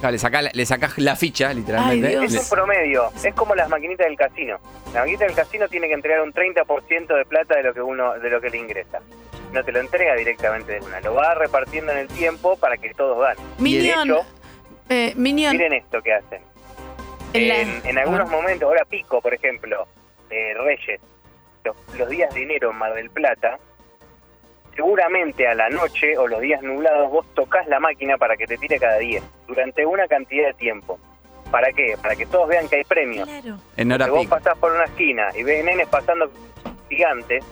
Speaker 5: Dale, sacá la- le sacás la ficha, literalmente.
Speaker 14: Es
Speaker 5: Le-
Speaker 14: un promedio, es como las maquinitas del casino. La maquinita del casino tiene que entregar un 30% de plata de lo que uno de lo que le ingresa. No te lo entrega directamente de una, lo va repartiendo en el tiempo para que todos ganen.
Speaker 6: Minion,
Speaker 14: De hecho,
Speaker 6: eh, Minion, eh,
Speaker 14: miren esto que hacen.
Speaker 6: En la-
Speaker 14: En, en algunos momentos, ahora pico, por ejemplo, eh, Reyes, los, los días de enero en Mar del Plata, seguramente a la noche o los días nublados vos tocas la máquina para que te tire cada día, durante una cantidad de tiempo. ¿Para qué? Para que todos vean que hay premios.
Speaker 5: En hora
Speaker 14: Si vos
Speaker 5: pico.
Speaker 14: pasás por una esquina y ves nenes pasando gigantes,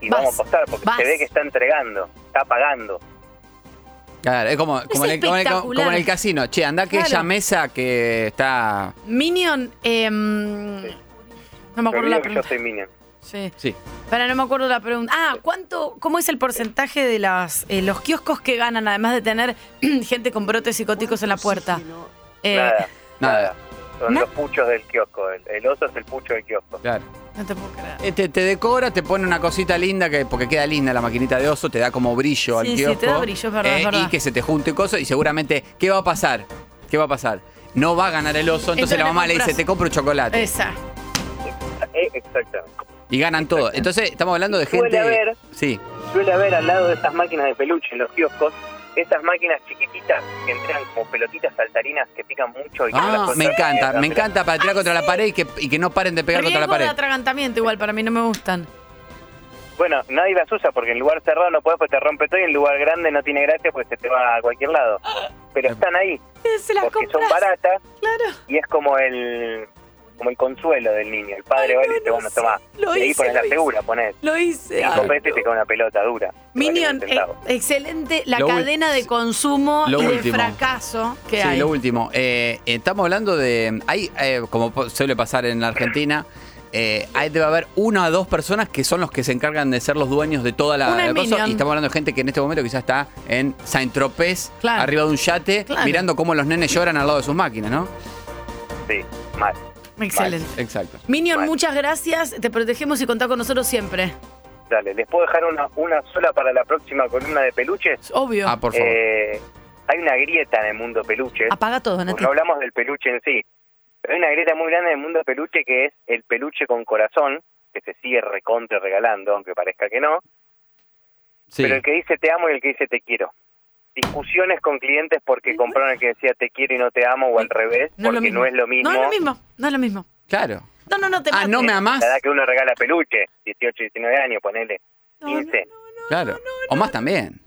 Speaker 14: y vamos a apostar porque se ve que está entregando, está pagando.
Speaker 5: Claro, es como, como en el, como en el- como en el
Speaker 6: espectacular.
Speaker 5: casino. Che, andá que
Speaker 6: Claro.
Speaker 5: ella mesa que está.
Speaker 6: Minion, eh, no me acuerdo la pregunta.
Speaker 14: soy Minion.
Speaker 6: Sí.
Speaker 5: Sí.
Speaker 6: Para no me acuerdo la pregunta. Ah, ¿cuánto, cómo es el porcentaje de las, eh, los kioscos que ganan, además de tener gente con brotes psicóticos en la puerta? Eh,
Speaker 14: Nada,
Speaker 5: nada.
Speaker 14: Son los puchos del kiosco. El, el oso es el pucho del kiosco.
Speaker 5: Claro.
Speaker 6: No te puedo creer.
Speaker 5: Eh, Te, te decora, te pone una cosita linda que porque queda linda la maquinita de oso, te da como brillo al
Speaker 6: Sí, sí,
Speaker 5: kiosco. eh,
Speaker 6: te da brillo, es verdad, es verdad.
Speaker 5: Y que se te junte cosas y seguramente, ¿qué va a pasar? ¿Qué va a pasar? No va a ganar el oso, entonces
Speaker 6: Entonces
Speaker 5: la
Speaker 6: le
Speaker 5: mamá le dice,
Speaker 6: compras-
Speaker 5: te compro un chocolate.
Speaker 6: Esa.
Speaker 14: Eh, Exactamente.
Speaker 5: Y ganan todo. Entonces, estamos hablando de
Speaker 14: Suele
Speaker 5: gente.
Speaker 14: haber-
Speaker 5: Sí.
Speaker 14: Suele haber al lado de estas máquinas de peluche en los kioscos, estas máquinas chiquititas que entran como pelotitas saltarinas que pican mucho y que Ah,
Speaker 5: Ah,
Speaker 14: las
Speaker 5: me
Speaker 14: puedes-
Speaker 5: encanta, me
Speaker 14: las-
Speaker 5: encanta para tirar contra la pared y que, y que no paren de pegar
Speaker 6: Riesgo
Speaker 5: contra la
Speaker 6: de
Speaker 5: pared.
Speaker 6: atragantamiento igual, para mí no me gustan.
Speaker 14: Bueno, nadie las usa porque en lugar cerrado no puedes, pues te rompe todo y en lugar grande no tiene gracia pues se te va a cualquier lado. Pero están ahí. porque son baratas. Y es como el como el consuelo del niño. El padre va y le dice, bueno, toma.
Speaker 6: lo
Speaker 14: y ahí
Speaker 6: hice,
Speaker 14: pones la
Speaker 6: lo hice.
Speaker 14: segura, pones.
Speaker 6: Lo hice.
Speaker 14: Y
Speaker 6: Ay,
Speaker 14: compete y te cae una pelota dura.
Speaker 6: Minion, eh, excelente la
Speaker 5: Lo ul-
Speaker 6: cadena de consumo
Speaker 5: lo
Speaker 6: y de
Speaker 5: último.
Speaker 6: fracaso que
Speaker 5: Sí,
Speaker 6: hay.
Speaker 5: lo último. Eh, estamos hablando de. Hay, eh, como po- suele pasar en la Argentina, eh, hay, debe haber una o dos personas que son los que se encargan de ser los dueños de toda la.
Speaker 6: Una
Speaker 5: la
Speaker 6: en
Speaker 5: cosa.
Speaker 6: Minion.
Speaker 5: y estamos hablando de gente que en este momento quizás está en Saint-Tropez,
Speaker 6: Claro.
Speaker 5: arriba de un yate,
Speaker 6: Claro.
Speaker 5: mirando cómo los nenes lloran al lado de sus máquinas, ¿no?
Speaker 6: eh.
Speaker 14: Sí, mal.
Speaker 6: Excelente.
Speaker 5: Exacto.
Speaker 6: Minion, muchas gracias. Te protegemos y contá con nosotros siempre.
Speaker 14: Dale, ¿les puedo dejar una, una sola para la próxima columna de peluches?
Speaker 6: Obvio.
Speaker 5: Ah, por favor.
Speaker 14: Eh, hay una grieta en el mundo peluches.
Speaker 6: Apaga todo, Nati.
Speaker 14: No hablamos del peluche en sí. Pero hay una grieta muy grande en el mundo peluche que es el peluche con corazón, que se sigue recontra regalando, aunque parezca que no. Pero el que dice te amo y el que dice te quiero. Discusiones con clientes porque compraron el que decía te quiero y no te amo o al revés,
Speaker 6: No es lo
Speaker 14: porque
Speaker 6: mismo.
Speaker 14: no es lo mismo. Eh,
Speaker 6: No es lo mismo. No es lo mismo.
Speaker 5: Claro. Ah,
Speaker 6: No, no, no te eh, mato.
Speaker 14: La edad que uno regala peluche, 18, 19 años, ponele 15.
Speaker 5: Claro. o más también.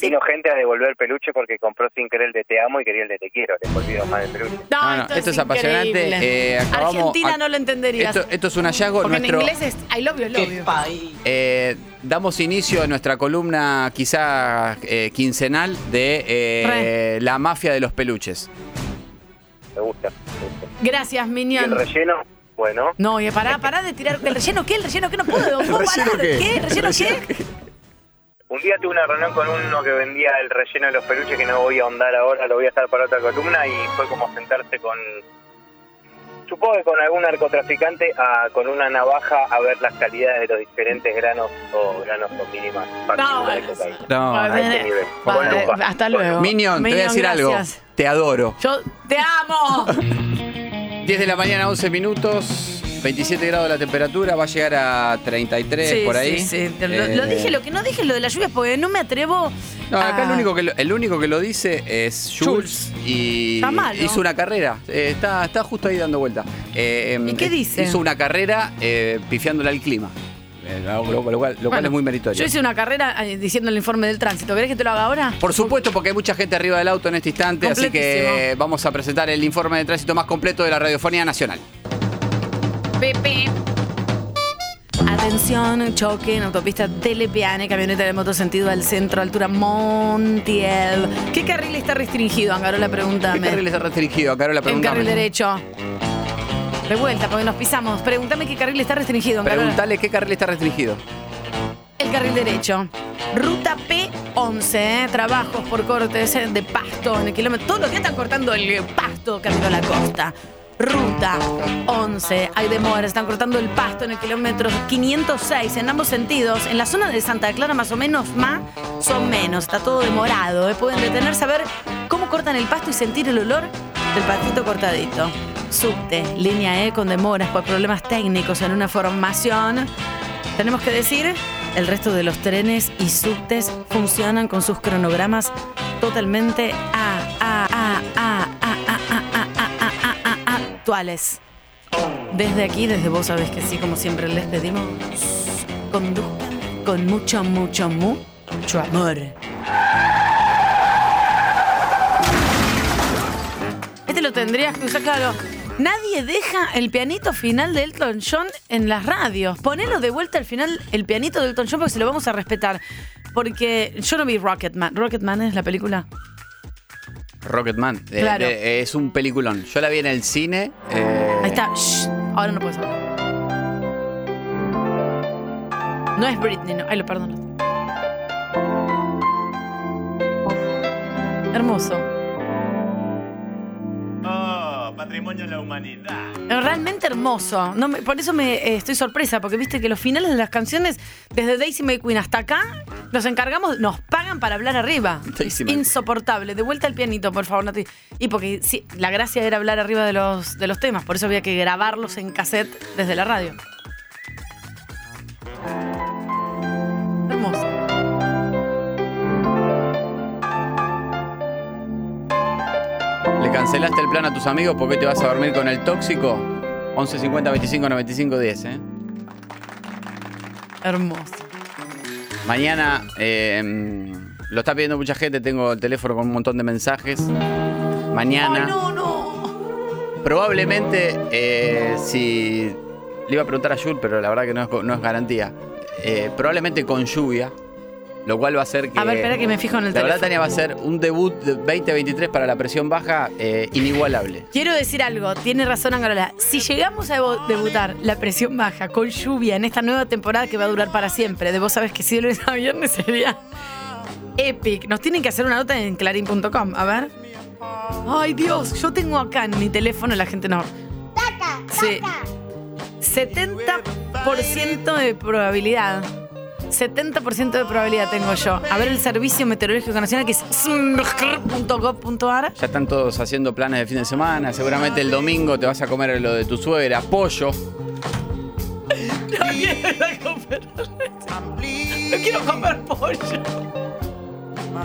Speaker 14: Vino gente a devolver peluche porque compró sin querer el de te amo y quería el de te quiero. Le volvieron más el peluche.
Speaker 6: No,
Speaker 5: Ah, No, no,
Speaker 6: esto,
Speaker 5: esto es
Speaker 6: es increíble.
Speaker 5: apasionante. Eh, acabamos-
Speaker 6: Argentina
Speaker 5: ac-
Speaker 6: no lo entenderías.
Speaker 5: Esto, esto es un hallazgo.
Speaker 6: Porque
Speaker 5: nuestro,
Speaker 6: en inglés es I love you, I love you.
Speaker 5: Eh, damos inicio a nuestra columna quizá eh, quincenal de eh, la mafia de los peluches.
Speaker 14: Me gusta.
Speaker 6: Gracias,
Speaker 14: ¿Y el
Speaker 6: Minion.
Speaker 14: relleno? Bueno.
Speaker 6: No, y pará, pará de tirar. ¿El relleno qué? ¿El relleno qué? No puedo. ¿Puedo parar?
Speaker 14: qué?
Speaker 6: ¿Qué? ¿El relleno qué?
Speaker 14: Un día tuve una reunión con uno que vendía el relleno de los peluches, que no voy a ahondar ahora, lo voy a dejar para otra columna, y fue como sentarse con, supongo que con algún narcotraficante, a- con una navaja a ver las calidades de los diferentes granos o granos o mínimas.
Speaker 6: No,
Speaker 14: partículas de cocaína.
Speaker 5: No,
Speaker 14: A
Speaker 5: no.
Speaker 14: este nivel.
Speaker 5: Por
Speaker 6: eh, Vale,
Speaker 5: favor.
Speaker 6: hasta luego.
Speaker 5: Minion, te voy a
Speaker 6: Minion,
Speaker 5: decir
Speaker 6: gracias.
Speaker 5: algo. Te adoro.
Speaker 6: Yo te amo.
Speaker 5: 10 de la mañana, 11 minutos. 27 grados la temperatura, va a llegar a 33
Speaker 6: Sí,
Speaker 5: por ahí.
Speaker 6: sí, sí. Te Lo, lo
Speaker 5: Eh,
Speaker 6: dije, lo Ah. que no dije es lo de la lluvia es porque no me atrevo.
Speaker 5: No, acá
Speaker 6: a-
Speaker 5: el, único que lo, el único que lo dice es Jules, y
Speaker 6: Está malo.
Speaker 5: hizo una carrera. Eh, está, está justo ahí dando vuelta. Eh,
Speaker 6: ¿Y qué
Speaker 5: eh,
Speaker 6: dice?
Speaker 5: Hizo una carrera eh, pifiándole al clima. Eh, lo, lo- lo cual, lo cual
Speaker 6: Bueno,
Speaker 5: es muy meritorio.
Speaker 6: Yo hice una carrera eh, diciendo el informe del tránsito. ¿Querés que te lo haga ahora?
Speaker 5: Por supuesto, porque hay mucha gente arriba del auto en este instante, así que vamos a presentar el informe de tránsito más completo de la Radiofonía Nacional.
Speaker 6: Pepe. Atención, choque en autopista Telepiane, camioneta de moto sentido al centro, altura Montiel. ¿Qué carril está restringido? Angarola,
Speaker 5: ¿Qué
Speaker 6: pregúntame.
Speaker 5: carril está restringido? Carola,
Speaker 6: El
Speaker 5: preguntame.
Speaker 6: carril derecho. De vuelta, porque nos pisamos. Pregúntame qué carril está restringido. Encarona.
Speaker 5: Preguntale qué carril está restringido.
Speaker 6: El carril derecho. Ruta P11, ¿eh? trabajos por cortes eh, de pasto en el kilómetro. Todos los días están cortando el eh, pasto camino a la costa. Ruta 11, hay demoras, están cortando el pasto en el kilómetro 506 en ambos sentidos. En la zona de Santa Clara más o menos, más son menos, está todo demorado. ¿eh? Pueden detenerse a ver cómo cortan el pasto y sentir el olor del pastito cortadito. Subte, línea E con demoras por problemas técnicos en una formación. Tenemos que decir, el resto de los trenes y subtes funcionan con sus cronogramas totalmente a, a, a, a, a, a, a, a, a, a, a, actuales. Desde aquí, desde vos sabés que sí, como siempre les pedimos, conduzcan con mucho, mucho, mucho amor. Este lo tendrías que usar, claro. Nadie deja el pianito final de Elton John en las radios. Ponelo de vuelta al final el pianito de Elton John porque se lo vamos a respetar. Porque yo no vi Rocketman. Rocketman es la película.
Speaker 5: Rocketman. de-
Speaker 6: Claro.
Speaker 5: de- es un peliculón. Yo la vi en el cine. eh,
Speaker 6: Ahí está. Shh. Ahora no puedes hablar. No es Britney, no. Ay, lo perdono. Hermoso.
Speaker 17: Oh, patrimonio de la humanidad.
Speaker 6: Eh, Realmente hermoso. No me- por eso me eh, estoy sorpresa, porque viste que los finales de las canciones, desde Daisy May Queen hasta acá, nos encargamos, nos pagan para hablar arriba.
Speaker 5: Daisy May Queen.
Speaker 6: Insoportable. De vuelta al pianito, por favor, Nati. Y porque sí, la gracia era hablar arriba de los, de los temas, por eso había que grabarlos en cassette desde la radio. Hermoso.
Speaker 5: ¿Le cancelaste el plan a tus amigos porque te vas a dormir con el tóxico? 11 50 25 95 10, ¿eh?
Speaker 6: Hermoso.
Speaker 5: Mañana eh, mm, lo está pidiendo mucha gente, tengo el teléfono con un montón de mensajes. Mañana.
Speaker 6: no, no.
Speaker 5: Probablemente, eh, si. Le iba a preguntar a Jul, pero la verdad que no es, no es garantía. Eh, probablemente con lluvia, lo cual va a ser que.
Speaker 6: A ver, espera que me fijo en el
Speaker 5: La verdad,
Speaker 6: teléfono.
Speaker 5: Tania, va a ser un debut de 2023 para la presión baja eh, inigualable.
Speaker 6: Quiero decir algo, tiene razón Angarola. Si llegamos a debu- debutar la presión baja con lluvia en esta nueva temporada que va a durar para siempre, de vos sabés que si de lunes a viernes sería epic. Nos tienen que hacer una nota en clarín.com, a ver. Ay Dios, yo tengo acá en mi teléfono, la gente no. Sí. 70% de probabilidad. 70% de probabilidad tengo yo. A ver el Servicio Meteorológico Nacional que es smrg.gov.ar.
Speaker 5: Ya están todos haciendo planes de fin de semana. Seguramente el domingo te vas a comer lo de tu suegra, pollo.
Speaker 6: No quiero comer. No quiero comer pollo.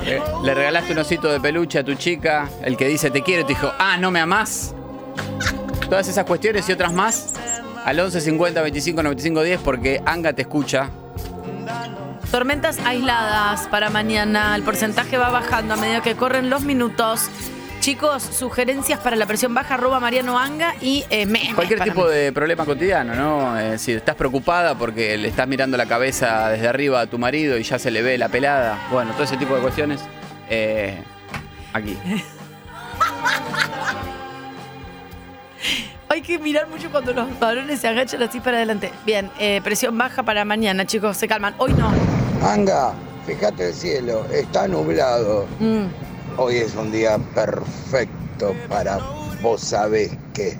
Speaker 5: Eh, Le regalaste un osito de peluche a tu chica, el que dice te quiero, te dijo, ah, no me amás. Todas esas cuestiones y otras más al 11 50 25 95 10 porque Anga te escucha.
Speaker 6: Tormentas aisladas para mañana. El porcentaje va bajando a medida que corren los minutos. Chicos, sugerencias para la presión baja, arroba Mariano Anga y eh, memes
Speaker 5: Cualquier
Speaker 6: para
Speaker 5: tipo
Speaker 6: mí.
Speaker 5: de problema cotidiano, ¿no? Eh, si estás preocupada porque le estás mirando la cabeza desde arriba a tu marido y ya se le ve la pelada. Bueno, todo ese tipo de cuestiones. eh, aquí.
Speaker 6: Hay que mirar mucho cuando los varones se agachan así para adelante. Bien, eh, presión baja para mañana, chicos, se calman. Hoy no.
Speaker 18: Anga, fíjate el cielo, está nublado.
Speaker 6: Mm.
Speaker 18: Hoy es un día perfecto para vos sabés que.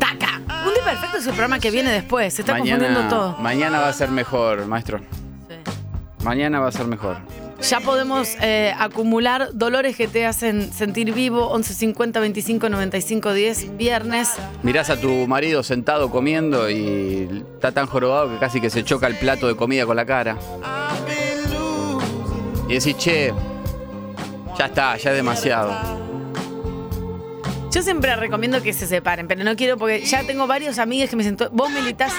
Speaker 6: ¡Taca! Un día perfecto es el programa que viene después. Se está confundiendo todo.
Speaker 5: mañana va a ser mejor, maestro. Mañana va a ser mejor.
Speaker 6: Ya podemos eh, acumular dolores que te hacen sentir vivo. 11 50 25 95 10. Viernes.
Speaker 5: Mirás a tu marido sentado comiendo y está tan jorobado que casi que se choca el plato de comida con la cara. Y decís, che, ya está, ya es
Speaker 6: Ah.
Speaker 5: demasiado.
Speaker 6: Yo siempre recomiendo que se separen, pero no quiero porque ya tengo varios amigos que me dicen, vos militás.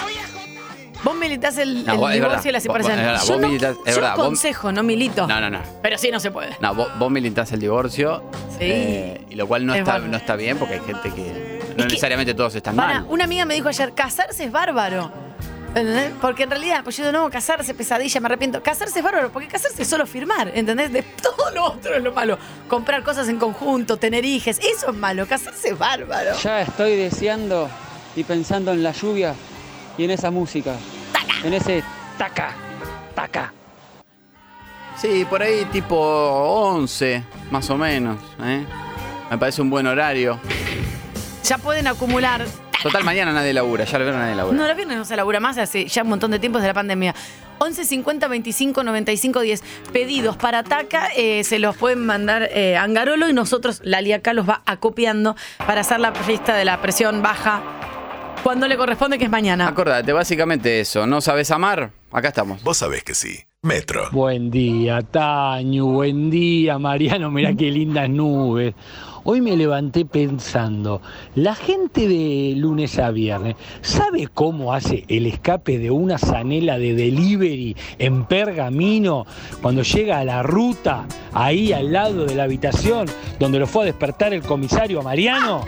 Speaker 6: Vos militás el,
Speaker 5: No,
Speaker 6: el
Speaker 5: vos- es
Speaker 6: divorcio
Speaker 5: verdad,
Speaker 6: y la
Speaker 5: vos-
Speaker 6: separación.
Speaker 5: es verdad,
Speaker 6: yo
Speaker 5: vos
Speaker 6: no,
Speaker 5: militás- es
Speaker 6: yo
Speaker 5: verdad, vos-
Speaker 6: consejo, no milito.
Speaker 5: No, no, no.
Speaker 6: Pero sí no se puede.
Speaker 5: No, vos, vos militás el divorcio. eh,
Speaker 6: Sí.
Speaker 5: y lo cual no
Speaker 6: Es
Speaker 5: está,
Speaker 6: bárbaro.
Speaker 5: no está bien porque hay gente que. No necesariamente todos están
Speaker 6: Para,
Speaker 5: mal.
Speaker 6: una amiga me dijo ayer, casarse es bárbaro. ¿Entendés? Porque en realidad, pues yo digo, no, casarse, pesadilla, me arrepiento. Casarse es bárbaro, porque casarse es solo firmar, ¿entendés? De todo lo otro es lo malo. Comprar cosas en conjunto, tener hijes, eso es malo. Casarse es bárbaro.
Speaker 19: Ya estoy deseando y pensando en la lluvia y en esa música. En ese taca, taca.
Speaker 5: Sí, por ahí tipo 11, más o menos. ¿eh? Me parece un buen horario.
Speaker 6: Ya pueden acumular.
Speaker 5: Total, mañana nadie labura, ya lo vieron nadie labura.
Speaker 6: No, la viernes no se labura más hace ya un montón de tiempo desde la pandemia. 11 50 25 95 10. Pedidos para TACA eh, se los pueden mandar eh, a Angarolo y nosotros, la acá los va acopiando para hacer la fiesta de la presión baja cuando le corresponde, que es mañana.
Speaker 5: Acordate, básicamente eso. ¿No sabes amar? Acá estamos.
Speaker 12: Vos sabés que sí. Metro.
Speaker 20: Buen día, Taño. Buen día, Mariano. Mirá qué lindas nubes. Hoy me levanté pensando, la gente de lunes a viernes, ¿sabe cómo hace el escape de una zanela de delivery en pergamino cuando llega a la ruta, ahí al lado de la habitación, donde lo fue a despertar el comisario a Mariano?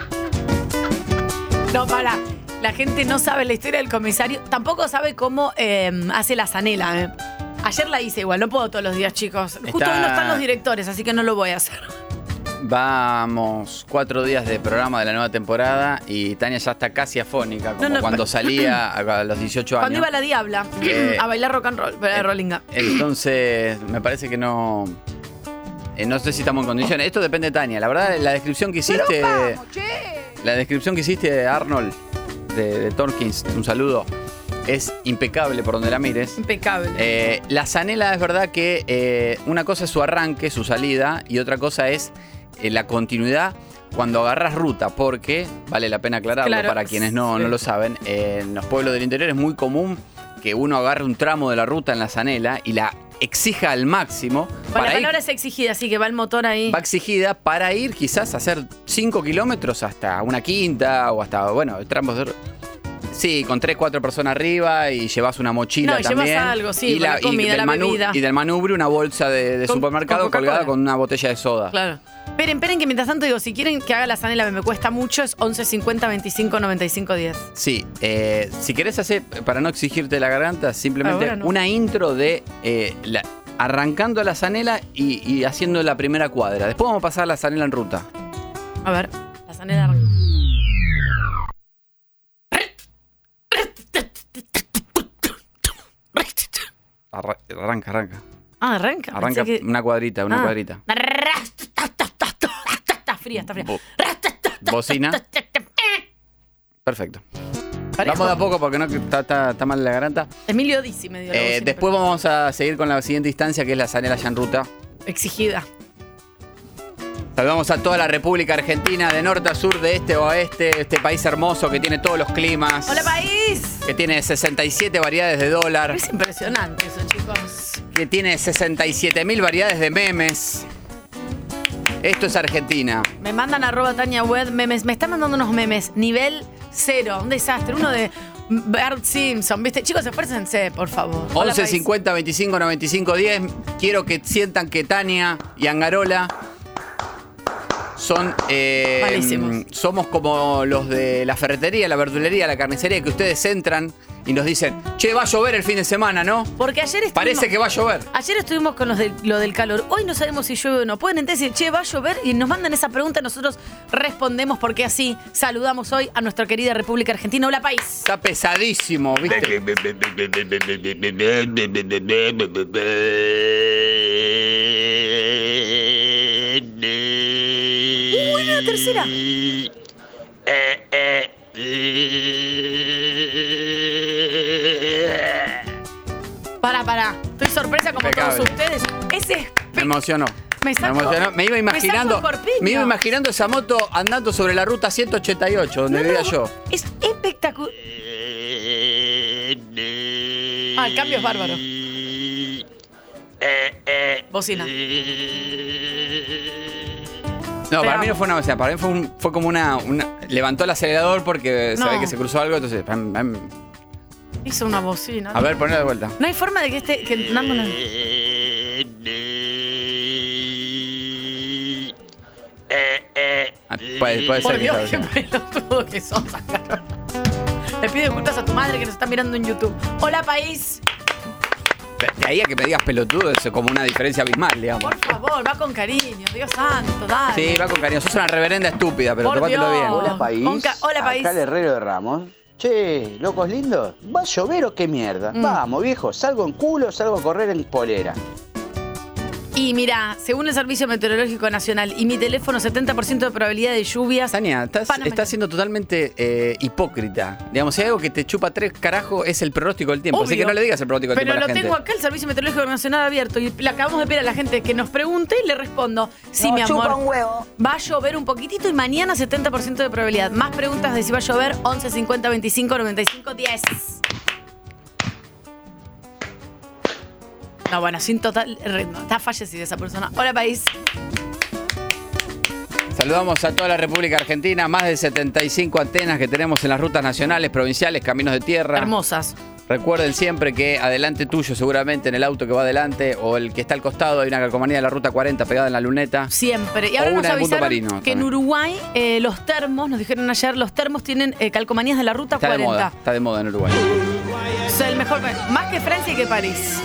Speaker 6: No, para. La gente no sabe la historia del comisario, tampoco sabe cómo eh, hace la zanela. eh. Ayer la hice igual, no puedo todos los días, chicos. Justo
Speaker 5: Está-
Speaker 6: hoy no están los directores, así que no lo voy a hacer.
Speaker 5: Vamos, cuatro días de programa de la nueva temporada y Tania ya está casi afónica, como
Speaker 6: No, no,
Speaker 5: cuando
Speaker 6: pa-
Speaker 5: salía a los 18 años.
Speaker 6: Cuando iba la diabla
Speaker 5: Eh,
Speaker 6: a bailar rock and roll, eh, rollinga.
Speaker 5: Entonces, me parece que no. eh, no sé si estamos en condiciones. Esto depende de Tania. La verdad, la descripción que hiciste. La descripción que hiciste, Arnold, de, de Torkins, un saludo, es impecable por donde la mires.
Speaker 6: Impecable.
Speaker 5: Eh, la zanela es verdad que eh, una cosa es su arranque, su salida, y otra cosa es eh, la continuidad cuando agarras ruta, porque vale la pena aclararlo
Speaker 6: Claro,
Speaker 5: para quienes no, no
Speaker 6: sí.
Speaker 5: lo saben. eh, en los pueblos del interior es muy común que uno agarre un tramo de la ruta en la zanela y la exija al máximo
Speaker 6: Bueno, la
Speaker 5: para ir
Speaker 6: palabra es exigida, así que va el motor ahí.
Speaker 5: va exigida para ir quizás a hacer 5 kilómetros hasta una quinta o hasta, bueno, tramos de... Sí, con 3, 4 personas arriba y llevas una mochila
Speaker 6: No, y llevas
Speaker 5: también.
Speaker 6: algo, sí, con la comida, la
Speaker 5: del
Speaker 6: bebida.
Speaker 5: Y del manubrio una bolsa de, de
Speaker 6: Con-
Speaker 5: supermercado
Speaker 6: con Coca-Cola.
Speaker 5: colgada con una botella de soda.
Speaker 6: Claro. Esperen, esperen, que mientras tanto digo, si quieren que haga la zanela, me cuesta mucho, es 11 50 25 95 10.
Speaker 5: Sí, eh, si querés hacer, para no exigirte la garganta, simplemente
Speaker 6: Ahora no.
Speaker 5: una intro de eh, la- arrancando la zanela y, y haciendo la primera cuadra. Después vamos a pasar la zanela en ruta.
Speaker 6: A ver, la zanela arranca.
Speaker 5: Arra- arranca, arranca.
Speaker 6: Ah, arranca.
Speaker 5: Arranca
Speaker 6: Pensé que-
Speaker 5: una cuadrita, una
Speaker 6: Ah.
Speaker 5: cuadrita.
Speaker 6: Está fría, está fría.
Speaker 5: Bo- bocina. Perfecto. Vamos de a poco porque no que está, está- está mal la garanta.
Speaker 6: Emilio Dizzi me dio la
Speaker 5: Eh,
Speaker 6: bocina,
Speaker 5: después vamos a seguir con la siguiente instancia que es la zanela ya en ruta.
Speaker 6: pero- Exigida.
Speaker 5: Saludamos a toda la República Argentina, de norte a sur, de este a oeste, este país hermoso que tiene todos los climas.
Speaker 6: ¡Hola, país!
Speaker 5: Que tiene 67 variedades de dólar.
Speaker 6: Es impresionante eso, chicos.
Speaker 5: Que tiene 67 mil variedades de memes. Esto es Argentina.
Speaker 6: Me mandan arroba Tania Web memes. Me están mandando unos memes nivel cero. Un desastre. Uno de Bert Simpson, ¿viste? Chicos, esfuércense, por favor. Hola,
Speaker 5: 11
Speaker 6: país.
Speaker 5: 50 25 95 10. Quiero que sientan que Tania y Angarola son. eh,
Speaker 6: Malísimos.
Speaker 5: somos como los de la ferretería, la verdulería, la carnicería, que ustedes entran y nos dicen, che, va a llover el fin de semana, ¿no?
Speaker 6: Porque ayer estuvimos-
Speaker 5: Parece que va a llover.
Speaker 6: Ayer estuvimos con los del- lo del calor. Hoy no sabemos si llueve o no. Pueden entonces decir, che, va a llover y nos mandan esa pregunta. Nosotros respondemos porque así saludamos hoy a nuestra querida República Argentina. Hola, país.
Speaker 5: Está pesadísimo, ¿viste?
Speaker 6: Uy, la tercera. Pará, pará. Estoy sorpresa como
Speaker 5: Impecable.
Speaker 6: todos ustedes. Ese
Speaker 5: Me emocionó.
Speaker 6: Me saco-
Speaker 5: emocionó. Me iba
Speaker 6: me saco
Speaker 5: imaginando.
Speaker 6: el corpiño.
Speaker 5: Me, iba imaginando esa moto andando sobre la ruta 188, donde vivía yo.
Speaker 6: es espectacular. Ah, el cambio es bárbaro. Bocina.
Speaker 5: No, para
Speaker 6: Pero-
Speaker 5: mí no fue una vecina, para mí fue, un- fue como una, una- Levantó el acelerador porque se
Speaker 6: No.
Speaker 5: ve que se cruzó algo, entonces. pam, pam.
Speaker 6: Hizo una bocina.
Speaker 5: A ver, ponelo de vuelta.
Speaker 6: No hay forma de que este. Que, no, no, no.
Speaker 5: Ah, Puede, puede
Speaker 6: Por
Speaker 5: ser que
Speaker 6: Dios,
Speaker 5: sea
Speaker 6: qué
Speaker 5: vecina.
Speaker 6: pelotudo que sos, Carola. Le pido disculpas a tu madre que nos está mirando en YouTube. Hola, país.
Speaker 5: De ahí a que me digas pelotudo, es como una diferencia abismal, digamos.
Speaker 6: Por favor, va con cariño. Dios santo, dale.
Speaker 5: Sí, va con cariño. Sos una reverenda estúpida, pero
Speaker 6: Por
Speaker 5: tómatelo
Speaker 6: Dios.
Speaker 5: bien.
Speaker 6: Hola, país. Con ca- hola, país.
Speaker 21: Acá el herrero de Ramos. Che, locos lindos, ¿va a llover o qué mierda?
Speaker 6: Mm.
Speaker 21: Vamos, viejo, salgo en culo, salgo a correr en polera.
Speaker 6: Y mira, según el Servicio Meteorológico Nacional y mi teléfono, 70% de probabilidad de lluvias.
Speaker 5: Tania, estás,
Speaker 6: Panamericana.
Speaker 5: estás siendo totalmente eh, hipócrita. Digamos, si hay algo que te chupa tres carajos es el pronóstico del tiempo. Así
Speaker 6: Obvio.
Speaker 5: que no le digas el pronóstico del
Speaker 6: Pero
Speaker 5: tiempo a
Speaker 6: lo
Speaker 5: la gente.
Speaker 6: tengo acá el Servicio Meteorológico Nacional abierto y le acabamos de pedir a la gente que nos pregunte y le respondo. Sí,
Speaker 2: No,
Speaker 6: mi amor.
Speaker 2: chupa un huevo.
Speaker 6: Va a llover un poquitito y mañana 70% de probabilidad. Más preguntas de si va a llover 11 50 25 95 10. No, bueno, sin total ritmo. Está fallecida esa persona. Hola, país.
Speaker 5: Saludamos a toda la República Argentina, más de 75 antenas que tenemos en las rutas nacionales, provinciales, caminos de tierra.
Speaker 6: Hermosas.
Speaker 5: Recuerden siempre que adelante tuyo, seguramente en el auto que va adelante o el que está al costado, hay una calcomanía de la ruta 40 pegada en la luneta.
Speaker 6: Siempre. Y
Speaker 5: O
Speaker 6: ahora nos
Speaker 5: una de Punto
Speaker 6: avisaron
Speaker 5: Marino
Speaker 6: que en
Speaker 5: también.
Speaker 6: Uruguay eh, los termos, nos dijeron ayer, los termos tienen eh, calcomanías de la ruta
Speaker 5: Está
Speaker 6: 40.
Speaker 5: de moda, está de moda en Uruguay.
Speaker 6: O sea, el mejor país. Más que Francia y que París.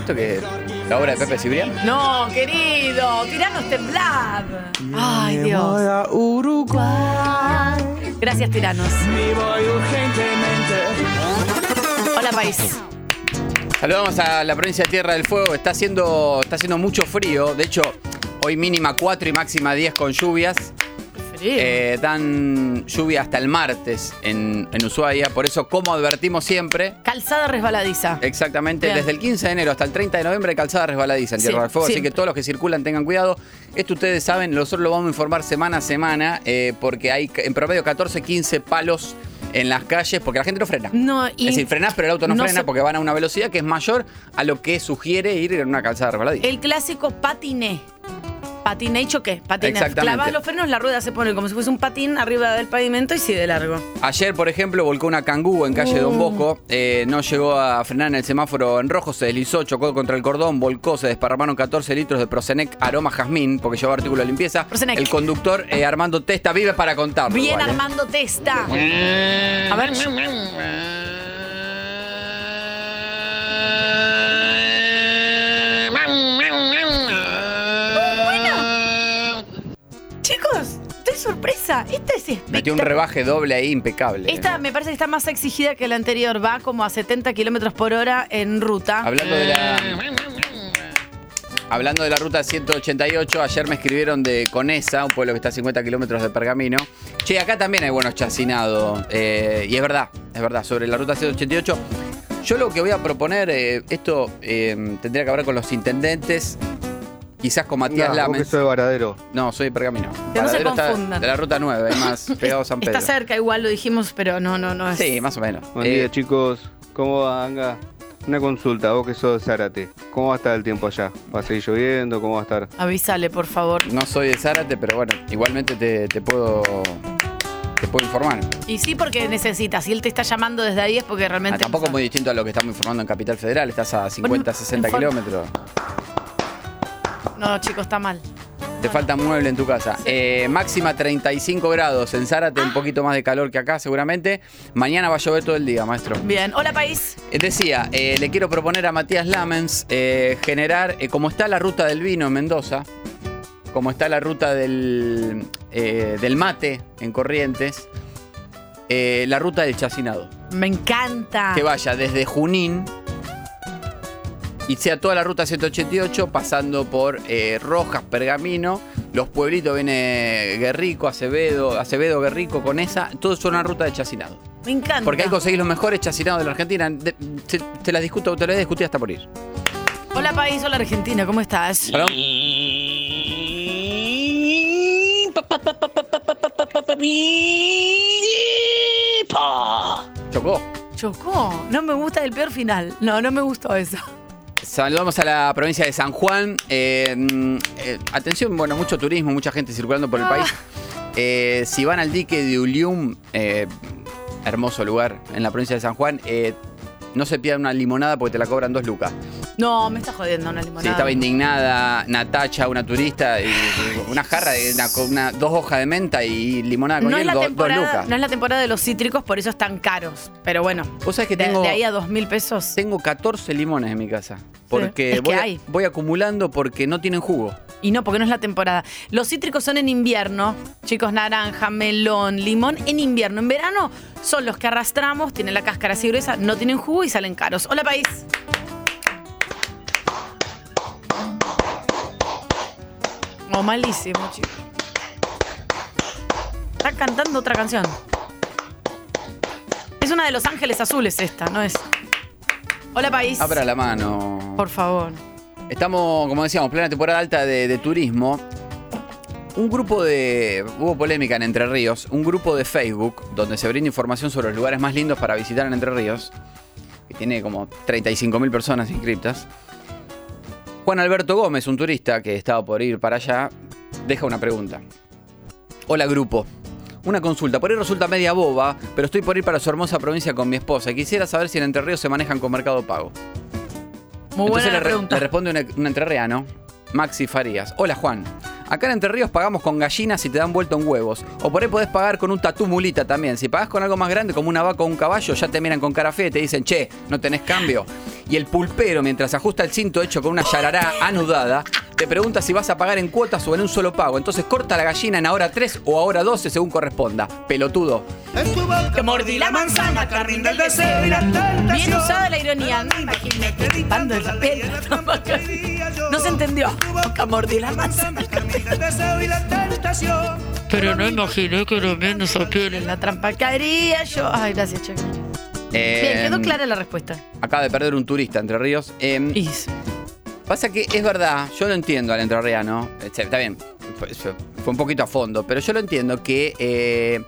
Speaker 5: ¿Esto qué es? ¿La obra de Pepe Cibrián?
Speaker 6: No, querido, tiranos temblad. Ay, Dios. Gracias, tiranos. Hola, país.
Speaker 5: Saludamos a la provincia de Tierra del Fuego. Está haciendo, está haciendo mucho frío. De hecho, hoy mínima 4 y máxima 10 con lluvias. Eh, dan lluvia hasta el martes en, en Ushuaia. Por eso, como advertimos siempre,
Speaker 6: Calzada resbaladiza.
Speaker 5: exactamente
Speaker 6: Bien.
Speaker 5: desde el 15 de enero hasta el 30 de noviembre, hay calzada resbaladiza en Tierra
Speaker 6: Sí,
Speaker 5: del Fuego. Así
Speaker 6: siempre.
Speaker 5: que todos los que circulan tengan cuidado. Esto ustedes saben, nosotros lo vamos a informar semana a semana eh, porque hay en promedio 14, 15 palos en las calles porque la gente no frena.
Speaker 6: No, y
Speaker 5: Es decir, frenás, pero el auto no,
Speaker 6: no
Speaker 5: frena
Speaker 6: se-
Speaker 5: porque van a una velocidad que es mayor a lo que sugiere ir en una calzada resbaladiza.
Speaker 6: el clásico patiné. Patiné y choqué. Patiné.
Speaker 5: Exactamente.
Speaker 6: Clavás los frenos, la rueda se pone como si fuese un patín arriba del pavimento y sigue de largo.
Speaker 5: Ayer, por ejemplo, volcó una cangú en calle
Speaker 6: Uh.
Speaker 5: Don Bosco. Eh, no llegó a frenar en el semáforo en rojo, se deslizó, chocó contra el cordón, volcó, se desparramaron 14 litros de Prosenec aroma jazmín, porque llevaba artículo de limpieza. El conductor eh, Armando Testa vive para contar.
Speaker 6: Bien Armando Testa. A ver. Chicos, estoy sorpresa. Esta es
Speaker 5: Metió un rebaje doble ahí impecable.
Speaker 6: Esta me parece que está más exigida que la anterior. Va como a 70 kilómetros por hora en ruta. Eh,
Speaker 5: Hablando de la. Hablando de la ruta 188, ayer me escribieron de Conesa, un pueblo que está a 50 kilómetros de Pergamino. Che, acá también hay buenos chacinados. eh, y es verdad, es verdad, sobre la ruta 188. Yo lo que voy a proponer, eh, esto eh, tendría que hablar con los intendentes, quizás con Matías
Speaker 22: No, vos que
Speaker 5: Lames.
Speaker 22: sos de Varadero.
Speaker 5: No, soy de Pergamino.
Speaker 6: Que no se
Speaker 5: Varadero está
Speaker 6: confundan.
Speaker 5: de la ruta 9, más pegado a San Pedro.
Speaker 6: Está cerca, igual lo dijimos, pero no, no, no es.
Speaker 5: Sí, más o menos.
Speaker 22: Buen
Speaker 5: Eh,
Speaker 22: día, chicos. ¿Cómo va, Anga? Una consulta, vos que sos de Zárate. ¿Cómo va a estar el tiempo allá? ¿Va a seguir lloviendo? ¿Cómo va a estar?
Speaker 6: Avísale, por favor.
Speaker 5: No soy de Zárate, pero bueno, igualmente te, te puedo te puedo informar.
Speaker 6: Y sí, porque necesitas. Si él te está llamando desde ahí es porque
Speaker 5: Ah,
Speaker 6: realmente.
Speaker 5: tampoco es muy distinto a lo que estamos informando en Capital Federal, estás a 50, 60
Speaker 6: informa.
Speaker 5: kilómetros.
Speaker 6: No, chicos, está mal.
Speaker 5: Te falta mueble en tu casa. Eh, máxima 35 grados. En Zárate un poquito más de calor que acá seguramente. Mañana va a llover todo el día, maestro.
Speaker 6: Bien. Hola, país.
Speaker 5: Eh, Decía, eh, le quiero proponer a Matías Lamens eh, generar, eh, como está la ruta del vino en Mendoza, como está la ruta del, eh, del mate en Corrientes, eh, la ruta del chacinado.
Speaker 6: Me encanta.
Speaker 5: Que vaya desde Junín y sea toda la ruta 188 pasando por eh, Rojas, Pergamino, los pueblitos viene Guerrico, Acevedo, Acevedo, Guerrico, con esa, todo es una ruta de chacinado.
Speaker 6: Me encanta.
Speaker 5: Porque ahí conseguís los mejores chacinados de la Argentina. De- te, te las discuto, te las voy a discutir hasta morir.
Speaker 6: Hola, país. Hola, Argentina. ¿Cómo estás?
Speaker 5: Hola. Chocó.
Speaker 6: Chocó. No me gusta el peor final. No, no me gustó eso.
Speaker 5: Saludamos a la provincia de San Juan. Eh, mm, eh, atención, bueno, mucho turismo, mucha gente circulando
Speaker 6: Ah.
Speaker 5: por el país. Eh, si van al dique de Ulium, eh, hermoso lugar en la provincia de San Juan, eh, no se pierdan una limonada porque te la cobran dos lucas.
Speaker 6: No, me está jodiendo una limonada.
Speaker 5: Sí, estaba indignada Natacha, una turista, y una jarra, de una- con una- dos hojas de menta y limonada con
Speaker 6: No es,
Speaker 5: hielo,
Speaker 6: la
Speaker 5: do- dos
Speaker 6: temporada,
Speaker 5: lucas.
Speaker 6: no es la temporada de los cítricos, por eso están caros. Pero bueno.
Speaker 5: ¿Vos sabés que
Speaker 6: de-
Speaker 5: tengo-
Speaker 6: De, ahí a dos mil pesos.
Speaker 5: Tengo 14 limones en mi casa. Porque
Speaker 6: Es que
Speaker 5: voy,
Speaker 6: hay.
Speaker 5: voy acumulando porque no tienen jugo.
Speaker 6: Y no, porque no es la temporada. Los cítricos son en invierno, chicos, naranja, melón, limón, en invierno. En verano son los que arrastramos, tienen la cáscara así gruesa, no tienen jugo y salen caros. Hola, país. Oh, malísimo, chicos. Está cantando otra canción. Es una de Los Ángeles Azules esta, ¿no es? Hola, país.
Speaker 5: Abra la mano.
Speaker 6: Por favor.
Speaker 5: Estamos, como decíamos, plena temporada alta de, de turismo. Un grupo de. Hubo polémica en Entre Ríos. Un grupo de Facebook donde se brinda información sobre los lugares más lindos para visitar en Entre Ríos. Que tiene como 35.000 personas inscriptas. Juan Alberto Gómez, un turista que estaba por ir para allá, deja una pregunta. Hola, grupo. Una consulta. Por ahí resulta media boba, pero estoy por ir para su hermosa provincia con mi esposa. Quisiera saber si en Entre Ríos se manejan con Mercado Pago.
Speaker 6: Muy buena
Speaker 5: Entonces
Speaker 6: la
Speaker 5: le, re-
Speaker 6: pregunta.
Speaker 5: le responde un, un entrerriano, Maxi Farías. Hola Juan, acá en Entre Ríos pagamos con gallinas y te dan vuelto en huevos. O por ahí podés pagar con un tatú mulita también. Si pagás con algo más grande como una vaca o un caballo, ya te miran con cara fea y te dicen, che, no tenés cambio. Y el pulpero, mientras ajusta el cinto hecho con una yarará anudada, te pregunta si vas a pagar en cuotas o en un solo pago. Entonces corta la gallina en ahora 3 o ahora 12 según corresponda. Pelotudo.
Speaker 6: Que mordí la manzana, carrín del deseo y la tentación. Bien usada la ironía. No imaginé que gritando el papel. No se entendió. Que mordí la manzana.
Speaker 1: Pero no imaginé que lo menos aquel.
Speaker 6: La trampa que haría yo. Ay, gracias, Che. Bien, quedó
Speaker 5: Em,
Speaker 6: clara la respuesta.
Speaker 5: Acaba de perder un turista Entre Ríos. Em, Pasa que es verdad, yo lo entiendo al entrerriano. Este, Está bien, fue- fue un poquito a fondo, pero yo lo entiendo que. eh,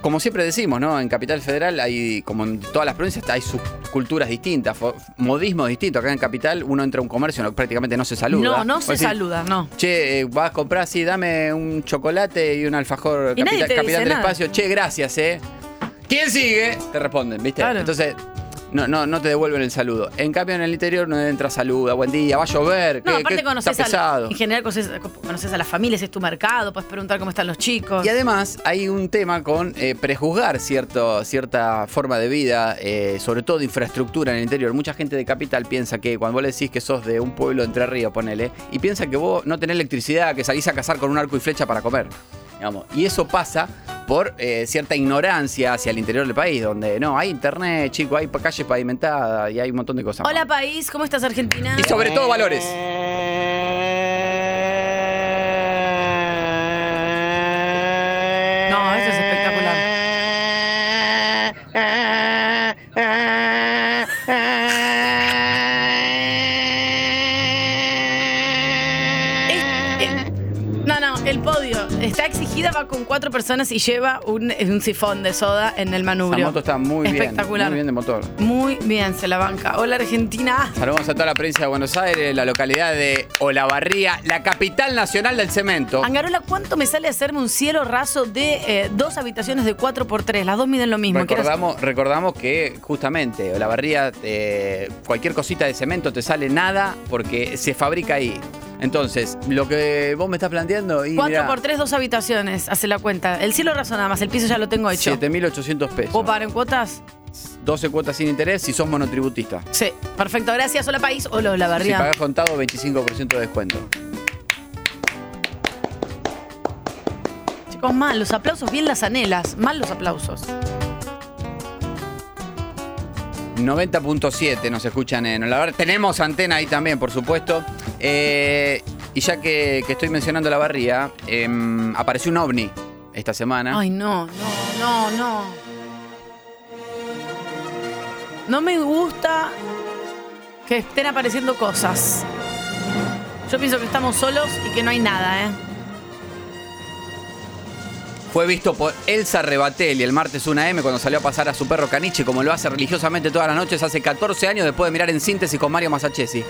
Speaker 5: como siempre decimos, ¿no? En Capital Federal hay, como en todas las provincias, hay sus culturas distintas, fo- modismos distintos. Acá en Capital uno entra a un comercio, no- prácticamente no se saluda.
Speaker 6: No, no
Speaker 5: Vos
Speaker 6: se
Speaker 5: decís,
Speaker 6: saluda, no.
Speaker 5: Che, eh, vas a comprar así, dame un chocolate y un alfajor
Speaker 6: Y nadie
Speaker 5: capital,
Speaker 6: te
Speaker 5: Capitán
Speaker 6: dice
Speaker 5: del
Speaker 6: nada.
Speaker 5: espacio. Che, gracias, ¿eh? ¿Quién sigue? Te responden, ¿viste? Entonces, no, no, no te devuelven el saludo. En cambio, en el interior no entra saluda, buen día, va a llover,
Speaker 6: No,
Speaker 5: eh, que,
Speaker 6: aparte
Speaker 5: que
Speaker 6: conoces
Speaker 5: está
Speaker 6: a,
Speaker 5: pesado.
Speaker 6: en general conoces, conoces a las familias, es tu mercado, puedes preguntar cómo están los chicos.
Speaker 5: Y además hay un tema con eh, prejuzgar cierto, cierta forma de vida, eh, sobre todo de infraestructura en el interior. Mucha gente de capital piensa que cuando vos le decís que sos de un pueblo de entre ríos, ponele, y piensa que vos no tenés electricidad, que salís a cazar con un arco y flecha para comer. digamos. Y eso pasa por eh, cierta ignorancia hacia el interior del país, donde no, hay internet, chico, hay pa- calles pavimentadas y hay un montón de cosas. más.
Speaker 6: Hola, país, ¿cómo estás, Argentina?
Speaker 5: Y sobre todo valores.
Speaker 6: No, eso es espectacular. No, no, el podio. Está exigida, va con cuatro personas y lleva un, un sifón de soda en el
Speaker 5: Esa
Speaker 6: manubrio.
Speaker 5: moto está muy bien,
Speaker 6: Espectacular.
Speaker 5: muy bien de motor.
Speaker 6: Muy bien, se la banca. Hola, Argentina.
Speaker 5: Saludamos a toda la provincia de Buenos Aires, la localidad de Olavarría, la capital nacional del cemento.
Speaker 6: Angarola, ¿cuánto me sale hacerme un cielo raso de eh, dos habitaciones de 4x3? Las dos miden lo mismo. ¿Qué eras?
Speaker 5: Recordamos, recordamos que justamente Olavarría, eh, cualquier cosita de cemento te sale nada porque se fabrica ahí. Entonces, lo que vos me estás planteando y mirá,
Speaker 6: 4x3, dos habitaciones, hace la cuenta. El cielo raso nada más, el piso ya lo tengo hecho.
Speaker 5: 7.800 pesos.
Speaker 6: ¿Puedo pagar en cuotas?
Speaker 5: 12 cuotas sin interés si sos monotributista.
Speaker 6: Sí, perfecto. Gracias, hola país. Hola, la
Speaker 5: Si
Speaker 6: barría.
Speaker 5: pagás contado, 25% de descuento.
Speaker 6: Chicos, mal, los aplausos, bien las anhelas. Mal los aplausos.
Speaker 5: 90.7 nos escuchan en Olavarría. Tenemos antena ahí también, por supuesto. Eh, y ya que, que estoy mencionando la barría, em, apareció un ovni esta semana.
Speaker 6: Ay, no, no, no, no. No me gusta que estén apareciendo cosas. Yo pienso que estamos solos y que no hay nada, ¿eh?
Speaker 5: Fue visto por Elsa Rebatelli el martes 1am cuando salió a pasar a su perro Caniche, como lo hace religiosamente todas las noches hace 14 años después de mirar en síntesis con Mario Masachesi.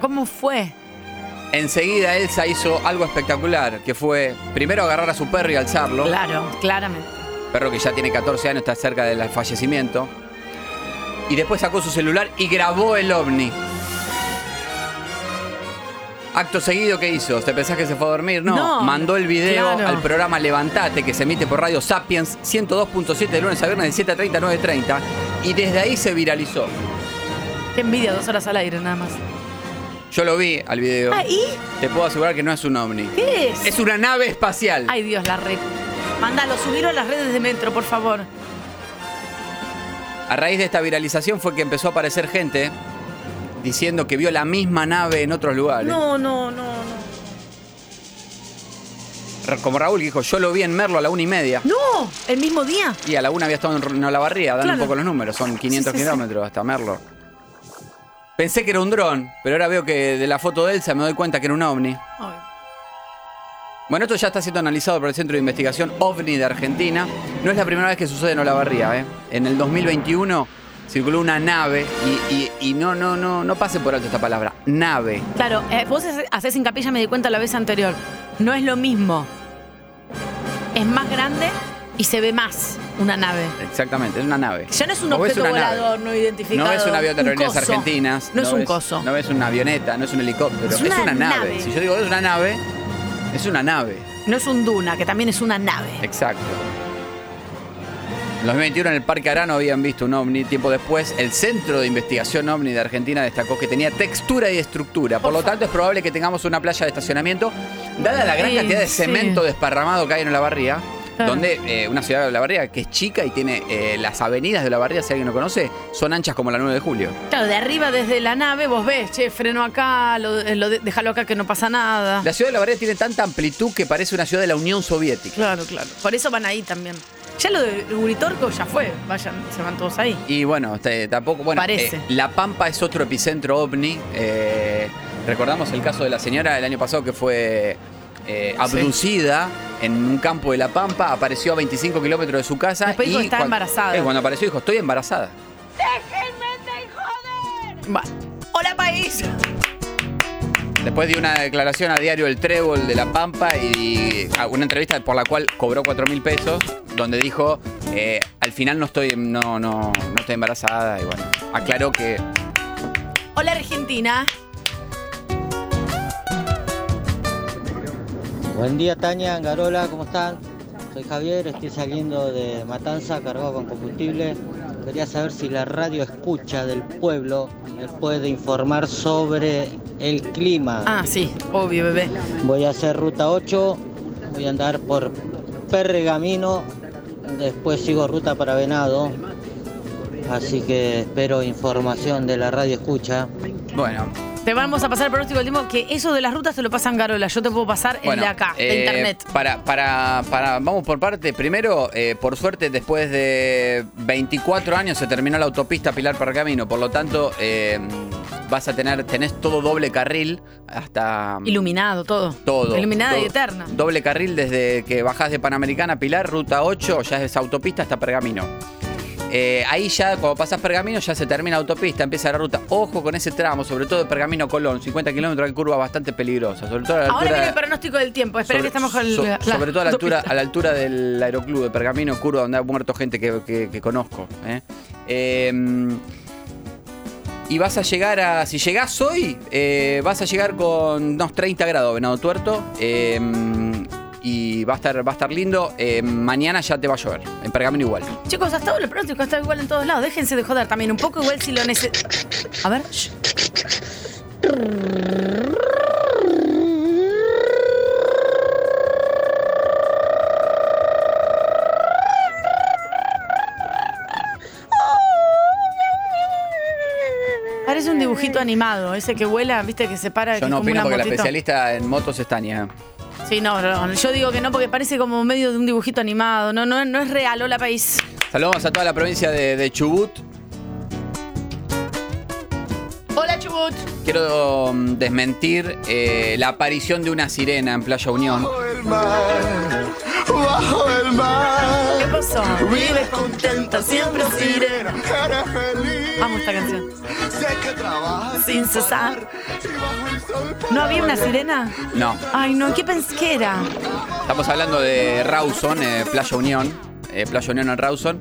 Speaker 6: ¿Cómo fue?
Speaker 5: Enseguida Elsa hizo algo espectacular, que fue primero agarrar a su perro y alzarlo.
Speaker 6: Claro, claramente.
Speaker 5: Perro que ya tiene 14 años, está cerca del fallecimiento. Y después sacó su celular y grabó el ovni. Acto seguido, ¿qué hizo? ¿Te pensás que se fue a dormir? No.
Speaker 4: No,
Speaker 5: Mandó el video
Speaker 4: claro.
Speaker 5: al programa Levantate, que se emite por Radio Sapiens, 102.7 de lunes a viernes de 7.30 a 9.30. Y desde ahí se viralizó.
Speaker 6: Qué envidia, dos horas al aire nada más.
Speaker 5: Yo lo vi al video.
Speaker 6: Ah, ¿y?
Speaker 5: Te puedo asegurar que no es un ovni.
Speaker 6: ¿Qué es?
Speaker 5: Es una nave espacial.
Speaker 6: Ay, Dios, la red. Mándalo, subirlo a las redes de Metro, por favor.
Speaker 5: A raíz de esta viralización fue que empezó a aparecer gente diciendo que vio la misma nave en otros lugares.
Speaker 6: No, no, no, no.
Speaker 5: Ra- Como Raúl que dijo, yo lo vi en Merlo a la una y media.
Speaker 6: ¡No! ¿El mismo día?
Speaker 5: Y a la una había estado en R- en Olavarría, dan
Speaker 6: Claro.
Speaker 5: un poco los números, son 500
Speaker 6: Sí, sí, sí.
Speaker 5: kilómetros hasta Merlo. Pensé que era un dron, pero ahora veo que de la foto de Elsa me doy cuenta que era un ovni.
Speaker 6: Ay.
Speaker 5: Bueno, esto ya está siendo analizado por el Centro de Investigación OVNI de Argentina. No es la primera vez que sucede en Olavarría, ¿eh? En el 2021 circuló una nave y, y- y no, no, no, no pase por alto esta palabra, nave.
Speaker 6: Claro, eh, vos hace- hacés hincapié, ya me di cuenta la vez anterior. No es lo mismo. Es más grande y se ve más una nave.
Speaker 5: Exactamente, es una nave.
Speaker 6: Ya no es un
Speaker 5: Vos ves
Speaker 6: objeto
Speaker 5: una nave.
Speaker 6: volador no identificado.
Speaker 5: No es un avión de aerolíneas
Speaker 6: coso.
Speaker 5: argentinas.
Speaker 6: No, es un
Speaker 5: ves-
Speaker 6: coso.
Speaker 5: No es una avioneta, no es un helicóptero.
Speaker 6: Es
Speaker 5: Es
Speaker 6: una
Speaker 5: una, nave.
Speaker 6: nave.
Speaker 5: Si yo digo es una nave, es una nave.
Speaker 6: No es un duna, que también es una nave.
Speaker 5: Exacto. En los 2021 en el Parque Arano habían visto un ovni. Tiempo después, el Centro de Investigación OVNI de Argentina destacó que tenía textura y estructura. Por lo tanto, es probable que tengamos una playa de estacionamiento, dada la gran
Speaker 21: Sí,
Speaker 5: cantidad de
Speaker 21: sí.
Speaker 5: cemento desparramado que hay en la barría,
Speaker 21: Claro.
Speaker 5: donde eh, una ciudad de la barría que es chica y tiene eh, las avenidas de la barría, si alguien lo conoce, son anchas como la 9 de julio.
Speaker 6: Claro, de arriba desde la nave vos ves, che, freno acá, lo, eh, lo de- déjalo acá que no pasa nada.
Speaker 5: La ciudad de la Barría tiene tanta amplitud que parece una ciudad de la Unión Soviética.
Speaker 6: Claro, claro. Por eso van ahí también. Ya lo de Uritorco ya fue, vayan, se van todos ahí.
Speaker 5: Y bueno, este, tampoco. Bueno,
Speaker 6: Parece.
Speaker 5: eh, la Pampa es otro epicentro ovni. Eh, recordamos el caso de la señora el año pasado que fue eh, abducida en un campo de La Pampa, apareció a 25 kilómetros de su casa.
Speaker 6: Después dijo que estaba
Speaker 5: cuan-
Speaker 6: embarazada.
Speaker 5: eh, cuando apareció dijo, estoy embarazada.
Speaker 6: Va. ¡Hola, país!
Speaker 5: Después dio una declaración a diario El Trébol de La Pampa y a una entrevista por la cual cobró 4 mil pesos, donde dijo, eh, al final no estoy, no, no, no estoy embarazada. Y bueno, aclaró que
Speaker 6: Hola, Argentina.
Speaker 4: Buen día Tania, Garola, ¿cómo están? Soy Javier, estoy saliendo de Matanza cargado con combustible. Quería saber si la radio escucha del pueblo les puede informar sobre el clima.
Speaker 6: Ah, sí, obvio, bebé.
Speaker 4: Voy a hacer ruta 8, voy a andar por Pergamino, después sigo ruta para Venado. Así que espero información de la radio escucha.
Speaker 5: Bueno,
Speaker 6: Te vamos a pasar el pronóstico del tiempo, que eso de las rutas te lo pasan Garola. Yo te puedo pasar el
Speaker 5: Bueno,
Speaker 6: de acá, de
Speaker 5: eh,
Speaker 6: internet.
Speaker 5: Para, para, para, vamos por parte. Primero, eh, por suerte, después de 24 años se terminó la autopista Pilar Pergamino. Por lo tanto, eh, vas a tener, tenés todo doble carril hasta.
Speaker 6: Iluminado todo.
Speaker 5: Todo.
Speaker 6: Iluminada y
Speaker 5: Todo.
Speaker 6: eterna.
Speaker 5: Doble carril desde que bajás de Panamericana a Pilar, ruta 8, ya es autopista hasta Pergamino. Eh, ahí ya, cuando pasás Pergamino, ya se termina autopista, empieza la ruta. Ojo con ese tramo, sobre todo de Pergamino a Colón, 50 kilómetros, hay curvas bastante peligrosas. Sobre todo a la
Speaker 6: Ahora
Speaker 5: altura
Speaker 6: viene el pronóstico del tiempo. Espera que estamos con
Speaker 5: so-
Speaker 6: la- la-
Speaker 5: sobre todo a la, altura, a la altura del aeroclub de Pergamino Curva, donde ha muerto gente que, que- que conozco. ¿eh? Eh, y vas a llegar a. Si llegás hoy, eh, vas a llegar con unos 30 grados, Venado Tuerto. eh, y va a estar, va a estar lindo. Eh, mañana ya te va a llover. En Pergamino igual.
Speaker 6: Chicos, hasta ahora el pronóstico está igual en todos lados. Déjense de joder también un poco igual si lo necesitan. A ver. shh. Parece un dibujito animado, ese que vuela, viste, que se para. que
Speaker 5: Yo
Speaker 6: es
Speaker 5: no
Speaker 6: como una
Speaker 5: opino porque la
Speaker 6: motito.
Speaker 5: especialista en motos es Tania.
Speaker 6: Sí, no, no, no, yo digo que no porque parece como medio de un dibujito animado. No, no, no es real, hola país.
Speaker 5: Saludamos a toda la provincia de, de Chubut.
Speaker 6: Hola Chubut.
Speaker 5: Quiero mm, desmentir eh, la aparición de una sirena en Playa Unión.
Speaker 7: Bajo el mar.
Speaker 6: ¿Qué pasó?
Speaker 7: Vive contenta, siempre sirena. Eres
Speaker 6: Amo esta canción.
Speaker 7: feliz. Sé que trabajas
Speaker 6: Sin cesar. ¿No había una sirena?
Speaker 5: No.
Speaker 6: Ay, no, ¿qué pensé que era?
Speaker 5: Estamos hablando de Rawson, eh, Playa Unión, eh, Playa Unión en Rawson.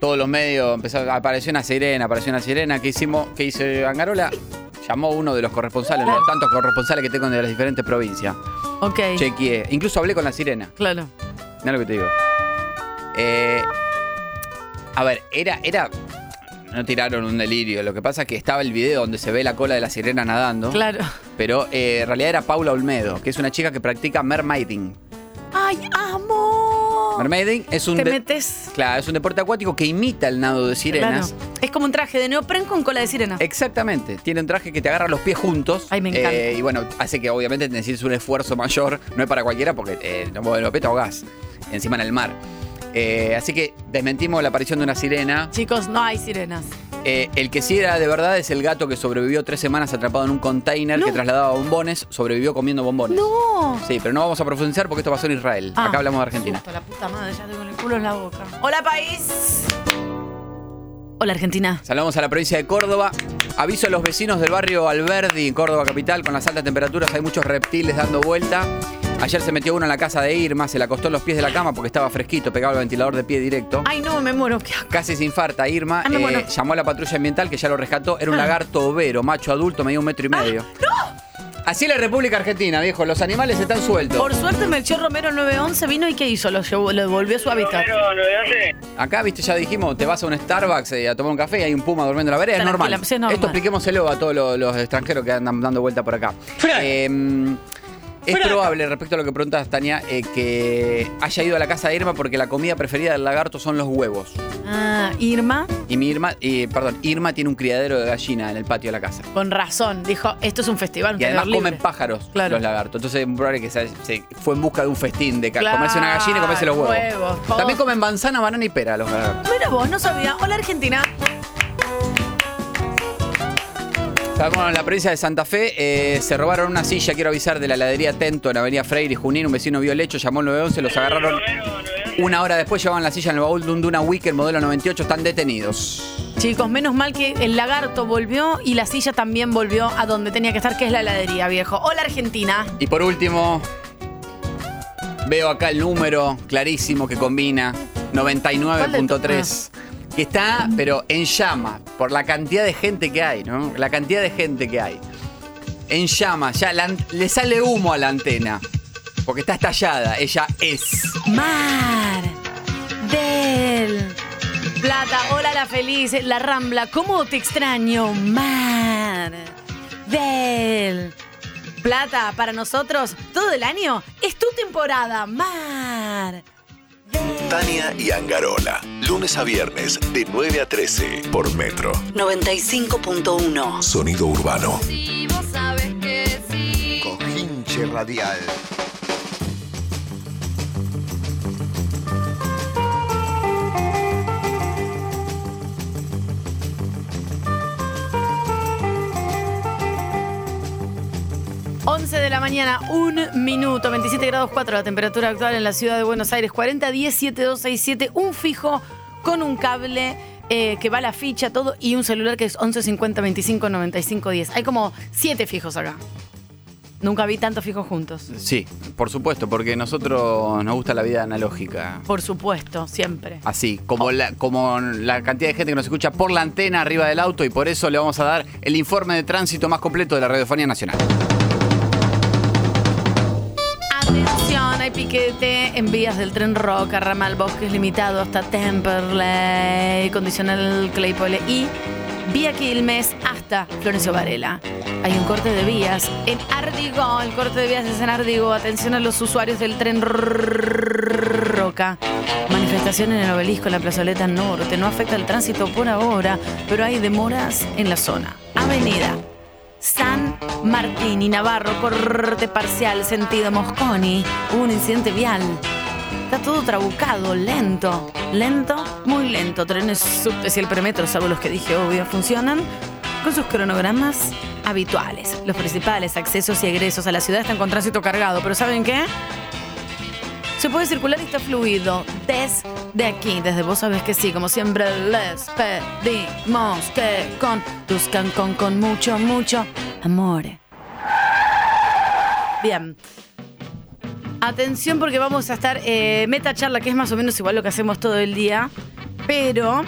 Speaker 5: Todos los medios empezaron, apareció una sirena, apareció una sirena. ¿Qué hicimos? ¿Qué hizo Angarola? Llamó uno de los corresponsales, uno de los tantos corresponsales que tengo de las diferentes provincias.
Speaker 6: Ok.
Speaker 5: Chequeé. Incluso hablé con la sirena.
Speaker 6: Claro.
Speaker 5: Mirá lo que te digo. Eh, a ver, era, era no tiraron un delirio. Lo que pasa es que estaba el video donde se ve la cola de la sirena nadando.
Speaker 6: Claro.
Speaker 5: Pero eh, en realidad era Paula Olmedo, que es una chica que practica mermaiding.
Speaker 6: ¡Ay, amo!
Speaker 5: Mermaiding es un
Speaker 6: Te
Speaker 5: de-
Speaker 6: metes.
Speaker 5: Claro, es un deporte acuático que imita el nado de sirenas.
Speaker 6: Claro. Es como un traje de neopren con cola de sirena.
Speaker 5: Exactamente. Tiene un traje que te agarra los pies juntos. Ay, me
Speaker 6: encanta.
Speaker 5: y bueno, hace que obviamente necesites un esfuerzo mayor. No es para cualquiera porque eh, no puedo o gas. Encima en el mar. Eh, así que desmentimos la aparición de una sirena.
Speaker 6: Chicos, no hay sirenas.
Speaker 5: Eh, el que sí era de verdad es el gato que sobrevivió tres semanas atrapado en un container que trasladaba bombones. Sobrevivió comiendo bombones.
Speaker 6: ¡No!
Speaker 5: Sí, pero no vamos a profundizar porque esto pasó en Israel.
Speaker 6: Ah,
Speaker 5: Acá hablamos de Argentina.
Speaker 6: Puta, la puta madre, ya tengo el culo en la boca. ¡Hola, país! Hola, Argentina.
Speaker 5: Saludamos a la provincia de Córdoba. Aviso a los vecinos del barrio Alberdi, en Córdoba capital, con las altas temperaturas hay muchos reptiles dando vuelta. Ayer se metió uno en la casa de Irma, se le acostó en los pies de la cama porque estaba fresquito, pegaba el ventilador de pie directo.
Speaker 6: Ay, no, me muero. ¿Qué
Speaker 5: Casi se infarta Irma,
Speaker 6: Ay, me
Speaker 5: eh,
Speaker 6: muero.
Speaker 5: llamó a la patrulla ambiental que ya lo rescató. Era un
Speaker 6: Ah.
Speaker 5: lagarto overo, macho adulto, medía un metro y medio. Así es la República Argentina, viejo. Los animales están sueltos.
Speaker 6: Por suerte, Melchor Romero 911 vino y ¿qué hizo? Lo, llevó- lo devolvió a su hábitat.
Speaker 5: Acá, viste, ya dijimos, te vas a un Starbucks eh, a tomar un café y hay un puma durmiendo en la vereda. Es
Speaker 6: Tranquila,
Speaker 5: normal.
Speaker 6: sí, es normal.
Speaker 5: Esto expliquémoselo a todos los, los extranjeros que andan dando vuelta por acá. Eh, es probable, respecto a lo que preguntas, Tania, eh, que haya ido a la casa de Irma porque la comida preferida del lagarto son los huevos.
Speaker 6: Ah, Irma,
Speaker 5: Y mi Irma, eh, perdón, Irma tiene un criadero de gallina en el patio de la casa.
Speaker 6: con razón, dijo, esto es un festival. un
Speaker 5: Y además
Speaker 6: tenedor libre".
Speaker 5: comen pájaros
Speaker 6: Claro.
Speaker 5: los lagartos. Entonces es probable que se, se fue en busca de un festín, de ca-
Speaker 6: Claro,
Speaker 5: comerse una gallina y comerse los huevos.
Speaker 6: huevos, todos.
Speaker 5: También comen manzana, banana y pera los lagartos.
Speaker 6: Mira vos, no sabía. Hola, Argentina.
Speaker 5: Estamos en la provincia de Santa Fe. eh, se robaron una silla, quiero avisar, de la heladería Tento en Avenida Freire y Junín. Un vecino vio el hecho, llamó al 911, los agarraron. Una hora después llevaban la silla en el baúl de un Duna Weekend modelo 98. Están detenidos.
Speaker 6: Chicos, menos mal que el lagarto volvió y la silla también volvió a donde tenía que estar, que es la heladería, viejo. Hola, Argentina.
Speaker 5: Y por último, veo acá el número clarísimo que combina: 99.3. Que está, pero en llama, por la cantidad de gente que hay, ¿no? La cantidad de gente que hay. En llama, ya la an- le sale humo a la antena. Porque está estallada, ella es.
Speaker 6: Mar del Plata, hola la feliz, la Rambla, ¿cómo te extraño? Mar del Plata, para nosotros todo el año es tu temporada, Mar.
Speaker 12: Tania y Angarola. Lunes a viernes de 9 a 13 por Metro.
Speaker 2: 95.1.
Speaker 12: Sonido urbano.
Speaker 2: Si vos sabes que sí.
Speaker 12: Hinche radial.
Speaker 6: Mar. 11 de la mañana, un minuto, 27 grados 4 la temperatura actual en la ciudad de Buenos Aires, 40 10 7267, un fijo con un cable eh, que va la ficha, todo, y un celular que es 11 50 25 95 10. Hay como siete fijos acá. Nunca vi tantos fijos juntos.
Speaker 5: Sí, por supuesto, porque nosotros nos gusta la vida analógica.
Speaker 6: Por supuesto, siempre.
Speaker 5: Así, como, la, como la cantidad de gente que nos escucha por la antena arriba del auto y por eso le vamos a dar el informe de tránsito más completo de la Radiofonía Nacional.
Speaker 6: Atención, hay piquete en vías del tren Roca, ramal Bosques Limitado hasta Temperley, condicional Claypole y vía Quilmes hasta Florencio Varela. Hay un corte de vías en Ardigo, el corte de vías es en Ardigo. Atención a los usuarios del tren Roca. Manifestación en el obelisco, en la plazoleta norte. No afecta el tránsito por ahora, pero hay demoras en la zona. Avenida San Martín y Navarro, corte parcial, sentido Mosconi. Hubo un incidente vial. Está todo trabucado, lento, lento, muy lento. Trenes subtes y el premetro, salvo los que dije, obvio, funcionan con sus cronogramas habituales. Los principales accesos y egresos a la ciudad están con tránsito cargado, pero ¿saben qué? Se puede circular y está fluido desde aquí, desde vos sabés que sí, como siempre les pedimos que conduzcan con, con mucho, mucho amor. Bien. Atención porque vamos a estar eh, meta charla, que es más o menos igual lo que hacemos todo el día, pero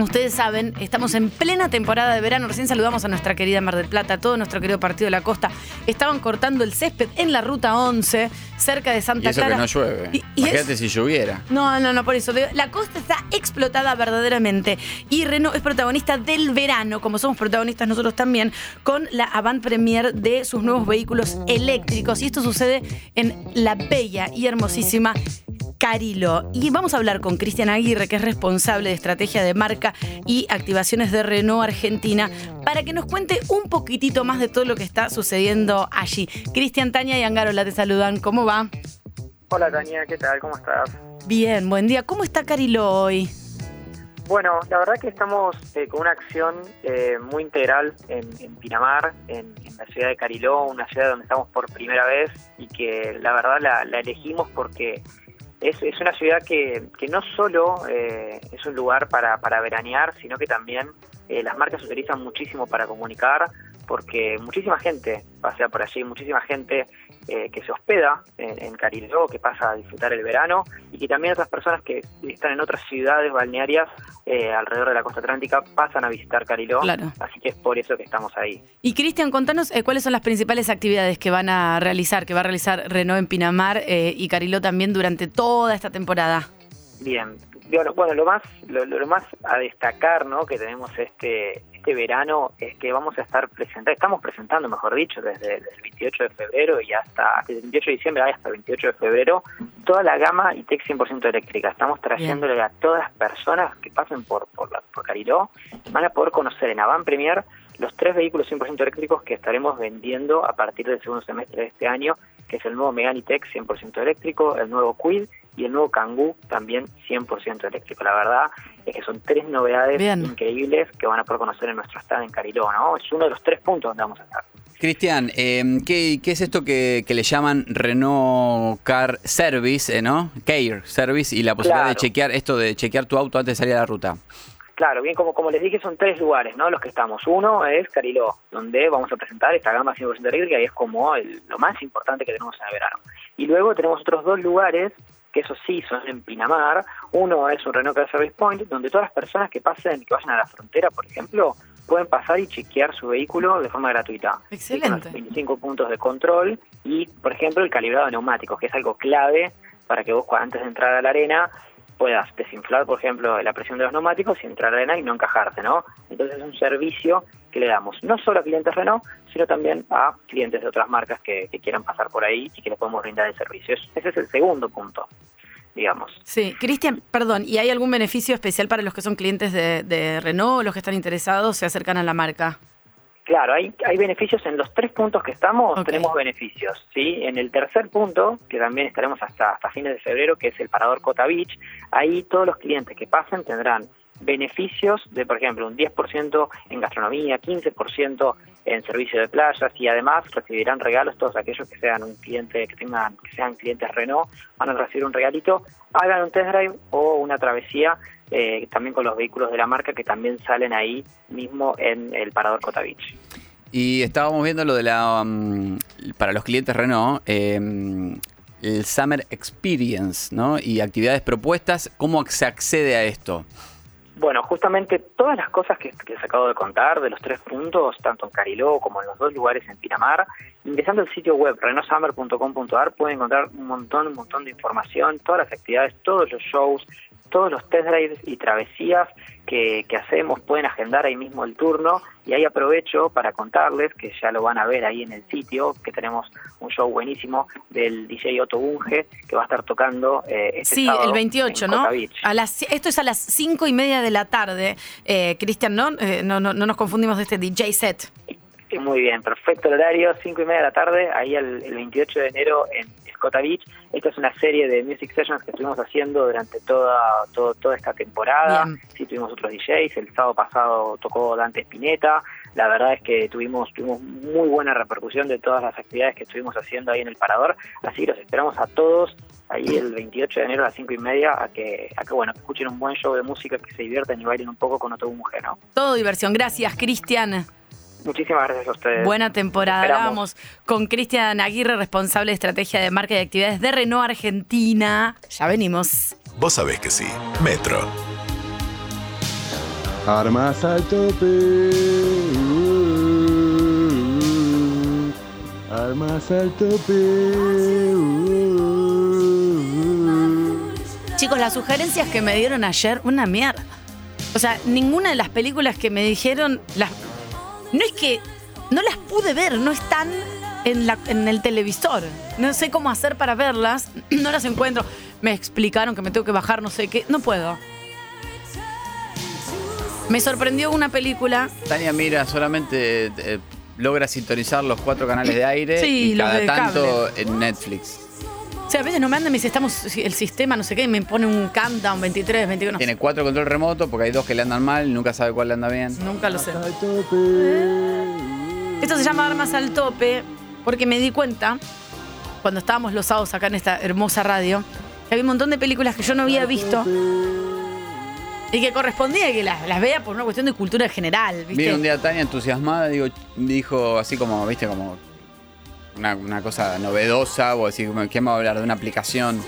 Speaker 6: Ustedes saben, estamos en plena temporada de verano. Recién saludamos a nuestra querida Mar del Plata, a todo nuestro querido partido de la costa. Estaban cortando el césped en la ruta 11, cerca de
Speaker 5: Y
Speaker 6: Santa
Speaker 5: eso
Speaker 6: Clara.
Speaker 5: que no llueve.
Speaker 6: Y- y
Speaker 5: Imagínate si lloviera.
Speaker 6: No, no, no, por eso. Digo, La costa está explotada verdaderamente. Y Reno es protagonista del verano, como somos protagonistas nosotros también, con la avant premier de sus nuevos vehículos eléctricos. Y esto sucede en la bella y hermosísima Carilo. Y vamos a hablar con Cristian Aguirre, que es responsable de estrategia de marca y activaciones de Renault Argentina, para que nos cuente un poquitito más de todo lo que está sucediendo allí. Cristian, Tania y Angarola te saludan. ¿Cómo va?
Speaker 8: Hola Tania, ¿qué tal? ¿Cómo estás?
Speaker 6: Bien, buen día. ¿Cómo está Carilo hoy?
Speaker 8: Bueno, la verdad que estamos eh, con una acción eh, muy integral en, en Pinamar, en, en la ciudad de Cariló, una ciudad donde estamos por primera vez y que la verdad la, la elegimos porque es, es una ciudad que, que no solo eh, es un lugar para, para veranear, sino que también eh, las marcas utilizan muchísimo para comunicar, porque muchísima gente pasea por allí, muchísima gente eh, que se hospeda en, en Cariló, que pasa a disfrutar el verano, y que también esas personas que están en otras ciudades balnearias eh, alrededor de la costa atlántica pasan a visitar Cariló,
Speaker 6: Claro.
Speaker 8: así que es por eso que estamos ahí.
Speaker 6: Y Cristian, contanos eh, cuáles son las principales actividades que van a realizar, que va a realizar Renault en Pinamar eh, y Cariló también durante toda esta temporada.
Speaker 8: Bien, bueno, bueno, lo más lo, lo más a destacar ¿no? que tenemos este este verano es que vamos a estar presentando, estamos presentando, mejor dicho, desde el 28 de febrero y hasta desde el 28 de diciembre hasta el 28 de febrero, toda la gama ITEC 100% eléctrica. Estamos trayéndole a todas las personas que pasen por, por, la- por Cariló, van a poder conocer en Avant Premier los tres vehículos 100% eléctricos que estaremos vendiendo a partir del segundo semestre de este año, que es el nuevo Megane Tech 100% eléctrico, el nuevo Quid y el nuevo Kangoo también 100% eléctrico. La verdad es que son tres novedades
Speaker 5: Bien.
Speaker 8: increíbles que van a poder conocer en nuestro stand en Cariló, ¿no? Es uno de los tres puntos donde vamos a estar.
Speaker 5: Cristian, eh, ¿qué, qué es esto que, que le llaman Renault Car Service, eh, ¿no? Care Service y la posibilidad de
Speaker 8: Claro.
Speaker 5: chequear esto de chequear tu auto antes de salir a la ruta.
Speaker 8: Claro, bien, como, como les dije, son tres lugares, ¿no? Los que estamos. Uno es Cariló, donde vamos a presentar esta gama 100% eléctrica y es como el- lo más importante que tenemos en el verano. Y luego tenemos otros dos lugares, que eso sí son en Pinamar. Uno es un Renault Car Service Point, donde todas las personas que pasen, que vayan a la frontera, por ejemplo, pueden pasar y chequear su vehículo de forma gratuita.
Speaker 6: Excelente.
Speaker 8: 25 puntos de control y, por ejemplo, el calibrado de neumáticos, que es algo clave para que vos cua- antes de entrar a la arena puedas desinflar, por ejemplo, la presión de los neumáticos y entrar a la arena y no encajarte, ¿no? Entonces es un servicio que le damos no solo a clientes Renault, sino también a clientes de otras marcas que, que quieran pasar por ahí y que les podemos brindar el servicio. Es- Ese es el segundo punto, digamos.
Speaker 6: Sí, Cristian, perdón, ¿y hay algún beneficio especial para los que son clientes de, de Renault, los que están interesados, se acercan a la marca?
Speaker 8: Claro, hay, hay beneficios en los tres puntos que estamos, tenemos beneficios, ¿sí? En el tercer punto, que también estaremos hasta, hasta fines de febrero, que es el parador Cota Beach, ahí todos los clientes que pasen tendrán beneficios de, por ejemplo, un 10% en gastronomía, 15% en servicio de playas y además recibirán regalos todos aquellos que sean un cliente, que tengan, que sean clientes Renault, van a recibir un regalito, hagan un test drive o una travesía eh, también con los vehículos de la marca que también salen ahí mismo en el parador Cota Beach.
Speaker 5: Y estábamos viendo lo de la mm, para los clientes Renault, eh, el Summer Experience, ¿no? Y actividades propuestas, ¿cómo se accede a esto?
Speaker 8: Bueno, justamente todas las cosas que, que les acabo de contar, de los tres puntos, tanto en Cariló como en los dos lugares en Pinamar, ingresando al sitio web renosummer.com.ar pueden encontrar un montón, un montón de información, todas las actividades, todos los shows, todos los test drives y travesías que, que hacemos, pueden agendar ahí mismo el turno y ahí aprovecho para contarles que ya lo van a ver ahí en el sitio, que tenemos un show buenísimo del DJ Otto Bunge que va a estar tocando eh, este
Speaker 6: sí,
Speaker 8: sábado
Speaker 6: el 28,
Speaker 8: en
Speaker 6: ¿no?
Speaker 8: Costa Beach.
Speaker 6: A las, esto es a las 5 y media de la tarde. Eh, Cristian, ¿no? Eh, no, no, no nos confundimos de este DJ set.
Speaker 8: Eh, Muy bien, perfecto el horario, 5 y media de la tarde, ahí el, el 28 de enero en Escota Beach. Esta es una serie de music sessions que estuvimos haciendo durante toda todo- toda esta temporada. Sí, tuvimos otros DJs, el sábado pasado tocó Dante Spinetta. La verdad es que tuvimos, tuvimos muy buena repercusión de todas las actividades que estuvimos haciendo ahí en el parador. Así que los esperamos a todos ahí el 28 de enero a las 5 y media a que, a que bueno, que escuchen un buen show de música, que se diviertan y bailen un poco con otro mujer, ¿no?
Speaker 6: Todo diversión. Gracias, Cristian.
Speaker 8: Muchísimas gracias a ustedes.
Speaker 6: Buena temporada.
Speaker 8: Esperamos.
Speaker 6: Hablábamos con Cristian Aguirre, responsable de estrategia de marca y actividades de Renault Argentina. Ya venimos.
Speaker 12: Vos sabés que sí. Metro.
Speaker 22: Armas al tope. uh, uh, Armas al tope. uh,
Speaker 6: Chicos, las sugerencias que me dieron ayer, una mierda. O sea, ninguna de las películas que me dijeron, las, no es que no las pude ver, no están en, la- en el televisor. No sé cómo hacer para verlas, no las encuentro. Me explicaron que me tengo que bajar, no sé qué, no puedo. Me sorprendió una película
Speaker 5: Tania mira, solamente eh, logra sintonizar los cuatro canales de aire
Speaker 6: Sí,
Speaker 5: y
Speaker 6: los
Speaker 5: cada
Speaker 6: de
Speaker 5: tanto en Netflix.
Speaker 6: O sea, a veces no me andan y me dice, estamos, el sistema, no sé qué, y me pone un countdown 23, 21.
Speaker 5: Tiene cuatro control remoto porque hay dos que le andan mal, nunca sabe cuál le anda bien.
Speaker 6: Nunca lo sé. Esto se llama Armas al Tope porque me di cuenta, cuando estábamos los sábados acá en esta hermosa radio, que había un montón de películas que yo no había visto y que correspondía que las, las vea por una cuestión de cultura general, ¿viste?
Speaker 5: Vino un día Tania entusiasmada, digo, dijo así como, viste, como una, una cosa novedosa, o así como, ¿quién va a hablar de una aplicación?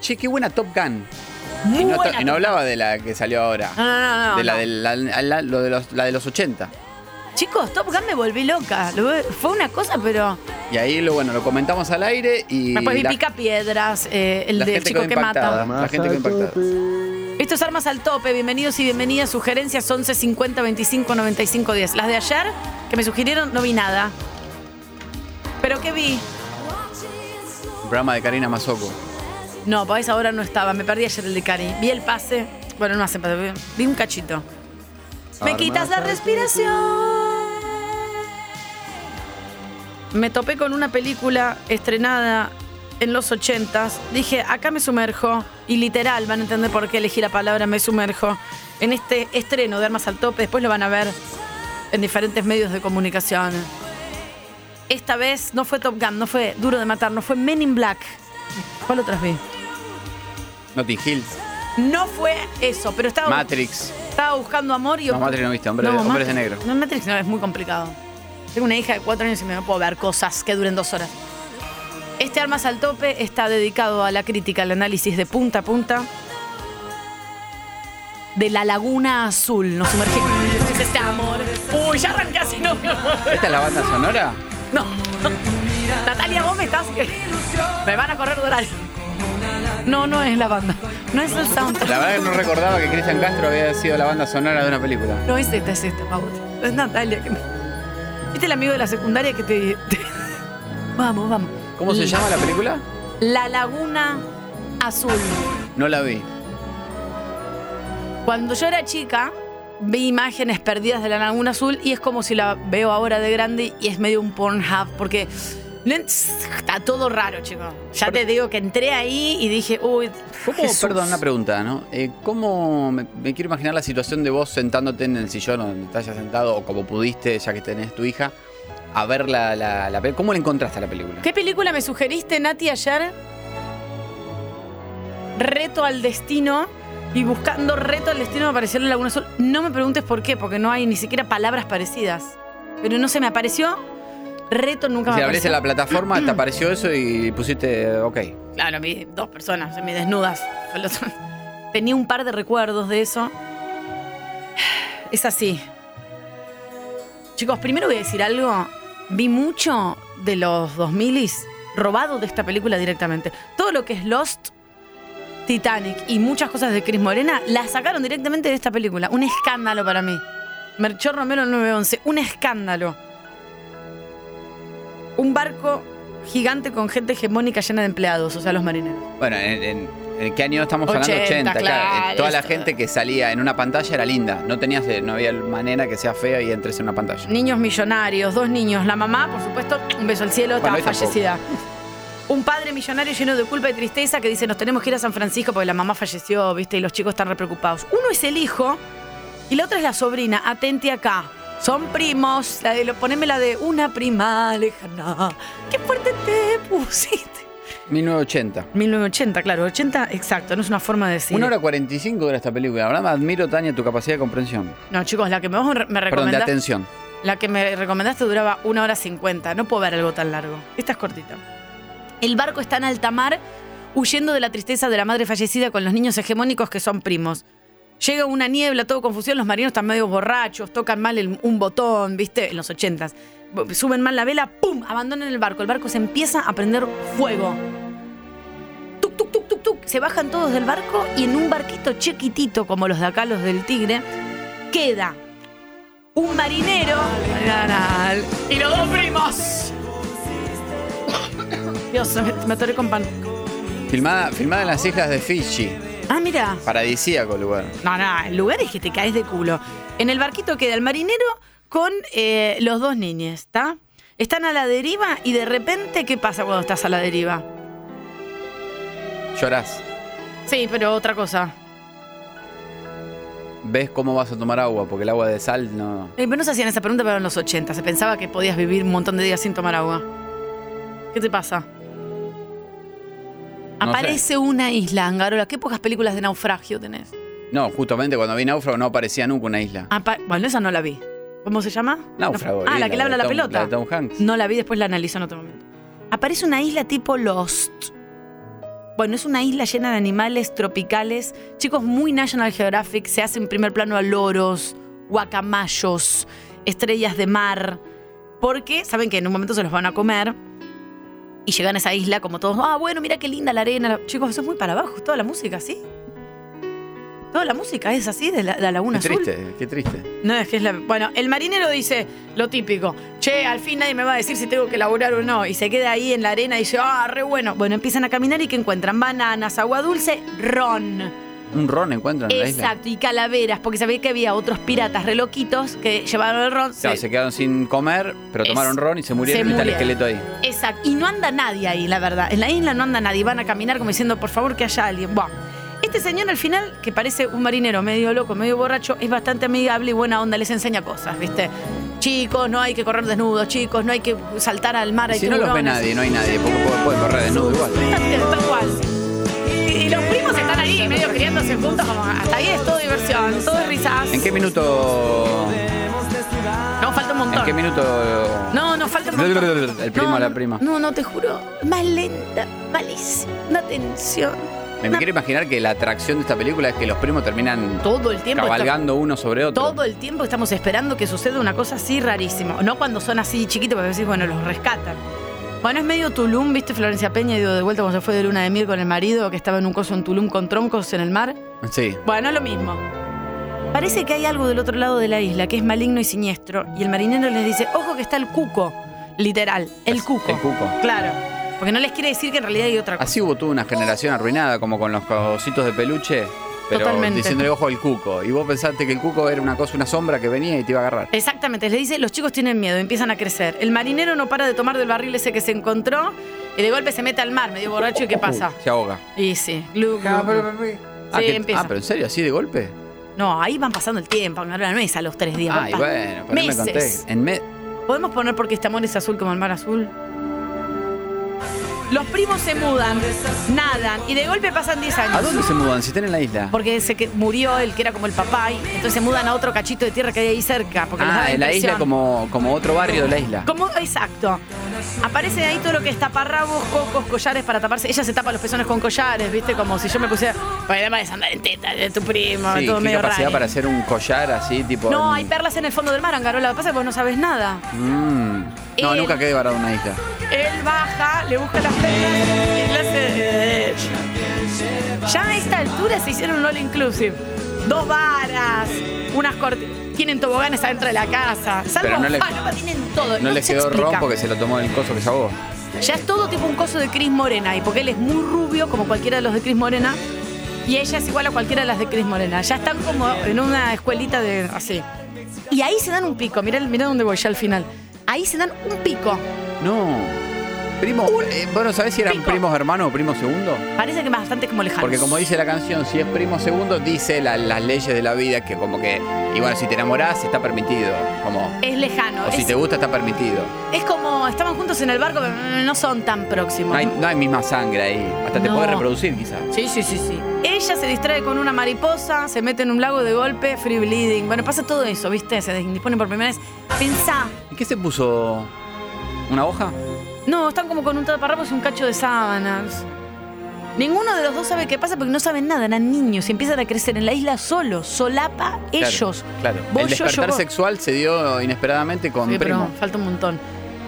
Speaker 5: Che, qué buena Top Gun.
Speaker 6: Muy
Speaker 5: y no, to-
Speaker 6: buena
Speaker 5: y no
Speaker 6: Top Ah,
Speaker 5: hablaba de la que salió ahora.
Speaker 6: No, no, no, no,
Speaker 5: de la,
Speaker 6: no.
Speaker 5: de la- la- lo de los, la de los 80.
Speaker 6: Chicos, Top Gun me volví loca. Lo- Fue una cosa, pero
Speaker 5: Y ahí lo bueno, lo comentamos al aire y.
Speaker 6: después vi
Speaker 5: la-
Speaker 6: Pica Piedras, eh, el
Speaker 5: la
Speaker 6: del
Speaker 5: gente
Speaker 6: chico
Speaker 5: quedó
Speaker 6: que
Speaker 5: impactada,
Speaker 6: mata.
Speaker 5: La gente quedó impactada.
Speaker 6: Esto es Armas al Tope. Bienvenidos y bienvenidas. Sugerencias 11 50 25 95 10. Las de ayer que me sugirieron no vi nada. ¿Pero qué vi?
Speaker 5: Programa de Karina Mazoco.
Speaker 6: No, para esa hora no estaba. Me perdí ayer el de Cari. Vi el pase. Bueno, no hace pase. Vi un cachito. Me
Speaker 5: Armas
Speaker 6: quitas la
Speaker 5: al
Speaker 6: respiración. Me topé con una película estrenada en los 80s. Dije, acá me sumerjo. Y literal, van a entender por qué elegí la palabra me sumerjo. En este estreno de Armas al Tope. Después lo van a ver en diferentes medios de comunicación. Esta vez no fue Top Gun, no fue Duro de Matar, no fue Men in Black. ¿Cuál otras vi?
Speaker 5: Notting Hill.
Speaker 6: No fue eso, pero estaba,
Speaker 5: Matrix.
Speaker 6: estaba buscando amor y...
Speaker 5: No,
Speaker 6: obtu-
Speaker 5: Matrix no viste, hombre- Hombres de
Speaker 6: Matrix-
Speaker 5: Negro.
Speaker 6: No, Matrix no, es muy complicado. Tengo una hija de cuatro años y me no puedo ver cosas que duren dos horas. Este Armas al Tope está dedicado a la crítica, al análisis de punta a punta de la Laguna Azul. Nos sumergimos. Es este amor. Uy, ya arranqué así, no.
Speaker 5: ¿Esta es la banda sonora?
Speaker 6: No. Natalia, vos me estás. Me van a correr de horario. No, no es la banda. No es el soundtrack.
Speaker 5: La verdad que no recordaba que Cristian Castro había sido la banda sonora de una película.
Speaker 6: No es esta, es esta, Pau. Es Natalia que me. ¿Viste el amigo de la secundaria que te. te- Vamos, vamos.
Speaker 5: ¿Cómo se llama la película?
Speaker 6: La Laguna Azul.
Speaker 5: No la vi.
Speaker 6: Cuando yo era chica, vi imágenes perdidas de la Laguna Azul y es como si la veo ahora de grande y es medio un Pornhub porque no en- está todo raro, chicos. Ya te digo que entré ahí y dije, uy,
Speaker 5: ¿Cómo,
Speaker 6: Jesús.
Speaker 5: perdón, una pregunta, ¿no? Eh, ¿Cómo me, me quiero imaginar la situación de vos sentándote en el sillón o donde te hayas sentado o como pudiste, ya que tenés tu hija, a ver la, la, la pe- ¿Cómo la encontraste a la película?
Speaker 6: ¿Qué película me sugeriste, Nati, ayer? Reto al destino. Y buscando reto al destino me apareció la Laguna Azul. No me preguntes por qué, porque no hay ni siquiera palabras parecidas. Pero no se me apareció. Reto nunca
Speaker 5: Si
Speaker 6: me
Speaker 5: abriste
Speaker 6: apareció.
Speaker 5: la plataforma, te apareció eso y pusiste, eh, ok.
Speaker 6: Claro, vi dos personas semi desnudas. Al otro- Tenía un par de recuerdos de eso. Es así. Chicos, primero voy a decir algo. Vi mucho de los 2000 robado de esta película directamente. Todo lo que es Lost, Titanic y muchas cosas de Cris Morena las sacaron directamente de esta película. Un escándalo para mí. Merchor Romero 911, un escándalo. Un barco gigante con gente hegemónica llena de empleados, o sea, los marineros.
Speaker 5: Bueno, ¿en, en- en qué año estamos
Speaker 6: 80,
Speaker 5: hablando? 80, claro.
Speaker 6: claro,
Speaker 5: Eh, Toda la
Speaker 6: esto.
Speaker 5: gente que salía en una pantalla era linda. No tenías, eh, no había manera que sea fea y entres en una pantalla.
Speaker 6: Niños millonarios, dos niños, la mamá, por supuesto, un beso al cielo, estaba
Speaker 5: Bueno, ahí tampoco.
Speaker 6: fallecida. Un padre millonario lleno de culpa y tristeza que dice, nos tenemos que ir a San Francisco porque la mamá falleció, ¿viste? Y los chicos están re preocupados. Uno es el hijo y la otra es la sobrina. Atente acá. Son primos. La de, lo- poneme la de una prima lejana. ¡Qué fuerte te pusiste!
Speaker 5: 1980.
Speaker 6: 1980, claro. 80, exacto. No es una forma de decir.
Speaker 5: Una hora 45 dura esta película. La verdad, me admiro, Tania, tu capacidad de comprensión.
Speaker 6: No, chicos, la que me, vos me
Speaker 5: Perdón, de
Speaker 6: recomendaste...
Speaker 5: atención.
Speaker 6: La que me recomendaste duraba una hora cincuenta. No puedo ver algo tan largo. Esta es cortita. El barco está en alta mar, huyendo de la tristeza de la madre fallecida con los niños hegemónicos que son primos. Llega una niebla, todo confusión, los marinos están medio borrachos, tocan mal el- un botón, ¿viste? En los ochentas. B- Suben mal la vela, ¡pum! Abandonan el barco. El barco se empieza a prender fuego. Tuk, tuk, tuk, tuk, tuk. Se bajan todos del barco y en un barquito chiquitito, como los de acá, los del Tigre, queda un marinero y los dos primos. Dios, me, me atoré con pan.
Speaker 5: Filmada, filmada en las islas de Fiji.
Speaker 6: Ah, mira.
Speaker 5: Paradisíaco lugar.
Speaker 6: No, no, el lugar es que te caes de culo. En el barquito queda el marinero con eh, los dos niños, ¿está? Están a la deriva y de repente, ¿qué pasa cuando estás a la deriva?
Speaker 5: Llorás.
Speaker 6: Sí, pero otra cosa.
Speaker 5: Ves cómo vas a tomar agua, porque el agua de sal no.
Speaker 6: Eh, pero no se hacían esa pregunta, pero en los 80 se pensaba que podías vivir un montón de días sin tomar agua. ¿Qué te pasa?
Speaker 5: No
Speaker 6: Aparece una isla, Angarola. Qué pocas películas de naufragio tenés.
Speaker 5: No, justamente cuando vi Náufrago no aparecía nunca una isla.
Speaker 6: Apa- Ah, bueno, esa no la vi. ¿Cómo se llama?
Speaker 5: Náufrago.
Speaker 6: Ah,
Speaker 5: vi,
Speaker 6: la que le habla
Speaker 5: de
Speaker 6: la
Speaker 5: Tom-
Speaker 6: pelota.
Speaker 5: La de Tom Hanks.
Speaker 6: No la vi, después la analizo en otro momento. Aparece una isla tipo Lost. Bueno, es una isla llena de animales tropicales. Chicos, muy National Geographic. Se hace en primer plano a loros, guacamayos, estrellas de mar. Porque saben que en un momento se los van a comer. Y llegan a esa isla como todos, ah, bueno, mira qué linda la arena. Chicos, eso es muy para abajo. es Toda la música, ¿sí? Toda la música es así, de la, de la
Speaker 5: Qué
Speaker 6: Laguna Azul.
Speaker 5: triste, qué triste.
Speaker 6: No, es que es la. Bueno, el marinero dice lo típico. Che, al fin nadie me va a decir si tengo que laburar o no. Y se queda ahí en la arena y dice, ah, re bueno. Bueno, empiezan a caminar y que encuentran bananas, agua dulce, ron.
Speaker 5: Un ron encuentran en la isla.
Speaker 6: Exacto, y calaveras, porque sabía que había otros piratas re loquitos que llevaron el ron.
Speaker 5: Claro,
Speaker 6: se-
Speaker 5: se quedaron sin comer, pero tomaron ron y se murieron
Speaker 6: se
Speaker 5: y está el esqueleto
Speaker 6: murieron.
Speaker 5: ahí.
Speaker 6: Exacto. Y no anda nadie ahí, la verdad. En la isla no anda nadie. Van a caminar como diciendo, por favor, que haya alguien. Buah. Este señor al final, que parece un marinero medio loco, medio borracho, es bastante amigable y buena onda, les enseña cosas, ¿viste? Chicos, no hay que correr desnudos, chicos, no hay que saltar al mar.
Speaker 5: Y
Speaker 6: hay
Speaker 5: si no los ve
Speaker 6: tiburones.
Speaker 5: nadie, no hay nadie, porque puede, puede correr desnudo igual.
Speaker 6: Tal cual. Y, y los primos están ahí, medio criándose juntos, como hasta ahí es todo diversión, todo es risas.
Speaker 5: ¿En qué minuto?
Speaker 6: No, falta un montón.
Speaker 5: ¿En qué minuto?
Speaker 6: No, no, falta un montón.
Speaker 5: El primo
Speaker 6: No,
Speaker 5: a la prima.
Speaker 6: No, no, te juro. Más lenta, malísima, una tensión.
Speaker 5: Me quiero imaginar que la atracción de esta película es que los primos terminan
Speaker 6: Todo el tiempo.
Speaker 5: cabalgando uno sobre otro.
Speaker 6: Todo el tiempo estamos esperando que suceda una cosa así rarísima. No cuando son así chiquitos, porque decís, bueno, los rescatan. Bueno, es medio Tulum, ¿viste? Florencia Peña dio de vuelta cuando se fue de luna de miel con el marido, que estaba en un coso en Tulum con troncos en el mar.
Speaker 5: Sí.
Speaker 6: Bueno, es lo mismo. Parece que hay algo del otro lado de la isla que es maligno y siniestro, y el marinero les dice, ojo que está el cuco. Literal, el cuco.
Speaker 5: El cuco.
Speaker 6: Claro. Porque no les quiere decir que en realidad hay otra cosa.
Speaker 5: Así hubo toda una generación arruinada, como con los cositos de peluche, pero
Speaker 6: Totalmente.
Speaker 5: diciéndole ojo al cuco. Y vos pensaste que el cuco era una cosa, una sombra que venía y te iba a agarrar.
Speaker 6: Exactamente, les dice, los chicos tienen miedo, empiezan a crecer. El marinero no para de tomar del barril ese que se encontró y de golpe se mete al mar, medio borracho, ¿y qué pasa?
Speaker 5: Uh, Se ahoga.
Speaker 6: Y sí, glu, glu, glu.
Speaker 5: Ah,
Speaker 6: Sí,
Speaker 5: que-
Speaker 6: empieza.
Speaker 5: ah, pero en serio, así de golpe.
Speaker 6: No, ahí van pasando el tiempo, van a mesa los tres días. van
Speaker 5: Ay,
Speaker 6: pas-
Speaker 5: bueno, pero no me
Speaker 6: meses.
Speaker 5: conté. En me-
Speaker 6: ¿Podemos poner porque este amor es azul como el mar azul? Los primos se mudan, nadan y de golpe pasan 10 años.
Speaker 5: ¿A dónde se mudan? Si están en la isla.
Speaker 6: Porque se que- murió el que era como el papá y entonces se mudan a otro cachito de tierra que hay ahí cerca. Porque les da
Speaker 5: Ah, en la isla
Speaker 6: impresión.
Speaker 5: como, como otro barrio de la isla.
Speaker 6: Como, exacto. Aparece ahí todo lo que es taparrabos, cocos, collares para taparse. Ella se tapa los pezones con collares, ¿viste? Como si yo me pusiera. Pues además es andar en teta de tu primo,
Speaker 5: Sí,
Speaker 6: todo
Speaker 5: qué
Speaker 6: medio
Speaker 5: capacidad
Speaker 6: raro.
Speaker 5: para hacer un collar así, tipo.
Speaker 6: No,
Speaker 5: mm,
Speaker 6: hay perlas en el fondo del mar, Angarola. Lo que pasa es que vos no sabes nada.
Speaker 5: mm. No,
Speaker 6: El-
Speaker 5: nunca quedé varado en una isla.
Speaker 6: Él baja, le busca las perlas y le hace. Ya a esta altura se hicieron un all inclusive. Dos varas, unas cortinas. Tienen toboganes adentro de la casa. Salvo
Speaker 5: Pero no le-
Speaker 6: ah, no, tienen todo.
Speaker 5: No les
Speaker 6: se
Speaker 5: quedó
Speaker 6: explica.
Speaker 5: ron porque se lo tomó el coso que se ahogó.
Speaker 6: Ya es todo tipo un coso de Cris Morena, y porque él es muy rubio, como cualquiera de los de Cris Morena, y ella es igual a cualquiera de las de Cris Morena. Ya están como en una escuelita de así. Y ahí se dan un pico, mirá, mirá dónde voy ya al final. Ahí se dan un pico.
Speaker 5: No. Primo, eh, bueno, ¿sabés si eran primos hermanos o primos segundo?
Speaker 6: Parece que bastante como lejanos.
Speaker 5: Porque como dice la canción, si es primo segundo, dice la- las leyes de la vida que como que, y bueno, si te enamorás está permitido, como,
Speaker 6: Es lejano.
Speaker 5: o si
Speaker 6: es,
Speaker 5: te gusta está permitido.
Speaker 6: es como estaban juntos en el barco, pero mm, no son tan próximos.
Speaker 5: No hay, no hay misma sangre ahí, hasta te
Speaker 6: No.
Speaker 5: puede reproducir quizás.
Speaker 6: Sí, sí, sí, sí. Ella se distrae con una mariposa, se mete en un lago de golpe, free bleeding. Bueno, pasa todo eso, ¿viste? Se disponen por primera vez. Pensá,
Speaker 5: ¿Y qué se puso? ¿Una hoja?
Speaker 6: No, están como con un taparrabos y un cacho de sábanas. Ninguno de los dos sabe qué pasa porque no saben nada, eran niños y empiezan a crecer en la isla solos, solapa
Speaker 5: Claro,
Speaker 6: ellos.
Speaker 5: Claro.
Speaker 6: Vos, yo,
Speaker 5: El despertar
Speaker 6: yo, vos.
Speaker 5: sexual se dio inesperadamente con
Speaker 6: Sí, pero
Speaker 5: Primo.
Speaker 6: falta un montón.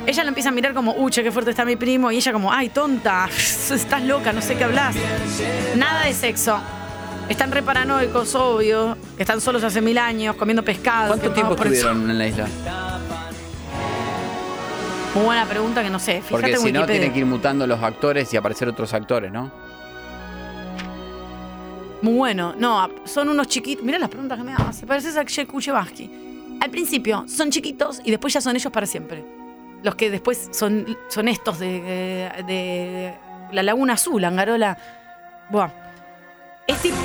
Speaker 6: Ella lo empieza a mirar como, uche, qué fuerte está mi primo. Y ella como, ay, tonta, estás loca, no sé qué hablas. Nada de sexo. Están re paranoicos, obvio. que Están solos hace mil años, comiendo pescado.
Speaker 5: ¿Cuánto
Speaker 6: quemados
Speaker 5: tiempo
Speaker 6: por el
Speaker 5: estuvieron en la isla?
Speaker 6: sol. Muy buena pregunta que no sé. Fíjate
Speaker 5: Porque
Speaker 6: en
Speaker 5: si no,
Speaker 6: Wikipedia.
Speaker 5: tienen que ir mutando los actores y aparecer otros actores, ¿no?
Speaker 6: Muy bueno. No, a- son unos chiquitos. Mirá las preguntas que me hace. Pareces a Jack Kuchevaski. Al principio son chiquitos y después ya son ellos para siempre. Los que después son, son estos de, de- de la Laguna Azul, Angarola. Buah. Es tipo,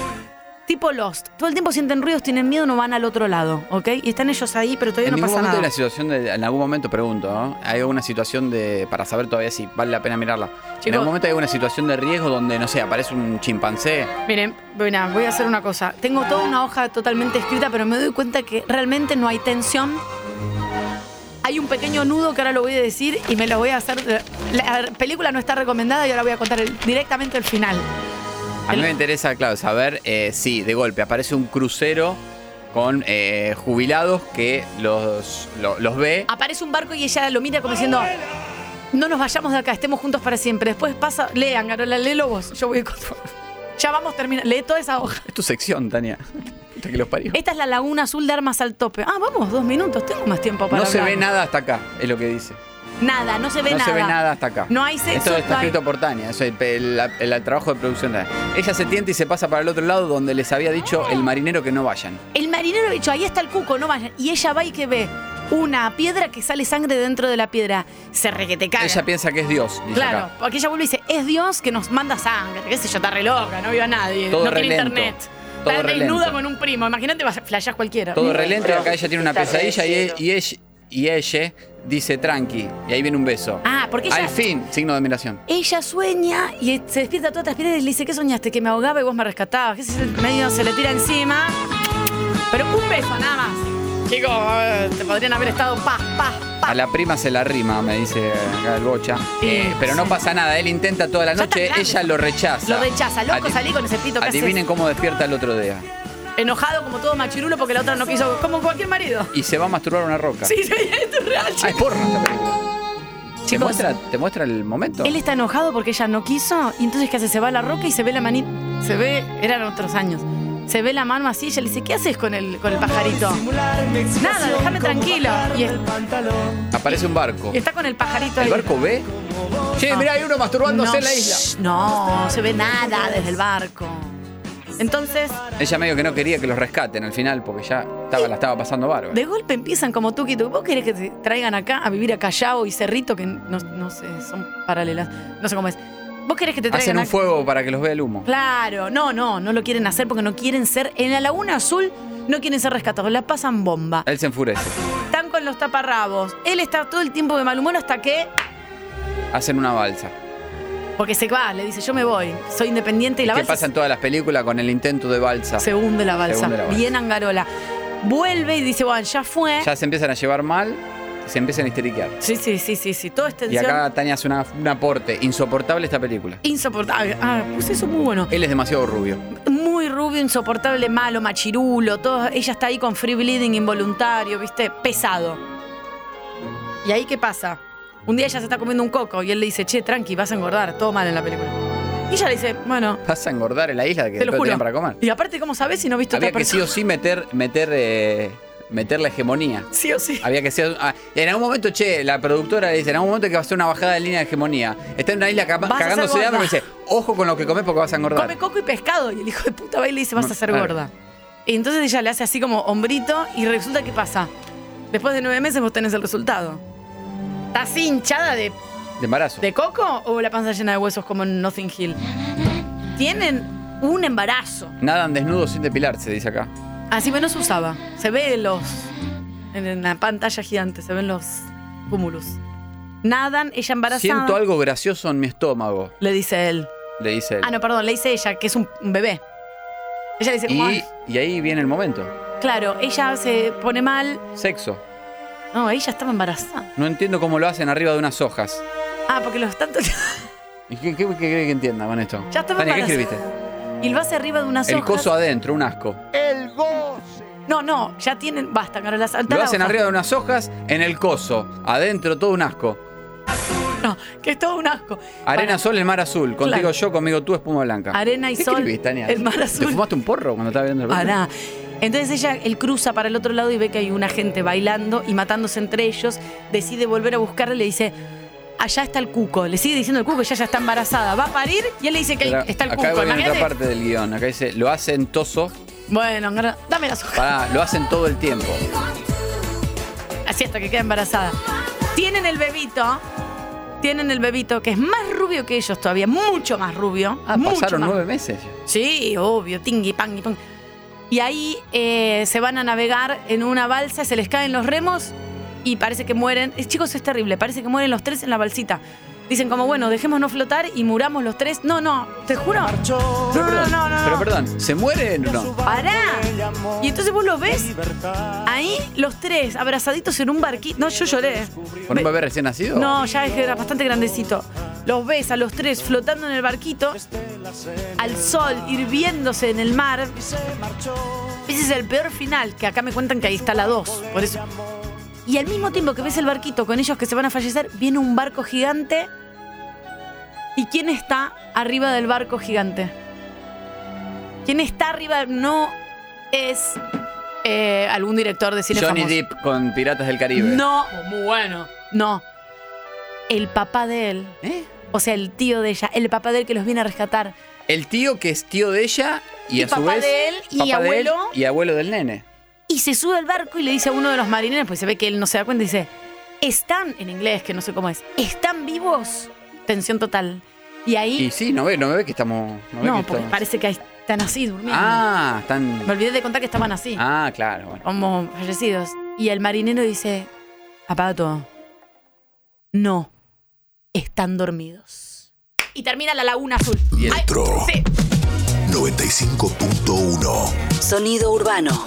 Speaker 6: tipo Lost. Todo el tiempo sienten ruidos, tienen miedo, no van al otro lado, ¿ok? Y están ellos ahí, pero todavía no
Speaker 5: en ningún
Speaker 6: pasa
Speaker 5: momento hay
Speaker 6: nada.
Speaker 5: una situación de, en algún momento pregunto, ¿no? Hay alguna situación de para saber todavía si vale la pena mirarla. en algún momento hay una situación de riesgo donde no sé, aparece un chimpancé.
Speaker 6: Miren, mirá, voy a hacer una cosa. Tengo toda una hoja totalmente escrita, pero me doy cuenta que realmente no hay tensión. Hay un pequeño nudo que ahora lo voy a decir y me lo voy a hacer. La película no está recomendada y ahora voy a contar el- directamente el final.
Speaker 5: A mí me interesa, claro, saber eh, si de golpe aparece un crucero con eh, jubilados que los, lo- los ve.
Speaker 6: Aparece un barco y ella lo mira como diciendo. No nos vayamos de acá, estemos juntos para siempre. Después pasa, lean, Garola, léelo vos. Yo voy a contar. Ya vamos, termina. Lee toda esa hoja.
Speaker 5: Es tu sección, Tania. Puta que los parió.
Speaker 6: Esta es la laguna azul de armas al tope. Ah, vamos, dos minutos. Tengo más tiempo para
Speaker 5: No se
Speaker 6: hablar.
Speaker 5: ve nada hasta acá, es lo que dice.
Speaker 6: Nada, no se ve
Speaker 5: no
Speaker 6: nada.
Speaker 5: se ve nada hasta acá.
Speaker 6: No hay sexo,
Speaker 5: Esto
Speaker 6: no
Speaker 5: está
Speaker 6: hay-
Speaker 5: escrito por Tania, es el, el- el- el trabajo de producción. de Tania. Ella se tienta y se pasa para el otro lado donde les había dicho el marinero que no vayan.
Speaker 6: El marinero ha dicho, ahí está el cuco, no vayan. Y ella va y que ve una piedra que sale sangre dentro de la piedra. Se reguete caga.
Speaker 5: Ella piensa que es Dios, dice
Speaker 6: claro,
Speaker 5: acá.
Speaker 6: porque ella vuelve y dice, es Dios que nos manda sangre. Qué sé yo, está re loca, no vio a nadie,
Speaker 5: Todo
Speaker 6: no
Speaker 5: re
Speaker 6: tiene
Speaker 5: lento.
Speaker 6: internet.
Speaker 5: Todo
Speaker 6: está
Speaker 5: re lento.
Speaker 6: desnuda con un primo. Imagínate, vas a flashear cualquiera.
Speaker 5: Todo relente, acá ella tiene una pesadilla y, e, y ella, y ella dice tranqui. Y ahí viene un beso.
Speaker 6: Ah, porque
Speaker 5: Al
Speaker 6: ella-
Speaker 5: fin, signo de admiración.
Speaker 6: Ella sueña y se despierta toda transpirada y le dice, ¿qué soñaste? Que me ahogaba y vos me rescatabas. ¿Qué sé yo? Medio se le tira encima. Pero un beso nada más. Chicos, eh, te podrían haber estado paz, paz.
Speaker 5: A la prima se la rima, me dice acá el bocha. Eh, pero no pasa nada, él intenta toda la noche, ella lo rechaza.
Speaker 6: Lo rechaza, loco,
Speaker 5: Adi-
Speaker 6: salí con ese pito que haces.
Speaker 5: Adivinen cómo despierta el otro día.
Speaker 6: enojado como todo machirulo porque la otra no quiso, como cualquier marido.
Speaker 5: Y se va a masturbar una roca.
Speaker 6: Sí, sí, esto es real.
Speaker 5: Ah, es porno esta película. ¿Te
Speaker 6: Chicos.
Speaker 5: muestra, ¿Te muestra el momento?
Speaker 6: Él está enojado porque ella no quiso y entonces qué hace, se va a la roca y se ve la manita, se ve, eran otros años, se ve la mano así y ella le dice, ¿qué haces con el, con el pajarito? Nada, déjame tranquilo. Y, es-
Speaker 5: Aparece un barco.
Speaker 6: y está con el pajarito
Speaker 5: ¿El
Speaker 6: ahí.
Speaker 5: barco ve? Che,
Speaker 6: Ah.
Speaker 5: mirá, hay uno masturbándose
Speaker 6: No,
Speaker 5: en la isla.
Speaker 6: shh, No, se ve nada desde el barco. Entonces,
Speaker 5: Ella medio que no quería que los rescaten al final porque ya estaba, la estaba pasando bárbaro.
Speaker 6: de golpe empiezan como tú, Quito. ¿Vos querés que te traigan acá a vivir a Callao y Cerrito, que no, no sé, son paralelas? No sé cómo es. ¿Vos querés que te traigan
Speaker 5: Hacen un
Speaker 6: acá?
Speaker 5: fuego para que los vea el humo.
Speaker 6: Claro, no, no, no lo quieren hacer porque no quieren ser. En la Laguna Azul no quieren ser rescatados, la pasan bomba.
Speaker 5: Él se enfurece.
Speaker 6: Están con los taparrabos. Él está todo el tiempo de mal humor hasta que.
Speaker 5: Hacen una balsa.
Speaker 6: Porque se va, le dice, yo me voy, soy independiente y la
Speaker 5: ¿Qué
Speaker 6: balsa
Speaker 5: pasa en todas las películas con el intento de balsa?
Speaker 6: se hunde la balsa.
Speaker 5: Se hunde la balsa.
Speaker 6: Bien ¿eh? angarola. Vuelve y dice, bueno, ya fue.
Speaker 5: Ya se empiezan a llevar mal, se empiezan a histeriquear.
Speaker 6: Sí, sí, sí, sí, sí. Todo es
Speaker 5: Y
Speaker 6: tensión.
Speaker 5: acá Tania hace una- un aporte. Insoportable esta película.
Speaker 6: Insoportable. Ah, puse eso muy bueno.
Speaker 5: Él es demasiado rubio.
Speaker 6: Muy rubio, insoportable, malo, machirulo, todo. Ella está ahí con free bleeding involuntario, ¿viste? Pesado. ¿Y ahí qué pasa? Un día ella se está comiendo un coco y él le dice, che, tranqui, vas a engordar, todo mal en la película. Y ella le dice, bueno,
Speaker 5: Vas a engordar en la isla que
Speaker 6: Te lo
Speaker 5: después
Speaker 6: juro.
Speaker 5: tenían para comer.
Speaker 6: y aparte, ¿cómo sabes si no viste a
Speaker 5: Había
Speaker 6: otra
Speaker 5: que sí
Speaker 6: persona?
Speaker 5: o sí meter, meter, eh, meter la hegemonía.
Speaker 6: Sí o sí.
Speaker 5: Había que ser. ah, en algún momento, che, la productora le dice: en algún momento hay que va a hacer una bajada de línea de hegemonía. Está en una isla capa-
Speaker 6: Vas a ser
Speaker 5: cagándose de hambre y
Speaker 6: gorda.
Speaker 5: dice: ojo con lo que comes porque vas a engordar.
Speaker 6: Come coco y pescado. Y el hijo de puta va y le dice, vas a ser
Speaker 5: Mm, Claro.
Speaker 6: gorda. Y entonces ella le hace así como hombrito y resulta que pasa. Después de nueve meses vos tenés el resultado. ¿Estás hinchada de,
Speaker 5: De embarazo.
Speaker 6: de coco o la panza llena de huesos como en Nothing Hill? Tienen un embarazo.
Speaker 5: Nadan desnudos sin depilarse, dice acá.
Speaker 6: Así menos se usaba. Se ve los. En, en la pantalla gigante, se ven los cúmulos. Nadan, ella embarazada.
Speaker 5: Siento algo gracioso en mi estómago,
Speaker 6: Le dice él.
Speaker 5: le dice él.
Speaker 6: Ah, no, perdón, le dice ella, que es un, un bebé. Ella le dice, como,
Speaker 5: y, y ahí viene el momento.
Speaker 6: Claro, ella se pone mal.
Speaker 5: Sexo.
Speaker 6: No, ella estaba embarazada.
Speaker 5: No entiendo cómo lo hacen arriba de unas hojas.
Speaker 6: Ah, porque los tantos.
Speaker 5: ¿Y qué, qué, qué cree que entienda con esto?
Speaker 6: Ya estamos
Speaker 5: Tania, ¿qué
Speaker 6: para-
Speaker 5: escribiste?
Speaker 6: Y lo hace arriba de unas
Speaker 5: El
Speaker 6: hojas.
Speaker 5: coso adentro, un asco.
Speaker 6: El goce. No, no, ya tienen. Basta, Carola. saltá
Speaker 5: Lo
Speaker 6: la
Speaker 5: hacen
Speaker 6: hoja.
Speaker 5: arriba de unas hojas, en el coso. Adentro, todo un asco.
Speaker 6: No, que es todo un asco.
Speaker 5: Arena, sol, el mar azul. Contigo
Speaker 6: Claro.
Speaker 5: yo, conmigo tú, espuma blanca.
Speaker 6: Arena y
Speaker 5: ¿Qué
Speaker 6: sol,
Speaker 5: escribís, Tania?
Speaker 6: el mar azul.
Speaker 5: ¿Te fumaste un porro cuando estabas viendo el
Speaker 6: Pará. Entonces ella, él cruza para el otro lado y ve que hay una gente bailando y matándose entre ellos. Decide volver a buscarle y le dice, allá está el cuco. Le sigue diciendo el cuco, ella ya está embarazada. Va a parir y él le dice que ahí
Speaker 5: Pero
Speaker 6: está el
Speaker 5: acá
Speaker 6: cuco.
Speaker 5: voy en otra
Speaker 6: Imagínate.
Speaker 5: parte del guión. Acá dice, lo hacen toso.
Speaker 6: Bueno, ahora- dame las hojas.
Speaker 5: Pará, lo hacen todo el tiempo.
Speaker 6: Así hasta que queda embarazada. Tienen el bebito. Tienen el bebito que es más rubio que ellos todavía, mucho más rubio. Ah, mucho
Speaker 5: Ah, Pasaron
Speaker 6: más
Speaker 5: nueve meses.
Speaker 6: Sí, obvio, tingui, pangui, pong. Y ahí eh, se van a navegar en una balsa, se les caen los remos y parece que mueren. Eh, chicos, es terrible, parece que mueren los tres en la balsita. Dicen como, bueno, dejémonos flotar y muramos los tres. No, no, te juro. No, no, no, no.
Speaker 5: Pero perdón, ¿se mueren o no?
Speaker 6: Pará. Y entonces vos los ves ahí, los tres, abrazaditos en un barquito. No, yo lloré.
Speaker 5: ¿Con un bebé recién nacido?
Speaker 6: No, ya es que era bastante grandecito. Los ves a los tres flotando en el barquito, al sol, hirviéndose en el mar. Ese es el peor final, que acá me cuentan que ahí está la 2. Por eso. Y al mismo tiempo que ves el barquito con ellos que se van a fallecer, viene un barco gigante. ¿Y quién está arriba del barco gigante? ¿Quién está arriba? No es eh, algún director de cine
Speaker 5: Johnny
Speaker 6: famoso.
Speaker 5: Depp con Piratas del Caribe.
Speaker 6: No. Oh, Muy bueno. No. El papá de él.
Speaker 5: ¿Eh?
Speaker 6: O sea, el tío de ella. El papá de él que los viene a rescatar.
Speaker 5: El tío que es tío de ella y,
Speaker 6: Y
Speaker 5: a su
Speaker 6: papá
Speaker 5: vez.
Speaker 6: de él y
Speaker 5: papá de él
Speaker 6: abuelo.
Speaker 5: y abuelo del nene.
Speaker 6: Y se sube al barco y le dice a uno de los marineros, pues se ve que él no se da cuenta y dice, están, en inglés, que no sé cómo es, están vivos. Tensión total. Y ahí...
Speaker 5: Y sí, no ve, no me ve que estamos. No, ve
Speaker 6: no,
Speaker 5: que
Speaker 6: porque
Speaker 5: estamos-
Speaker 6: parece que ahí están así durmiendo.
Speaker 5: Ah, están.
Speaker 6: Me olvidé de contar que estaban así.
Speaker 5: Ah, claro, bueno.
Speaker 6: como fallecidos. Y el marinero dice, Apato, no, están dormidos. Y termina la laguna azul. Ay,
Speaker 12: Tro.
Speaker 6: sí.
Speaker 12: 95.1.
Speaker 2: Sonido urbano.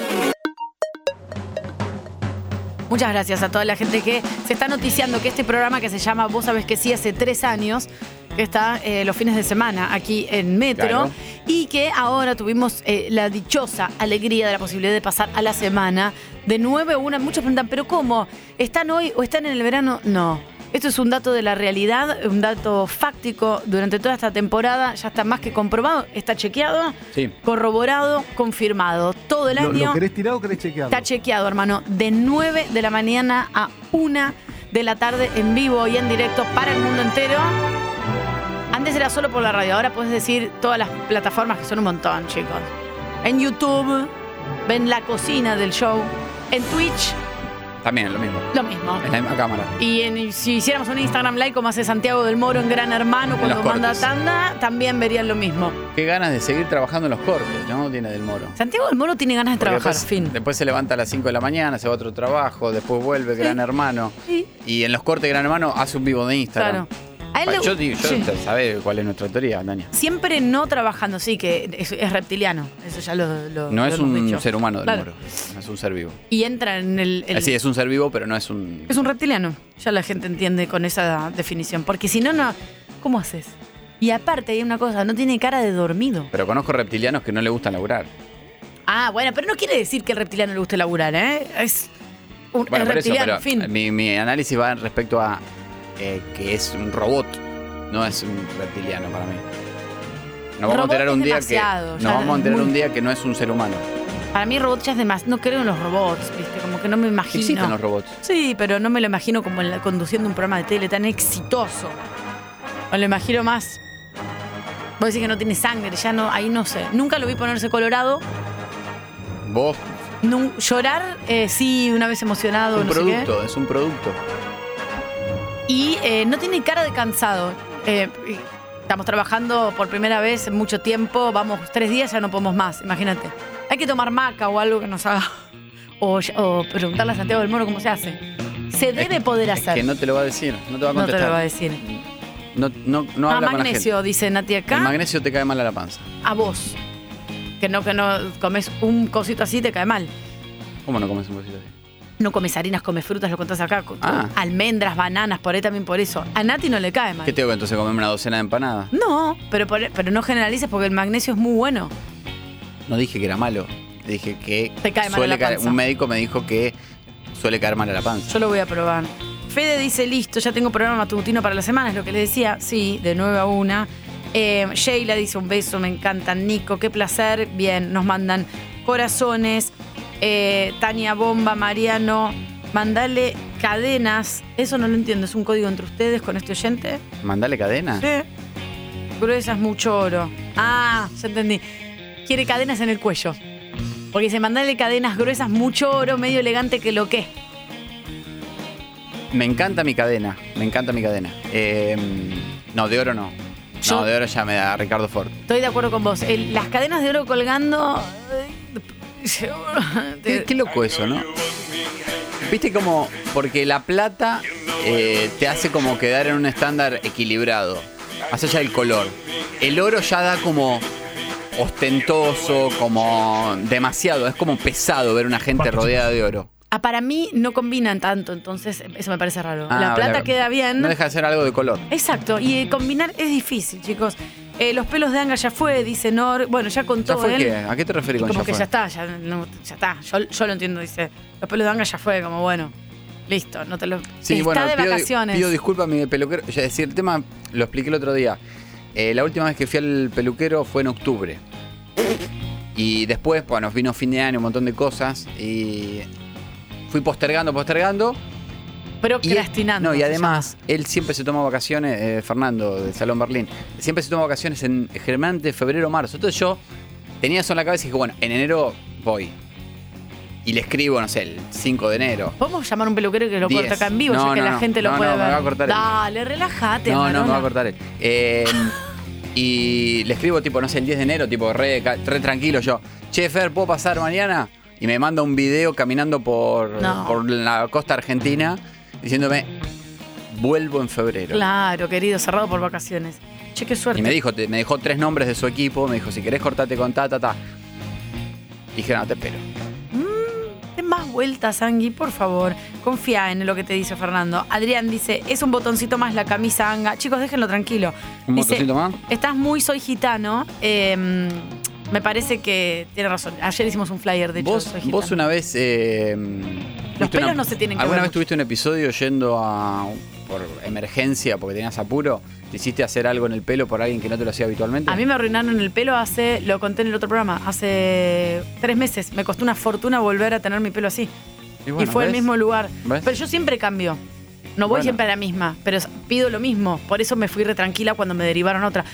Speaker 6: Muchas gracias a toda la gente que se está noticiando que este programa que se llama Vos sabés que sí hace tres años, que está eh, los fines de semana aquí en Metro,
Speaker 10: Claro.
Speaker 6: y que ahora tuvimos eh, la dichosa alegría de la posibilidad de pasar a la semana de 9 a 1. Muchos preguntan, ¿pero cómo? ¿Están hoy o están en el verano? No. Esto es un dato de la realidad, un dato fáctico durante toda esta temporada, ya está más que comprobado, está chequeado,
Speaker 5: Sí.
Speaker 6: corroborado, confirmado. Todo el
Speaker 3: ¿Lo,
Speaker 6: año.
Speaker 3: ¿Lo querés tirar o querés chequearlo?
Speaker 6: Está chequeado, hermano. De 9 de la mañana a 1 de la tarde en vivo y en directo para el mundo entero. Antes era solo por la radio, ahora puedes decir todas las plataformas que son un montón, chicos. En YouTube, ven la cocina del show. En Twitch,
Speaker 5: También es lo mismo.
Speaker 6: lo mismo.
Speaker 5: Es la misma cámara.
Speaker 6: Y en- si hiciéramos un Instagram Live como hace Santiago del Moro en Gran Hermano cuando
Speaker 5: los
Speaker 6: manda
Speaker 5: cortes.
Speaker 6: tanda, también verían lo mismo.
Speaker 5: Qué ganas de seguir trabajando en los cortes, ¿no? Tiene del moro.
Speaker 6: Santiago del Moro tiene ganas de
Speaker 5: Porque
Speaker 6: trabajar,
Speaker 5: después,
Speaker 6: fin.
Speaker 5: Después se levanta a las 5 de la mañana, se va a otro trabajo, después vuelve, gran hermano.
Speaker 6: Sí.
Speaker 5: Y en los cortes, gran hermano, hace un vivo de Instagram.
Speaker 6: Claro. A él le-
Speaker 5: Yo, digo, yo
Speaker 6: Sí.
Speaker 5: sabés cuál es nuestra teoría, Dania.
Speaker 6: Siempre no trabajando, sí, que es, es reptiliano. Eso ya lo. lo-
Speaker 5: No
Speaker 6: lo
Speaker 5: es
Speaker 6: hemos
Speaker 5: un
Speaker 6: dicho.
Speaker 5: ser humano del
Speaker 6: Claro.
Speaker 5: moro. No es un ser vivo.
Speaker 6: Y entra en el. el-
Speaker 5: Eh, Sí, es un ser vivo, pero no es un.
Speaker 6: Es un reptiliano. Ya la gente entiende con esa definición. Porque si no, no. ¿Cómo haces? Y aparte hay una cosa, no tiene cara de dormido.
Speaker 5: Pero conozco reptilianos que no le gustan laburar.
Speaker 6: Ah, bueno, pero no quiere decir que el reptiliano le guste laburar, ¿eh? Es un
Speaker 5: Bueno,
Speaker 6: es
Speaker 5: por eso,
Speaker 6: reptiliano,
Speaker 5: pero eh,
Speaker 6: fin.
Speaker 5: mi, mi análisis va respecto a eh, que es un robot, no es un reptiliano para mí. Nos vamos
Speaker 6: Robot
Speaker 5: a enterar
Speaker 6: es
Speaker 5: un día que
Speaker 6: demasiado,
Speaker 5: nos
Speaker 6: ya,
Speaker 5: vamos a enterar
Speaker 6: muy-
Speaker 5: un día que no es un ser humano.
Speaker 6: Para mí, robot ya es de más. No creo en los robots, ¿viste? Como que no me imagino.
Speaker 5: Existen los robots.
Speaker 6: Sí, pero no me lo imagino como en la- conduciendo un programa de tele tan exitoso. Me lo imagino más. Vos decís que no tiene sangre, ya no, ahí no sé. Nunca lo vi ponerse colorado.
Speaker 5: Vos
Speaker 6: Nun- llorar, eh, sí, una vez emocionado,
Speaker 5: un
Speaker 6: Ah, no sé qué.
Speaker 5: producto, es un producto.
Speaker 6: Y eh, no tiene cara de cansado. Eh, y estamos trabajando por primera vez en mucho tiempo, vamos tres días, ya no podemos más, imagínate. Hay que tomar maca o algo que nos haga. O, o preguntarle a Santiago del Moro cómo se hace. Se debe poder hacer.
Speaker 5: Que no te lo va a decir, no te va a
Speaker 6: No te
Speaker 5: contestar.
Speaker 6: lo va a decir.
Speaker 5: No, no, no
Speaker 6: Ah,
Speaker 5: habla con la
Speaker 6: magnesio,
Speaker 5: gente.
Speaker 6: dice Nati acá.
Speaker 5: El magnesio te cae mal a la panza.
Speaker 6: a vos. Que no, que no comes un cosito así te cae mal.
Speaker 5: ¿Cómo no comes un cosito así?
Speaker 6: No comes harinas, comes frutas, lo contás acá. con-
Speaker 5: Ah.
Speaker 6: Almendras, bananas, por ahí también por eso. A Nati no le cae mal.
Speaker 5: ¿Qué tengo que entonces comerme una docena de empanadas?
Speaker 6: No, pero, por- pero no generalices porque el magnesio es muy bueno.
Speaker 5: No dije que era malo. Dije que
Speaker 6: Te cae mal
Speaker 5: suele
Speaker 6: la
Speaker 5: caer-
Speaker 6: panza.
Speaker 5: un médico me dijo que suele caer mal a la panza.
Speaker 6: Yo lo voy a probar. Fede dice, listo, ya tengo programa matutino para la semana, es lo que le decía. Sí, de 9 a 1. Eh, Sheila dice un beso, me encanta. Nico, qué placer. Bien, nos mandan corazones. Eh, Tania Bomba, Mariano, mandale cadenas. Eso no lo entiendo, es un código entre ustedes con este oyente.
Speaker 5: ¿Mandale cadena?
Speaker 6: Sí. Gruesas mucho oro. Ah, ya entendí. Quiere cadenas en el cuello. Porque dice, mandale cadenas gruesas, mucho oro, medio elegante que lo que es.
Speaker 5: Me encanta mi cadena. Me encanta mi cadena. Eh, no, de oro no. No, de oro ya me da Ricardo Ford.
Speaker 6: Estoy de acuerdo con vos. El- las cadenas de oro colgando. eh,
Speaker 5: Qué, qué loco eso, ¿no? Viste como, porque la plata eh, te hace como quedar en un estándar equilibrado, más allá del color. El oro ya da como ostentoso, como demasiado, es como pesado ver una gente rodeada de oro.
Speaker 6: Ah, para mí no combinan tanto, entonces eso me parece raro.
Speaker 5: Ah,
Speaker 6: la plata
Speaker 5: claro.
Speaker 6: queda bien.
Speaker 5: No deja de ser algo de color.
Speaker 6: Exacto, y eh, combinar es difícil, chicos. Eh, los pelos de Anga ya fue, dice Nor. Bueno, ya contó
Speaker 5: ¿Ya fue
Speaker 6: él.
Speaker 5: qué? ¿A qué te referís con
Speaker 6: Como
Speaker 5: ya
Speaker 6: que
Speaker 5: fue?
Speaker 6: ya está, ya, no, ya está. Yo, yo lo entiendo, dice. Los pelos de Anga ya fue, como bueno. Listo, no te lo.
Speaker 5: Sí,
Speaker 6: Está
Speaker 5: bueno,
Speaker 6: de
Speaker 5: pido,
Speaker 6: vacaciones.
Speaker 5: pido disculpas a mi peluquero. Ya decir, el tema lo expliqué el otro día. Eh, la última vez que fui al peluquero fue en octubre. Y después, bueno, vino fin de año, un montón de cosas. Y fui postergando, postergando.
Speaker 6: Procrastinando.
Speaker 5: No, y
Speaker 6: se
Speaker 5: además, él siempre se toma vacaciones, eh, Fernando, del Salón Berlín, siempre se toma vacaciones en generalmente febrero o marzo. Entonces yo tenía eso en la cabeza y dije, bueno, en enero voy. Y le escribo, no sé, el 5 de enero.
Speaker 6: ¿Podemos llamar a un peluquero que lo
Speaker 5: Diez.
Speaker 6: corta acá en vivo?
Speaker 5: No,
Speaker 6: ya que
Speaker 5: no,
Speaker 6: la
Speaker 5: no.
Speaker 6: gente lo
Speaker 5: No,
Speaker 6: puede
Speaker 5: no, me
Speaker 6: ver.
Speaker 5: va a cortar el-
Speaker 6: Dale, relájate.
Speaker 5: No, no, me va a
Speaker 6: Marona.
Speaker 5: cortar él. Eh, y le escribo, tipo, no sé, el 10 de enero, tipo, re, ca- re tranquilo yo. Che, Fer, ¿puedo pasar mañana? Y me manda un video caminando por,
Speaker 6: No.
Speaker 5: por la costa argentina diciéndome, vuelvo en febrero.
Speaker 6: Claro, querido, cerrado por vacaciones. Che, qué suerte.
Speaker 5: Y me dijo, te- me dejó tres nombres de su equipo, me dijo, si querés cortate con ta, ta, ta. Y dije, no, te espero.
Speaker 6: Den más vueltas, Angie, por favor. Confía en lo que te dice Fernando. Adrián dice, es un botoncito más la camisa Anga. Chicos, déjenlo tranquilo.
Speaker 5: ¿Un
Speaker 6: Dice,
Speaker 5: botoncito más?
Speaker 6: Estás muy soy gitano. Eh, me parece que tiene razón. Ayer hicimos un flyer, de hecho,
Speaker 5: Vos,
Speaker 6: soy gitano.
Speaker 5: vos una vez... eh, tuviste
Speaker 6: pelos no se tienen que
Speaker 5: ¿Alguna
Speaker 6: ver
Speaker 5: vez tuviste un episodio yendo a, por emergencia porque tenías apuro? ¿Te hiciste hacer algo en el pelo por alguien que no te lo hacía habitualmente?
Speaker 6: A mí me arruinaron el pelo hace, lo conté en el otro programa, hace tres meses. Me costó una fortuna volver a tener mi pelo así.
Speaker 5: Y
Speaker 6: Y,
Speaker 5: bueno,
Speaker 6: fue el
Speaker 5: ¿ves?
Speaker 6: mismo lugar.
Speaker 5: ¿Ves?
Speaker 6: Pero yo siempre cambio. No voy
Speaker 5: Bueno.
Speaker 6: siempre a la misma, pero s- pido lo mismo. Por eso me fui retranquila cuando me derivaron a otra.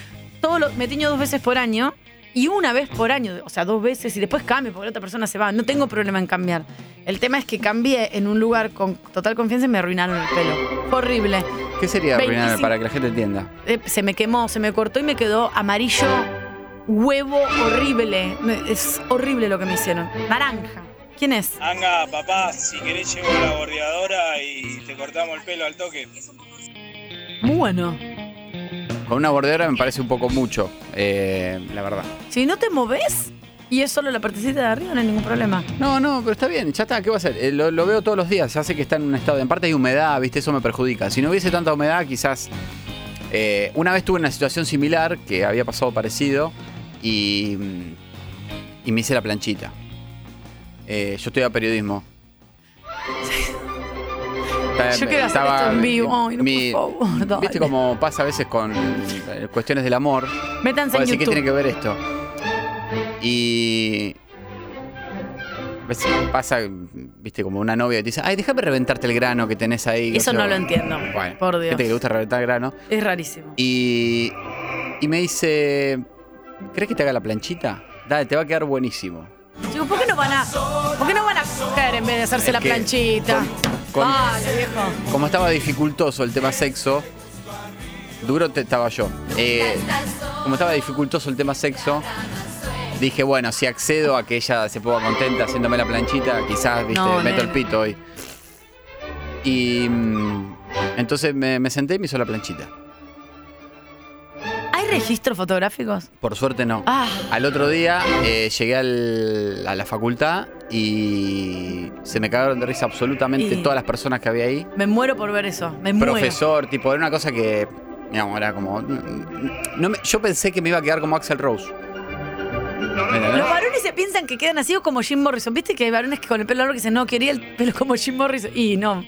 Speaker 6: Todo lo- me tiño dos veces por año y una vez por año, o sea, dos veces y después cambio porque la otra persona se va. No tengo problema en cambiar. El tema es que cambié en un lugar con total confianza y me arruinaron el pelo. Fue horrible.
Speaker 5: ¿Qué sería arruinar
Speaker 6: 25?
Speaker 5: para que la gente entienda?
Speaker 6: Eh, se me quemó, se me cortó y me quedó amarillo, huevo horrible. Me- Es horrible lo que me hicieron. Naranja. ¿Quién es?
Speaker 3: Anga, papá, si querés llevo la bordeadora y te cortamos el pelo al toque.
Speaker 6: Muy bueno.
Speaker 5: Con una bordera me parece un poco mucho, eh, la verdad.
Speaker 6: Si no te moves y es solo la partecita de arriba, no hay ningún problema.
Speaker 5: No, no, pero está bien, ya está, ¿qué va a hacer? Eh, lo, lo veo todos los días, ya sé que está en un estado. En parte hay humedad, ¿viste? Eso me perjudica. Si no hubiese tanta humedad, quizás. eh, una vez tuve una situación similar que había pasado parecido y. mm, y me hice la planchita. Eh, yo estudiaba periodismo. Estaba-
Speaker 6: Yo quiero hacer
Speaker 5: estaba-
Speaker 6: esto en vivo, ay, no,
Speaker 5: mi-
Speaker 6: por favor, dale.
Speaker 5: Viste como pasa a veces con eh, cuestiones del amor.
Speaker 6: Métanse
Speaker 5: Voy a
Speaker 6: en
Speaker 5: decir, ¿qué
Speaker 6: YouTube.
Speaker 5: tiene que ver esto? Y. ves, Pasa, viste, como una novia y te dice, ay, déjame reventarte el grano que tenés ahí.
Speaker 6: Eso
Speaker 5: Yo-
Speaker 6: no lo entiendo.
Speaker 5: Bueno,
Speaker 6: Por Dios.
Speaker 5: Gente que le gusta reventar el grano.
Speaker 6: Es rarísimo.
Speaker 5: Y, y me dice, ¿crees que te haga la planchita? Dale, te va a quedar buenísimo.
Speaker 6: Digo, ¿por qué no van a, por qué no van a coger en vez de hacerse
Speaker 5: Es
Speaker 6: la
Speaker 5: que
Speaker 6: planchita?
Speaker 5: con- con-
Speaker 6: Dale, viejo.
Speaker 5: Como estaba dificultoso el tema sexo, duro te estaba yo. Eh, como estaba dificultoso el tema sexo, dije, bueno, si accedo a que ella se ponga contenta haciéndome la planchita, quizás, viste,
Speaker 6: No,
Speaker 5: meto el
Speaker 6: nene.
Speaker 5: pito hoy. Y mm, entonces me, me senté y me hizo la planchita.
Speaker 6: Hay registros fotográficos?
Speaker 5: Por suerte no.
Speaker 6: Ah.
Speaker 5: Al otro día eh, llegué al- a la facultad y se me cagaron de risa absolutamente
Speaker 6: Y-
Speaker 5: todas las personas que había ahí.
Speaker 6: Me muero por ver eso. Me muero.
Speaker 5: Profesor, tipo, era una cosa que, digamos, era como... no me- yo pensé que me iba a quedar como Axel Rose. ¿Entendés?
Speaker 6: Los varones se piensan que quedan así o como Jim Morrison. ¿Viste que hay varones que con el pelo largo que dicen, no, quería el pelo como Jim Morrison? Y no.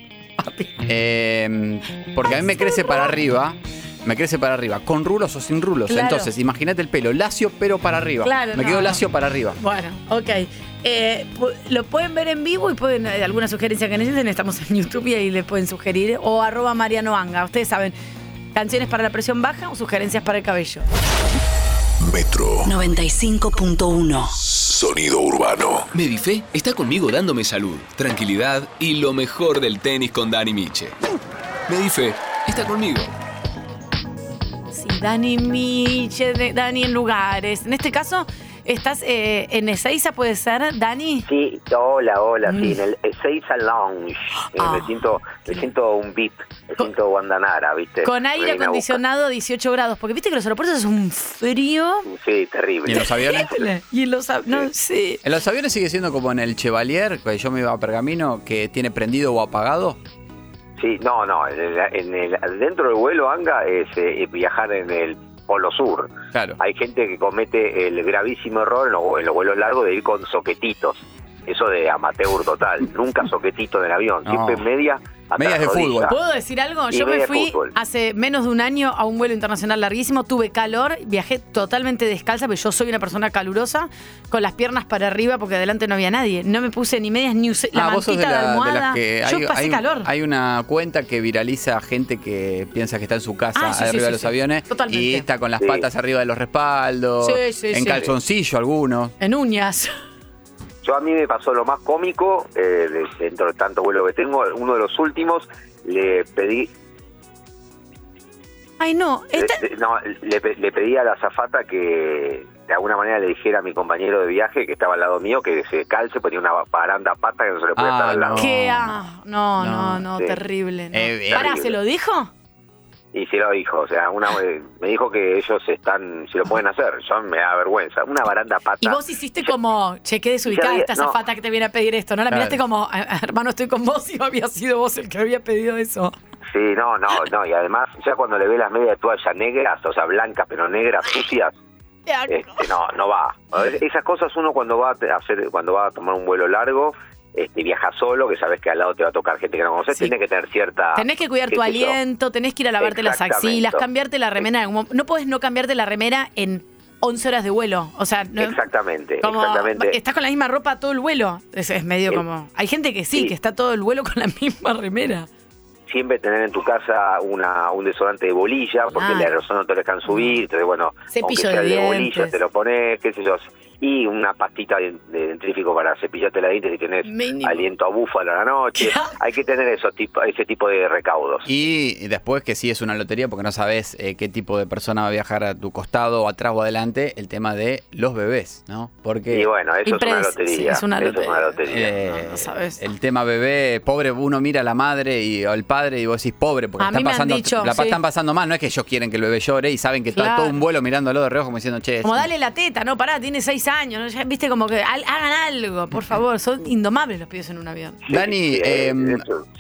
Speaker 5: Eh, porque a mí me crece para arriba. Me crece para arriba, con rulos o sin rulos.
Speaker 6: Claro.
Speaker 5: Entonces, imagínate el pelo lacio, pero para arriba.
Speaker 6: Claro,
Speaker 5: me
Speaker 6: no,
Speaker 5: quedo
Speaker 6: no.
Speaker 5: lacio para arriba.
Speaker 6: Bueno, ok. Eh, pu- lo pueden ver en vivo y pueden, eh, alguna sugerencia que necesiten, estamos en YouTube y ahí le pueden sugerir. O arroba Mariano Anga. Ustedes saben, canciones para la presión baja o sugerencias para el cabello.
Speaker 12: Metro.
Speaker 2: 95.1.
Speaker 12: Sonido urbano.
Speaker 9: Medife está conmigo dándome salud, tranquilidad y lo mejor del tenis con Dani Miche. Medife está conmigo.
Speaker 6: Sí, Dani Miche, de- Dani en lugares. En este caso, estás eh, en Ezeiza, puede ser, Dani.
Speaker 11: Sí, hola, hola,
Speaker 6: Mm.
Speaker 11: sí, en el Ezeiza Lounge. Eh,
Speaker 6: Ah,
Speaker 11: Me, siento, me siento un VIP, me siento Guandanara, ¿viste?
Speaker 6: Con
Speaker 11: Me
Speaker 6: aire
Speaker 11: vine a buscar.
Speaker 6: acondicionado 18 grados, porque viste que los aeropuertos es un frío.
Speaker 11: Sí, terrible.
Speaker 5: ¿Y en los aviones?
Speaker 6: terrible. Y en los av- no sé.
Speaker 5: En los aviones sigue siendo como en el Chevalier, que yo me iba a Pergamino, que tiene prendido o apagado.
Speaker 11: Sí, no, no, en el- en el- dentro del vuelo, Anga, es eh, viajar en el Polo Sur.
Speaker 5: Claro.
Speaker 11: Hay gente que comete el gravísimo error en los, en los vuelos largos de ir con soquetitos. Eso de amateur total. Nunca soquetito en el avión.
Speaker 5: No.
Speaker 11: Siempre media. hasta
Speaker 5: Medias de
Speaker 11: la rodilla.
Speaker 5: fútbol.
Speaker 6: ¿Puedo decir algo?
Speaker 11: Y
Speaker 6: Yo me
Speaker 11: media de
Speaker 6: fui
Speaker 11: fútbol.
Speaker 6: hace menos de un año a un vuelo internacional larguísimo, tuve calor, viajé totalmente descalza, pero yo soy una persona calurosa, con las piernas para arriba porque adelante no había nadie. No me puse ni medias ni use- la
Speaker 5: Ah, vos
Speaker 6: mantita
Speaker 5: sos
Speaker 6: de, almohada. yo
Speaker 5: hay-
Speaker 6: pasé
Speaker 5: hay un-
Speaker 6: calor.
Speaker 5: Hay una cuenta que viraliza a gente que piensa que está en su casa
Speaker 6: Ah, sí, sí,
Speaker 5: arriba
Speaker 6: sí,
Speaker 5: de los
Speaker 6: sí.
Speaker 5: aviones
Speaker 6: Totalmente.
Speaker 5: y está con las
Speaker 11: Sí.
Speaker 5: patas arriba de los respaldos,
Speaker 6: Sí, sí,
Speaker 5: en
Speaker 6: sí.
Speaker 5: calzoncillo algunos.
Speaker 6: En uñas.
Speaker 11: Yo a mí me pasó lo más cómico, eh, de- dentro de tanto vuelo que tengo, uno de los últimos, le pedí,
Speaker 6: Ay, no. Esta-
Speaker 11: le, Eh, no, le pe- le pedí a la azafata que de alguna manera le dijera a mi compañero de viaje que estaba al lado mío que se calce, ponía una baranda pata que no se le puede
Speaker 5: Ah,
Speaker 11: estar al lado.
Speaker 6: ¿Qué? Ah, no, no, no,
Speaker 11: Sí.
Speaker 6: terrible. no.
Speaker 11: Eh, eh,
Speaker 6: Pará,
Speaker 11: horrible.
Speaker 6: ¿se lo dijo?
Speaker 11: Y se lo dijo, o sea, una, eh, me dijo que ellos están, si lo pueden hacer, yo me da vergüenza, una baranda pata.
Speaker 6: Y vos hiciste como, che, qué desubicada
Speaker 11: Ah. había-
Speaker 6: esta
Speaker 11: no.
Speaker 6: zafata que te viene a pedir esto, ¿no? La
Speaker 11: Claro.
Speaker 6: miraste como, "Ah, hermano, estoy con vos y había sido vos el que había pedido eso.
Speaker 11: Sí, no, no, no, y además, ya cuando le ve las medias de toalla negras, o sea, blancas pero negras, sucias, este, no, no va. A ver, Esas cosas uno cuando va a hacer, cuando va a tomar un vuelo largo, este, viaja solo, que sabes que al lado te va a tocar gente que no conoces, tiene que tener cierta.
Speaker 6: Tenés que cuidar
Speaker 11: Ah, qué
Speaker 6: tu
Speaker 11: sé yo.
Speaker 6: aliento, tenés que ir a lavarte las
Speaker 11: Exactamente.
Speaker 6: axilas, cambiarte la remera. en algún mo- No puedes no cambiarte la remera en 11 horas de vuelo. O sea, no,
Speaker 11: Exactamente,
Speaker 6: como,
Speaker 11: exactamente.
Speaker 6: estás con la misma ropa todo el vuelo. Es, es medio
Speaker 11: Sí.
Speaker 6: como... Hay gente que sí, que está todo el vuelo con la misma remera.
Speaker 11: Siempre tener en tu casa una, un desodorante de bolilla, porque
Speaker 6: Ah.
Speaker 11: el aerosol no te lo dejan subir, entonces bueno,
Speaker 6: Cepillo
Speaker 11: aunque
Speaker 6: de
Speaker 11: sea el de bolilla
Speaker 6: dientes.
Speaker 11: te lo pones, qué sé yo. Y una pastita de, de dentrífico para cepillarte la dientes si tenés
Speaker 6: Mínimo.
Speaker 11: aliento a búfalo a la noche. Hay que tener esos tipo, ese tipo de recaudos.
Speaker 5: Y después que sí es una lotería porque no sabes eh, qué tipo de persona va a viajar a tu costado, o atrás o adelante, el tema de los bebés, ¿no? Porque
Speaker 11: Y bueno, eso es una
Speaker 5: Impres-
Speaker 11: lotería.
Speaker 5: sí, es una
Speaker 11: eso
Speaker 5: lotería.
Speaker 11: lotería.
Speaker 5: eh, el tema bebé, pobre, uno mira a la madre y al padre y vos decís pobre porque
Speaker 6: A
Speaker 5: están
Speaker 6: mí me han
Speaker 5: pasando,
Speaker 6: dicho,
Speaker 5: la
Speaker 6: sí.
Speaker 5: están pasando mal, no es que ellos quieren que el bebé llore y saben que está
Speaker 6: Claro.
Speaker 5: todo un vuelo mirándolo de reojo como diciendo, che, es
Speaker 6: Como
Speaker 5: un-
Speaker 6: dale la teta, no, pará, tiene seis años, ¿no? Ya, viste como que al- hagan algo, por favor, son indomables los pibes en un avión.
Speaker 5: Dani, eh,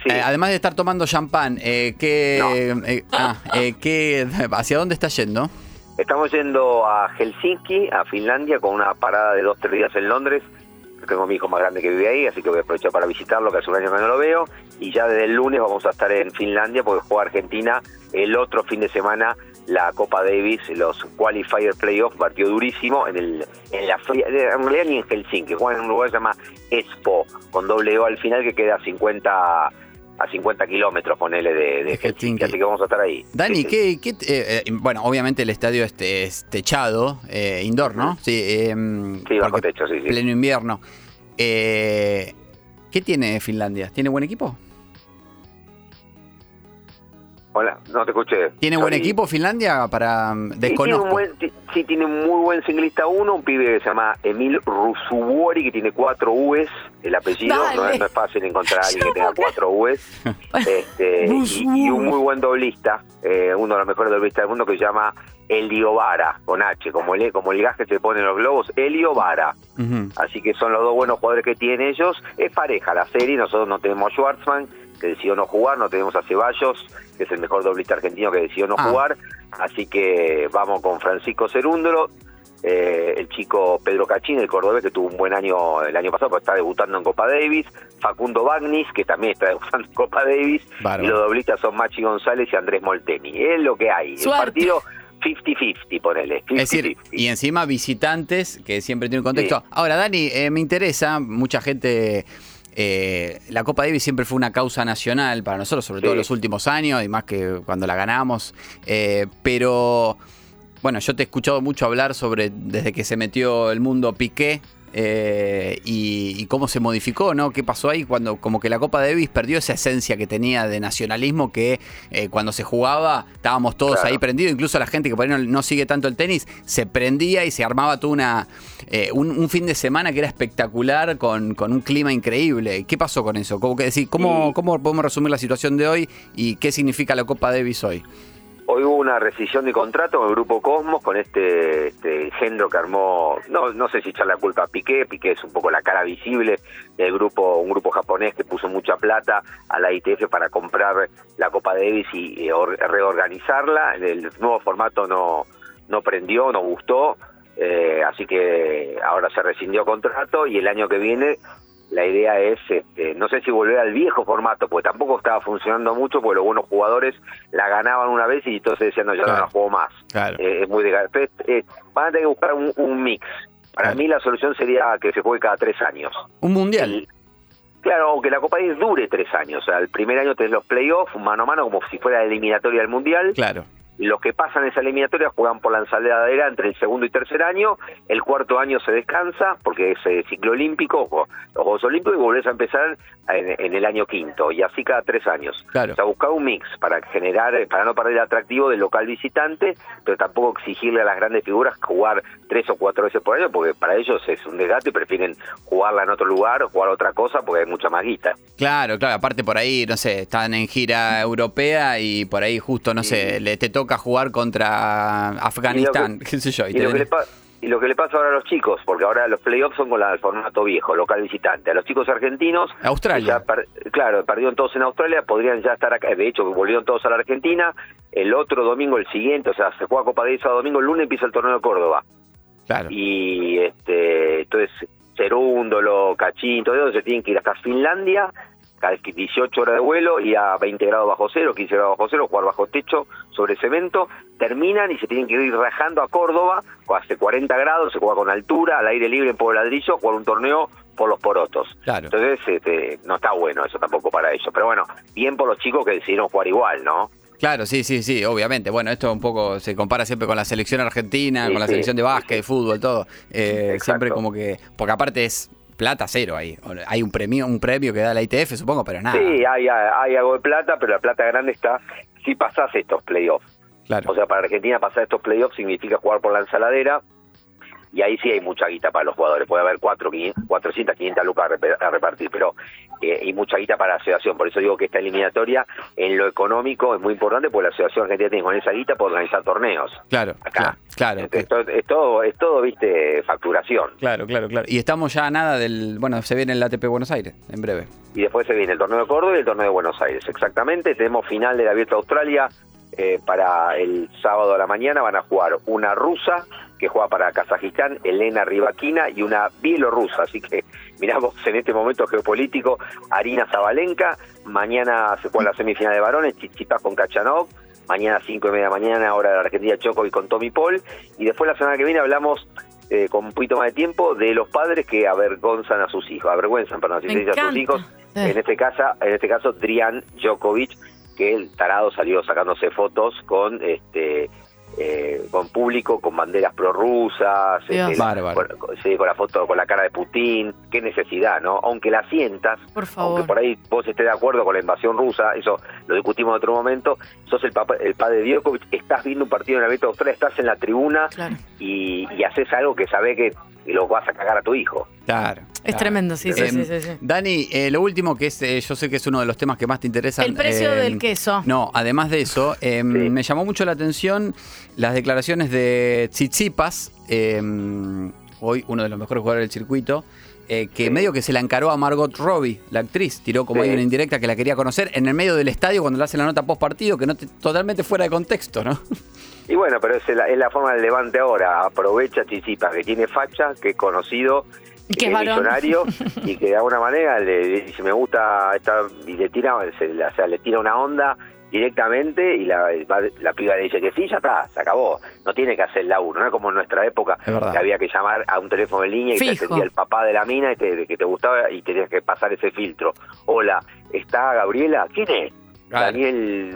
Speaker 5: eh, además de estar tomando champán, eh, ¿qué, eh, ah, eh, qué- ¿hacia dónde estás yendo?
Speaker 11: Estamos yendo a Helsinki, a Finlandia, con una parada de dos, tres días en Londres. Tengo a mi hijo más grande que vive ahí, así que voy a aprovechar para visitarlo, que hace un año que no lo veo. Y ya desde el lunes vamos a estar en Finlandia porque juega Argentina el otro fin de semana la Copa Davis, los Qualifier Playoffs, partido durísimo en el en la fría, en realidad ni en Helsinki, juegan en un lugar que se llama Expo, con doble O al final que queda a 50 a 50 kilómetros, ponele, de, de Helsinki. Así que vamos a estar ahí.
Speaker 5: Dani, ¿qué, qué te- eh, eh, bueno, obviamente el estadio es, te- es techado, eh, indoor, ¿no? Sí, eh, porque pleno invierno. Eh, ¿Qué tiene Finlandia? ¿Tiene buen equipo?
Speaker 11: Hola, no te escuché.
Speaker 5: ¿Tiene buen
Speaker 11: Sorry.
Speaker 5: equipo Finlandia para mm,
Speaker 11: Sí, tiene un
Speaker 5: desconozco?
Speaker 11: buen- ti- sí, tiene un muy buen singlista uno, un pibe que se llama Emil Rusubuori, que tiene cuatro U's, el apellido,
Speaker 6: Dale.
Speaker 11: no, es- no es fácil encontrar a alguien que tenga cuatro U's, este, y, y un muy buen doblista, eh, uno de los mejores doblistas del mundo que se llama Helio Vara, con H, como el, como el gas que se pone en los globos, Helio Vara. Así que son los dos buenos jugadores que tienen ellos. Es pareja la serie, nosotros no tenemos a Schwartzman, que decidió no jugar, no tenemos a Ceballos, que es el mejor doblista argentino que decidió no
Speaker 5: Ah.
Speaker 11: jugar. Así que vamos con Francisco Cerúndolo, eh, el chico Pedro Cachín, el cordobés, que tuvo un buen año el año pasado, porque está debutando en Copa Davis. Facundo Bagnis, que también está debutando en Copa Davis.
Speaker 5: Bárbaro.
Speaker 11: Y los doblistas son Machi González y Andrés Molteni. Es lo que hay.
Speaker 5: Suerte.
Speaker 11: El partido 50-50, ponele.
Speaker 5: Es decir, y encima visitantes, que siempre tiene un contexto. Ahora, Dani, eh, me interesa, mucha gente. eh, la Copa Davis siempre fue una causa nacional para nosotros, sobre todo en los últimos años, y más que cuando la ganamos. eh, pero, bueno, yo te he escuchado mucho hablar sobre desde que se metió el mundo Piqué. eh, y, y cómo se modificó, ¿no? ¿Qué pasó ahí cuando como que la Copa Davis perdió esa esencia que tenía de nacionalismo que eh, cuando se jugaba estábamos todos
Speaker 11: Claro.
Speaker 5: ahí prendidos, incluso la gente que por ahí no, no sigue tanto el tenis, se prendía y se armaba toda una, eh, un, un fin de semana que era espectacular con, con un clima increíble. ¿Qué pasó con eso? ¿Cómo, que decir, cómo, ¿Cómo podemos resumir la situación de hoy y qué significa la Copa Davis hoy?
Speaker 11: Hoy hubo una rescisión de contrato con el grupo Cosmos, con este, este engendro que armó, no, no sé si echar la culpa a Piqué, Piqué es un poco la cara visible del grupo, un grupo japonés que puso mucha plata a la ITF para comprar la Copa Davis y eh, or- reorganizarla. El nuevo formato no, no prendió, no gustó, eh, así que ahora se rescindió contrato y el año que viene la idea es, este, no sé si volver al viejo formato, porque tampoco estaba funcionando mucho, porque los buenos jugadores la ganaban una vez y entonces decían, no, yo no la juego más. Eh, es muy desgastante. Eh, van a tener que buscar un, un mix. Para mí la solución sería que se juegue cada tres años.
Speaker 5: Un mundial.
Speaker 11: Claro, aunque la Copa Davis dure tres años. O sea, el primer año tenés los playoffs, mano a mano, como si fuera la eliminatoria del mundial.
Speaker 5: Claro.
Speaker 11: Los que pasan esa eliminatoria juegan por la ensaladera entre el segundo y tercer año. El cuarto año se descansa porque es eh, ciclo olímpico, o- los Juegos Olímpicos, y volvés a empezar en, en el año quinto. Y así cada tres años.
Speaker 5: Claro.
Speaker 11: O sea, buscar un mix para generar, eh, para no perder el atractivo del local visitante, pero tampoco exigirle a las grandes figuras jugar tres o cuatro veces por año, porque para ellos es un desgaste y prefieren jugarla en otro lugar o jugar otra cosa porque hay mucha más guita.
Speaker 5: Claro, claro, aparte por ahí, no sé, están en gira europea y por ahí justo, no sé, le, te toca jugar contra Afganistán, qué sé yo. y
Speaker 11: Y
Speaker 5: te
Speaker 11: lo, que
Speaker 5: viene-
Speaker 11: le pa- y lo que le pasa ahora a los chicos, porque ahora los playoffs son con la- el formato viejo, local visitante. A los chicos argentinos.
Speaker 5: Australia.
Speaker 11: ya per- claro, perdieron todos en Australia, podrían ya estar acá. De hecho, volvieron todos a la Argentina. El otro domingo, el siguiente, o sea, se juega Copa Davis a domingo, el lunes empieza el torneo de Córdoba. Y este, entonces, Cerúndolo, Cachín, todo eso, se tienen que ir hasta Finlandia, cada 18 horas de vuelo, y a 20 grados bajo cero, 15 grados bajo cero, jugar bajo techo, sobre cemento, terminan y se tienen que ir rajando a Córdoba, hace 40 grados, se juega con altura, al aire libre en Pueblo Ladrillo, jugar un torneo por los porotos. Entonces, este, no está bueno eso tampoco para ellos. Pero bueno, bien por los chicos que decidieron jugar igual, ¿no?
Speaker 5: Claro, sí, sí, sí, obviamente. Bueno, esto un poco se compara siempre con la selección argentina,
Speaker 11: Sí,
Speaker 5: con la
Speaker 11: sí,
Speaker 5: selección de básquet, de fútbol, todo. Eh, siempre como que, porque aparte es plata cero ahí. Hay un premio, un premio que da la ITF, supongo, pero nada.
Speaker 11: Sí, hay, hay algo de plata, pero la plata grande está si pasás estos playoffs.
Speaker 5: Claro.
Speaker 11: O sea, para Argentina pasar estos playoffs significa jugar por la ensaladera y ahí sí hay mucha guita para los jugadores. Puede haber cuatro, quin- 400, 500 lucas a rep- a repartir, pero eh, y mucha guita para la asociación. Por eso digo que esta eliminatoria en lo económico es muy importante porque la asociación argentina tiene con esa guita por organizar torneos.
Speaker 5: Claro, claro, claro.
Speaker 11: Es todo, es todo, es todo, viste, facturación.
Speaker 5: Claro, claro, claro. Y estamos ya a nada del. Bueno, se viene el ATP Buenos Aires, en breve.
Speaker 11: Y después se viene el torneo de Córdoba y el torneo de Buenos Aires. Exactamente, tenemos final del Abierto Australia eh, para el sábado a la mañana. Van a jugar una rusa que juega para Kazajistán, Elena Rivaquina, y una bielorrusa. Así que miramos en este momento geopolítico, Arina Zabalenka. Mañana se juega la semifinal de varones, Chichipas con Kachanov. Mañana 5 y media de la mañana, hora de la Argentina, Choco y con Tommy Paul. Y después la semana que viene hablamos eh, con un poquito más de tiempo de los padres que avergonzan a sus hijos, avergüenzan, perdón, si
Speaker 6: Me
Speaker 11: se dice a sus
Speaker 6: encanta.
Speaker 11: hijos.
Speaker 6: Sí.
Speaker 4: Eh.
Speaker 11: En este caso, en este caso Drian Djokovic, que el tarado salió sacándose fotos con este eh, con público, con banderas prorrusas,
Speaker 6: Dios.
Speaker 11: este, la-
Speaker 5: Bárbaro.
Speaker 11: con, con- sí, con la foto con la cara de Putin, qué necesidad, ¿no? Aunque la sientas,
Speaker 6: Por favor.
Speaker 11: aunque por ahí vos estés de acuerdo con la invasión rusa, eso lo discutimos en otro momento, sos el, papá, el padre de Djokovic, estás viendo un partido en la Beta Australia, estás en la tribuna y, y haces algo que sabés que y lo vas a cagar a tu hijo.
Speaker 5: Claro.
Speaker 6: Es tremendo, sí, sí,
Speaker 5: Em,
Speaker 6: sí, sí, sí.
Speaker 5: Dani, eh, lo último que es, eh, yo sé que es uno de los temas que más te interesan.
Speaker 6: El precio
Speaker 5: em,
Speaker 6: del queso.
Speaker 5: No, además de eso, em, me llamó mucho la atención las declaraciones de Tsitsipas, em, hoy uno de los mejores jugadores del circuito, eh, que medio que se la encaró a Margot Robbie, la actriz, tiró como
Speaker 11: Sí.
Speaker 5: ahí una indirecta que la quería conocer en el medio del estadio cuando le hacen la nota post partido, que no te- totalmente fuera de contexto, ¿no?
Speaker 11: Y bueno, pero es la, es la forma del levante ahora. Aprovecha Chisipa, que tiene facha, que es conocido,
Speaker 6: Y
Speaker 11: que es
Speaker 6: que es varón.
Speaker 11: millonario y que de alguna manera le, le dice, me gusta esta, y le tira, se- la- o sea, le tira una onda directamente y la, va- la piba le dice que sí, ya está, se acabó. No tiene que hacer laburo, no es como en nuestra época
Speaker 5: Es verdad.
Speaker 11: que había que llamar a un teléfono en línea y te
Speaker 5: Fijo.
Speaker 11: atendía el papá de la mina y te- de que te gustaba y tenías que pasar ese filtro. Hola, ¿está Gabriela? ¿Quién es? Daniel,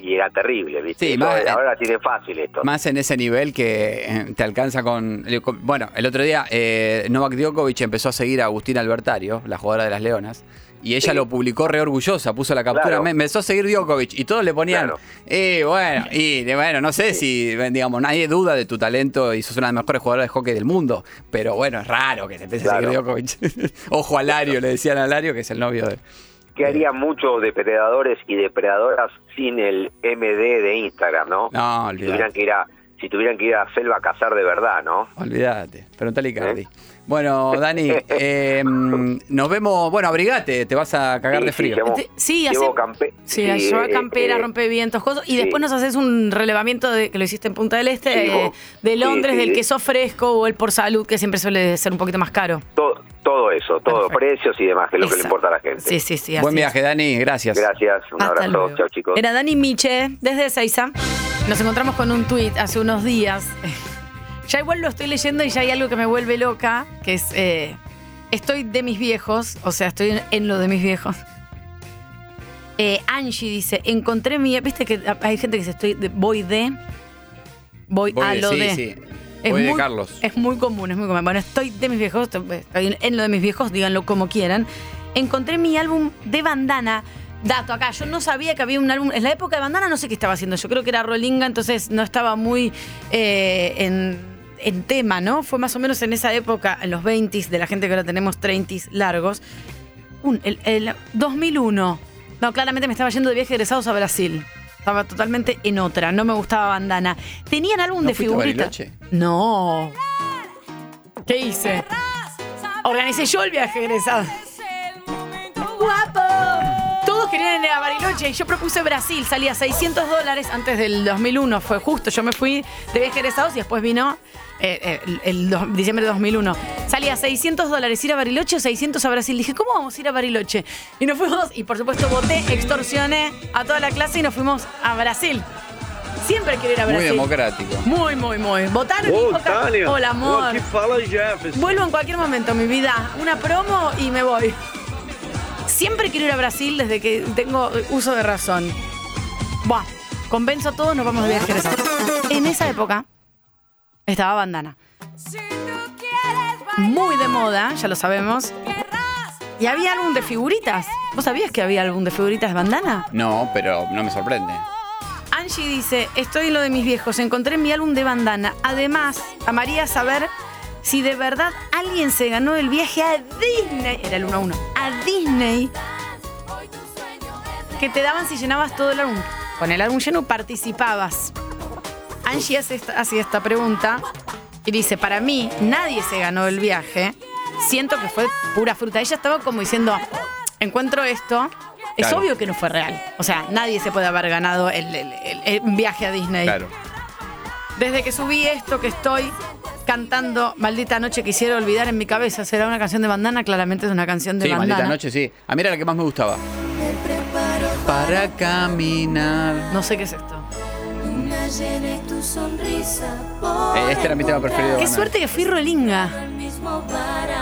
Speaker 11: y era terrible, ¿viste?
Speaker 5: Sí,
Speaker 11: Eso,
Speaker 5: más- eh,
Speaker 11: ahora tiene fácil esto.
Speaker 5: Más en ese nivel que eh, te alcanza con, eh, con- Bueno, el otro día eh, Novak Djokovic empezó a seguir a Agustina Albertario, la jugadora de las Leonas, y ella lo publicó re orgullosa, puso la captura,
Speaker 11: Claro.
Speaker 5: me empezó a seguir Djokovic, y todos le ponían...
Speaker 11: Claro.
Speaker 5: Y bueno, y de- bueno, no sé si, ven, digamos, nadie duda de tu talento y sos una de las mejores jugadoras de hockey del mundo, pero bueno, es raro que te empiece a seguir Djokovic. Ojo a Lario, le decían a Lario, que es el novio de...
Speaker 11: Que haría muchos depredadores y depredadoras sin el MD de Instagram, ¿no?
Speaker 5: No,
Speaker 11: si
Speaker 5: olvidate.
Speaker 11: tuvieran que ir a si tuvieran que ir a la selva a cazar de verdad, ¿no?
Speaker 5: Olvídate, preguntale a Icardi.
Speaker 11: ¿Eh?
Speaker 5: Bueno, Dani, eh, nos vemos. Bueno, abrigate, te vas a cagar
Speaker 11: Sí,
Speaker 5: de
Speaker 11: sí,
Speaker 5: frío.
Speaker 11: llevo-
Speaker 6: Sí, hace-
Speaker 11: llevo campe-
Speaker 6: Sí,
Speaker 11: sí,
Speaker 6: a llevar
Speaker 11: eh,
Speaker 6: campera,
Speaker 11: eh,
Speaker 6: rompevientos, cosas. Y
Speaker 11: sí.
Speaker 6: después nos haces un relevamiento de que lo hiciste en Punta del Este,
Speaker 11: Sí,
Speaker 6: eh,
Speaker 11: vos.
Speaker 6: de Londres,
Speaker 11: Sí, sí.
Speaker 6: del queso fresco o el por salud, que siempre suele ser un poquito más caro.
Speaker 11: todo, todo eso, todo, precios y demás, que es lo que le importa a la gente.
Speaker 6: Sí, sí, sí.
Speaker 5: Buen
Speaker 6: así
Speaker 5: viaje, Dani, gracias.
Speaker 11: Gracias, un
Speaker 6: Hasta
Speaker 11: abrazo,
Speaker 6: luego.
Speaker 11: chao chicos.
Speaker 6: Era Dani Miche, desde Seiza. Nos encontramos con un tuit hace unos días. Ya igual lo estoy leyendo y ya hay algo que me vuelve loca, que es, eh, estoy de mis viejos, o sea, estoy en, en lo de mis viejos. Eh, Angie dice, encontré mi, viste que hay gente que dice, estoy de- voy de, voy,
Speaker 5: Voy
Speaker 6: a
Speaker 5: de-
Speaker 6: lo
Speaker 5: sí,
Speaker 6: de.
Speaker 5: sí. Voy de Carlos.
Speaker 6: Es muy común, es muy común. Bueno, estoy de mis viejos, estoy en lo de mis viejos, díganlo como quieran. Encontré mi álbum de bandana. Dato acá, yo no sabía que había un álbum. En la época de bandana no sé qué estaba haciendo. Yo creo que era Rolinga, entonces no estaba muy eh, en, en tema, ¿no? Fue más o menos en esa época, en los 20s, de la gente que ahora tenemos 30s largos. Un- el, el 2001. No, claramente me estaba yendo de viaje egresados a Brasil. Estaba totalmente en otra, no me gustaba bandana. Tenían álbum
Speaker 5: ¿No
Speaker 6: de
Speaker 5: fuiste a
Speaker 6: figuritas.
Speaker 5: Bariloche?
Speaker 6: No. ¿Qué hice? Organicé yo el viaje egresado. ¡Guapo! Todos querían ir a Bariloche y yo propuse Brasil. Salía 600 dólares antes del 2001. Fue justo. Yo me fui de viaje egresados y después vino eh, eh, el, el dos- diciembre de 2001. Salía 600 dólares ir a Bariloche, 600 a Brasil. Dije, ¿cómo vamos a ir a Bariloche? Y nos fuimos. Y por supuesto, voté, extorsioné a toda la clase y nos fuimos a Brasil. Siempre quiero ir a
Speaker 5: Muy
Speaker 6: Brasil.
Speaker 5: democrático.
Speaker 6: Muy, muy, muy. Votar
Speaker 7: Oh,
Speaker 6: mi boca- Hola, amor.
Speaker 13: fala Jefferson.
Speaker 6: Vuelvo en cualquier momento, mi vida. Una promo y me voy. Siempre quiero ir a Brasil desde que tengo uso de razón. Buah, convenzo a todos, nos vamos de viaje. En esa época estaba bandana. Muy de moda, ya lo sabemos. Y había álbum de figuritas. ¿Vos sabías que había álbum de figuritas de bandana?
Speaker 5: No, pero no me sorprende.
Speaker 6: Angie dice, estoy en lo de mis viejos, encontré mi álbum de bandana. Además, amaría saber si de verdad alguien se ganó el viaje a Disney, era el 1 a 1, a Disney, que te daban si llenabas todo el álbum. Con el álbum lleno participabas. Angie hace esta, hace esta pregunta y dice, para mí nadie se ganó el viaje, siento que fue pura fruta. Ella estaba como diciendo, encuentro esto. Es
Speaker 5: Claro.
Speaker 6: obvio que no fue real. O sea, nadie se puede haber ganado el, el- el- el viaje a Disney.
Speaker 5: Claro.
Speaker 6: Desde que subí esto que estoy cantando Maldita Noche quisiera olvidar en mi cabeza, ¿será una canción de bandana? Claramente es una canción de
Speaker 5: Sí,
Speaker 6: bandana.
Speaker 5: maldita noche, sí. A mí era la que más me gustaba. Para caminar.
Speaker 6: No sé qué es esto.
Speaker 5: Eh, Este era mi tema preferido. de
Speaker 6: Qué
Speaker 5: Banana.
Speaker 6: suerte que fui rolinga.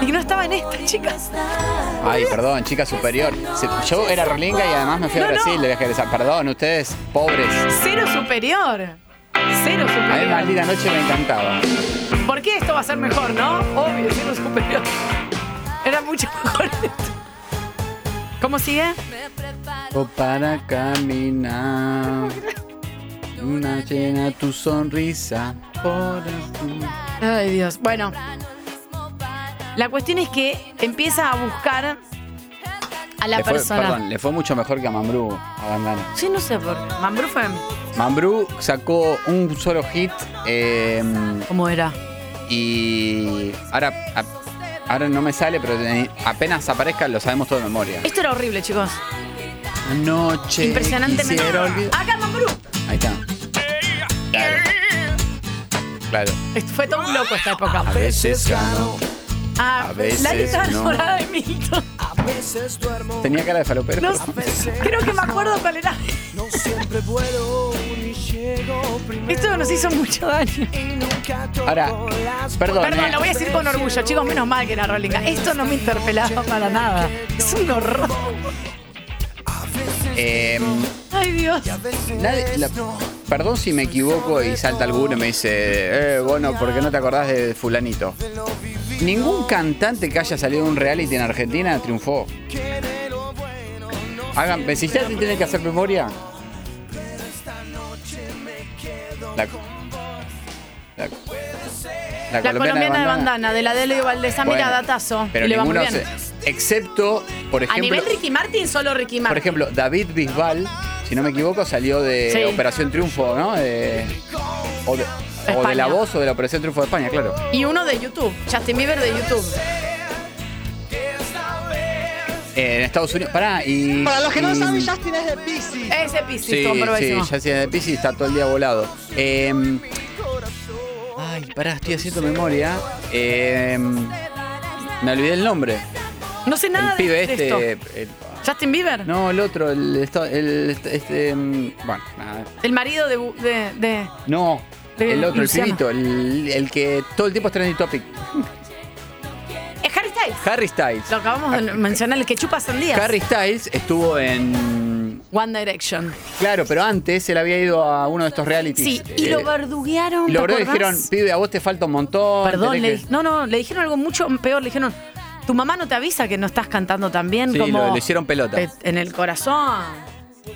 Speaker 6: Y que no estaba en esta, chicas.
Speaker 5: Ay, perdón, chica superior. Se- Yo era rolinga y además me fui a
Speaker 6: No, no.
Speaker 5: Brasil de viaje egresado. Perdón, ustedes, pobres.
Speaker 6: Cero superior. Cero
Speaker 5: A mí
Speaker 6: superior.
Speaker 5: maldita noche me encantaba.
Speaker 6: ¿Por qué esto va a ser mejor, no? Obvio, cero superior. Era mucho mejor esto. ¿Cómo sigue?
Speaker 5: O para caminar. Una llena tu sonrisa. Por
Speaker 6: Ay, Dios. Bueno, La cuestión es que empieza a buscar a la
Speaker 5: le fue,
Speaker 6: persona.
Speaker 5: perdón, le fue mucho mejor que a Mambrú, a Bandana.
Speaker 6: Sí, no sé por qué. Mambrú fue.
Speaker 5: Mambrú sacó un solo hit. em,
Speaker 6: ¿Cómo era?
Speaker 5: Y ahora, a- ahora no me sale, pero eh, apenas aparezca lo sabemos todo de memoria.
Speaker 6: Esto era horrible, chicos.
Speaker 5: Noche.
Speaker 6: Impresionantemente.
Speaker 5: quisiera olvidar-
Speaker 6: Acá Mambrú.
Speaker 5: Ahí está. Claro. Claro.
Speaker 6: Esto Fue todo un loco esta época.
Speaker 5: A veces gano.
Speaker 6: Ah,
Speaker 5: a veces
Speaker 6: la que estaba
Speaker 5: no.
Speaker 6: enamorada de Milton.
Speaker 5: Tenía cara de falopero.
Speaker 6: No sé, creo que me acuerdo cuál era. Esto nos hizo mucho daño.
Speaker 5: Ahora, perdón. eh.
Speaker 6: Perdón, lo voy a decir con orgullo, chicos. Menos mal que era Rolinga. Esto no me interpelaba para nada. Es un horror.
Speaker 5: Eh,
Speaker 6: Ay, Dios.
Speaker 5: nadie- la- perdón si me equivoco y salta alguno y me dice, eh, bueno, ¿por qué no te acordás de fulanito? Ningún cantante que haya salido de un reality en Argentina triunfó. Hagan, si ustedes tienen que hacer memoria. La, la- la
Speaker 6: La colombiana de bandana, de la Delio Valdesa. Mira,
Speaker 5: Bueno,
Speaker 6: datazo.
Speaker 5: Pero
Speaker 6: Y le va muy
Speaker 5: ninguno
Speaker 6: bien.
Speaker 5: se- Excepto, por
Speaker 6: A
Speaker 5: ejemplo.
Speaker 6: nivel Ricky Martin, solo Ricky
Speaker 5: Por
Speaker 6: Martin.
Speaker 5: ejemplo, David Bisbal, si no me equivoco, salió de
Speaker 6: Sí.
Speaker 5: Operación Triunfo, ¿no? De- o, de, o de
Speaker 6: España.
Speaker 5: La Voz o de la Operación Triunfo de España, claro.
Speaker 6: Y uno de YouTube, Justin Bieber de YouTube.
Speaker 5: Eh, en Estados Unidos. Pará, y. y-
Speaker 6: Justin es de Pisces. Es de Pisces,
Speaker 5: Mm, Sí, sí,
Speaker 6: comprobadísimo.
Speaker 5: ya de Pisces está todo el día volado. Eh, ay, pará, estoy haciendo memoria. Eh, me olvidé el nombre.
Speaker 6: No sé nada
Speaker 5: el
Speaker 6: de,
Speaker 5: pibe
Speaker 6: de
Speaker 5: este.
Speaker 6: esto.
Speaker 5: el-
Speaker 6: Justin Bieber,
Speaker 5: no, el otro, el. esto- el- este, mm, bueno, nada.
Speaker 6: el marido de... Bu- de- de-
Speaker 5: No,
Speaker 6: De
Speaker 5: el otro,
Speaker 6: Luciana.
Speaker 5: el pibito, el, el que todo el tiempo es trending topic.
Speaker 6: Es Eh, Harry Styles.
Speaker 5: Harry Styles.
Speaker 6: Lo acabamos de mencionar, el que chupa sandías.
Speaker 5: Harry Styles estuvo en...
Speaker 6: One Direction.
Speaker 5: Claro, pero antes él había ido a uno de estos realities.
Speaker 6: Sí, y
Speaker 5: Eh,
Speaker 6: lo verduguearon.
Speaker 5: y lo verdad
Speaker 6: ¿te
Speaker 5: dijeron,
Speaker 6: acordás?
Speaker 5: pibe, a vos te falta un montón.
Speaker 6: Perdón,
Speaker 5: tenés
Speaker 6: le,
Speaker 5: que-".
Speaker 6: no, no, le dijeron algo mucho peor. Le dijeron, tu mamá no te avisa que no estás cantando tan bien
Speaker 5: Sí,
Speaker 6: como
Speaker 5: lo, lo hicieron pelota.
Speaker 6: eh, en el corazón.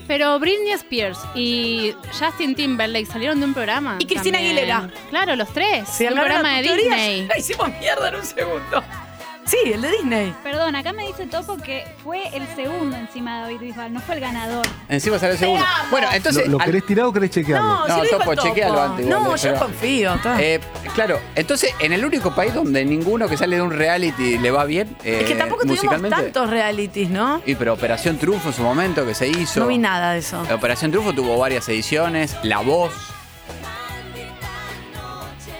Speaker 10: Pero Britney Spears y Justin Timberlake salieron de un programa. Y
Speaker 6: Cristina Aguilera.
Speaker 10: Claro, los tres.
Speaker 6: Si
Speaker 10: de un
Speaker 6: Algarra,
Speaker 10: programa de
Speaker 6: tu teoría,
Speaker 10: Disney.
Speaker 6: La hicimos mierda en un segundo. Sí, el de Disney.
Speaker 13: Perdón, acá me dice Topo que fue el segundo encima de David Bisbal, no fue el ganador.
Speaker 5: Encima salió el segundo.
Speaker 13: amo.
Speaker 5: Bueno, entonces...
Speaker 15: ¿Lo, lo
Speaker 5: al-
Speaker 15: querés tirar o querés chequearlo?
Speaker 5: No,
Speaker 6: si lo dijo
Speaker 5: Topo,
Speaker 6: el Topo.
Speaker 5: chequealo antes.
Speaker 6: No,
Speaker 5: igual,
Speaker 6: yo confío, está.
Speaker 5: Eh, claro, entonces, en el único país donde ninguno que sale de un reality le va bien, eh,
Speaker 6: es que tampoco tuvimos
Speaker 5: musicalmente...
Speaker 6: tantos realities, ¿no?
Speaker 5: Y pero Operación Triunfo en su momento que se hizo.
Speaker 6: No vi nada de eso.
Speaker 5: Operación Triunfo tuvo varias ediciones, La Voz.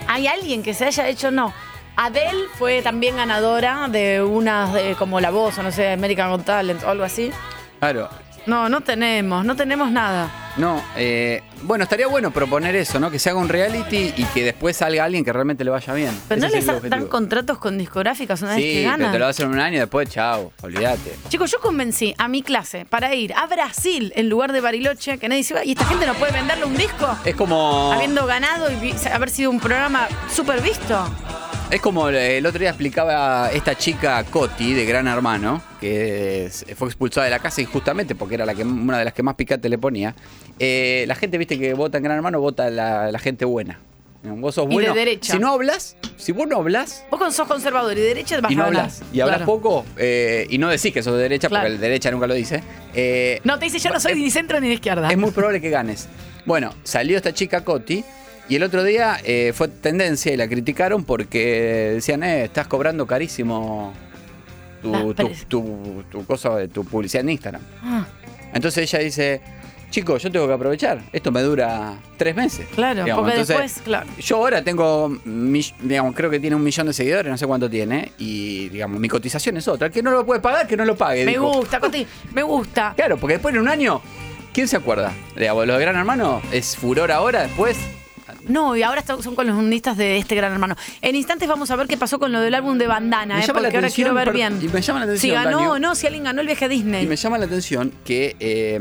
Speaker 6: ¿Hay alguien que se haya hecho? No. Adele fue también ganadora de unas eh, como La Voz o no sé, American Got Talent o algo así.
Speaker 5: Claro.
Speaker 6: No, no tenemos, no tenemos nada.
Speaker 5: No, eh, bueno, estaría bueno proponer eso, ¿no? Que se haga un reality y que después salga alguien que realmente le vaya bien.
Speaker 6: Pero no
Speaker 5: Ese
Speaker 6: les
Speaker 5: sería el
Speaker 6: dan dan
Speaker 5: objetivo.
Speaker 6: contratos con discográficas una vez que
Speaker 5: Sí, pero te lo
Speaker 6: ganan.
Speaker 5: hacen un año y después, chao, olvídate.
Speaker 6: Chicos, yo convencí a mi clase para ir a Brasil en lugar de Bariloche, que nadie se iba. ¿Y esta gente no puede venderle un disco?
Speaker 5: Es como.
Speaker 6: Habiendo ganado y vi- haber sido un programa súper visto.
Speaker 5: Es como el- el otro día explicaba esta chica Coti de Gran Hermano, que es- fue expulsada de la casa injustamente porque era la que, una de las que más picante le ponía. Eh, la gente, viste, que vota en Gran Hermano, vota la, la gente buena. Vos sos
Speaker 6: Y de
Speaker 5: Oh, bueno.
Speaker 6: derecha.
Speaker 5: Si no hablas, si vos no hablas
Speaker 6: Vos con sos conservador y de derecha vas
Speaker 5: y no
Speaker 6: a ganar.
Speaker 5: hablas, y hablas
Speaker 6: Claro.
Speaker 5: poco, eh, y no decís que sos de derecha,
Speaker 6: Claro.
Speaker 5: porque el derecha nunca lo dice, eh,
Speaker 6: No, te dice yo no soy ni centro ni de izquierda.
Speaker 5: es muy probable que ganes. Bueno, salió esta chica Coti y el otro día eh, fue tendencia y la criticaron porque decían, eh, estás cobrando carísimo tu,
Speaker 6: Las
Speaker 5: tu,
Speaker 6: pres-
Speaker 5: tu- tu cosa, de tu publicidad en Instagram.
Speaker 6: Ah.
Speaker 5: Entonces ella dice, chicos, yo tengo que aprovechar, esto me dura tres meses.
Speaker 6: Claro,
Speaker 5: Digamos,
Speaker 6: porque
Speaker 5: entonces,
Speaker 6: después, claro.
Speaker 5: Yo ahora tengo, mi- digamos, creo que tiene un millón de seguidores, no sé cuánto tiene, y digamos, mi cotización es otra. El que no lo puede pagar, que no lo pague.
Speaker 6: Me
Speaker 5: dijo.
Speaker 6: gusta, Coti, me gusta.
Speaker 5: Claro, porque después en un año, ¿quién se acuerda? Digamos, lo de Gran Hermano es furor ahora, después.
Speaker 6: No, y ahora está- son columnistas de este gran hermano. En instantes vamos a ver qué pasó con lo del álbum de bandana,
Speaker 5: Me
Speaker 6: eh,
Speaker 5: llama la
Speaker 6: porque ahora
Speaker 5: atención,
Speaker 6: quiero ver
Speaker 5: per-
Speaker 6: bien.
Speaker 5: y me llama la
Speaker 6: si
Speaker 5: atención,
Speaker 6: ganó
Speaker 5: Dani.
Speaker 6: o no, si alguien ganó el viaje a Disney.
Speaker 5: Y me llama la atención que eh,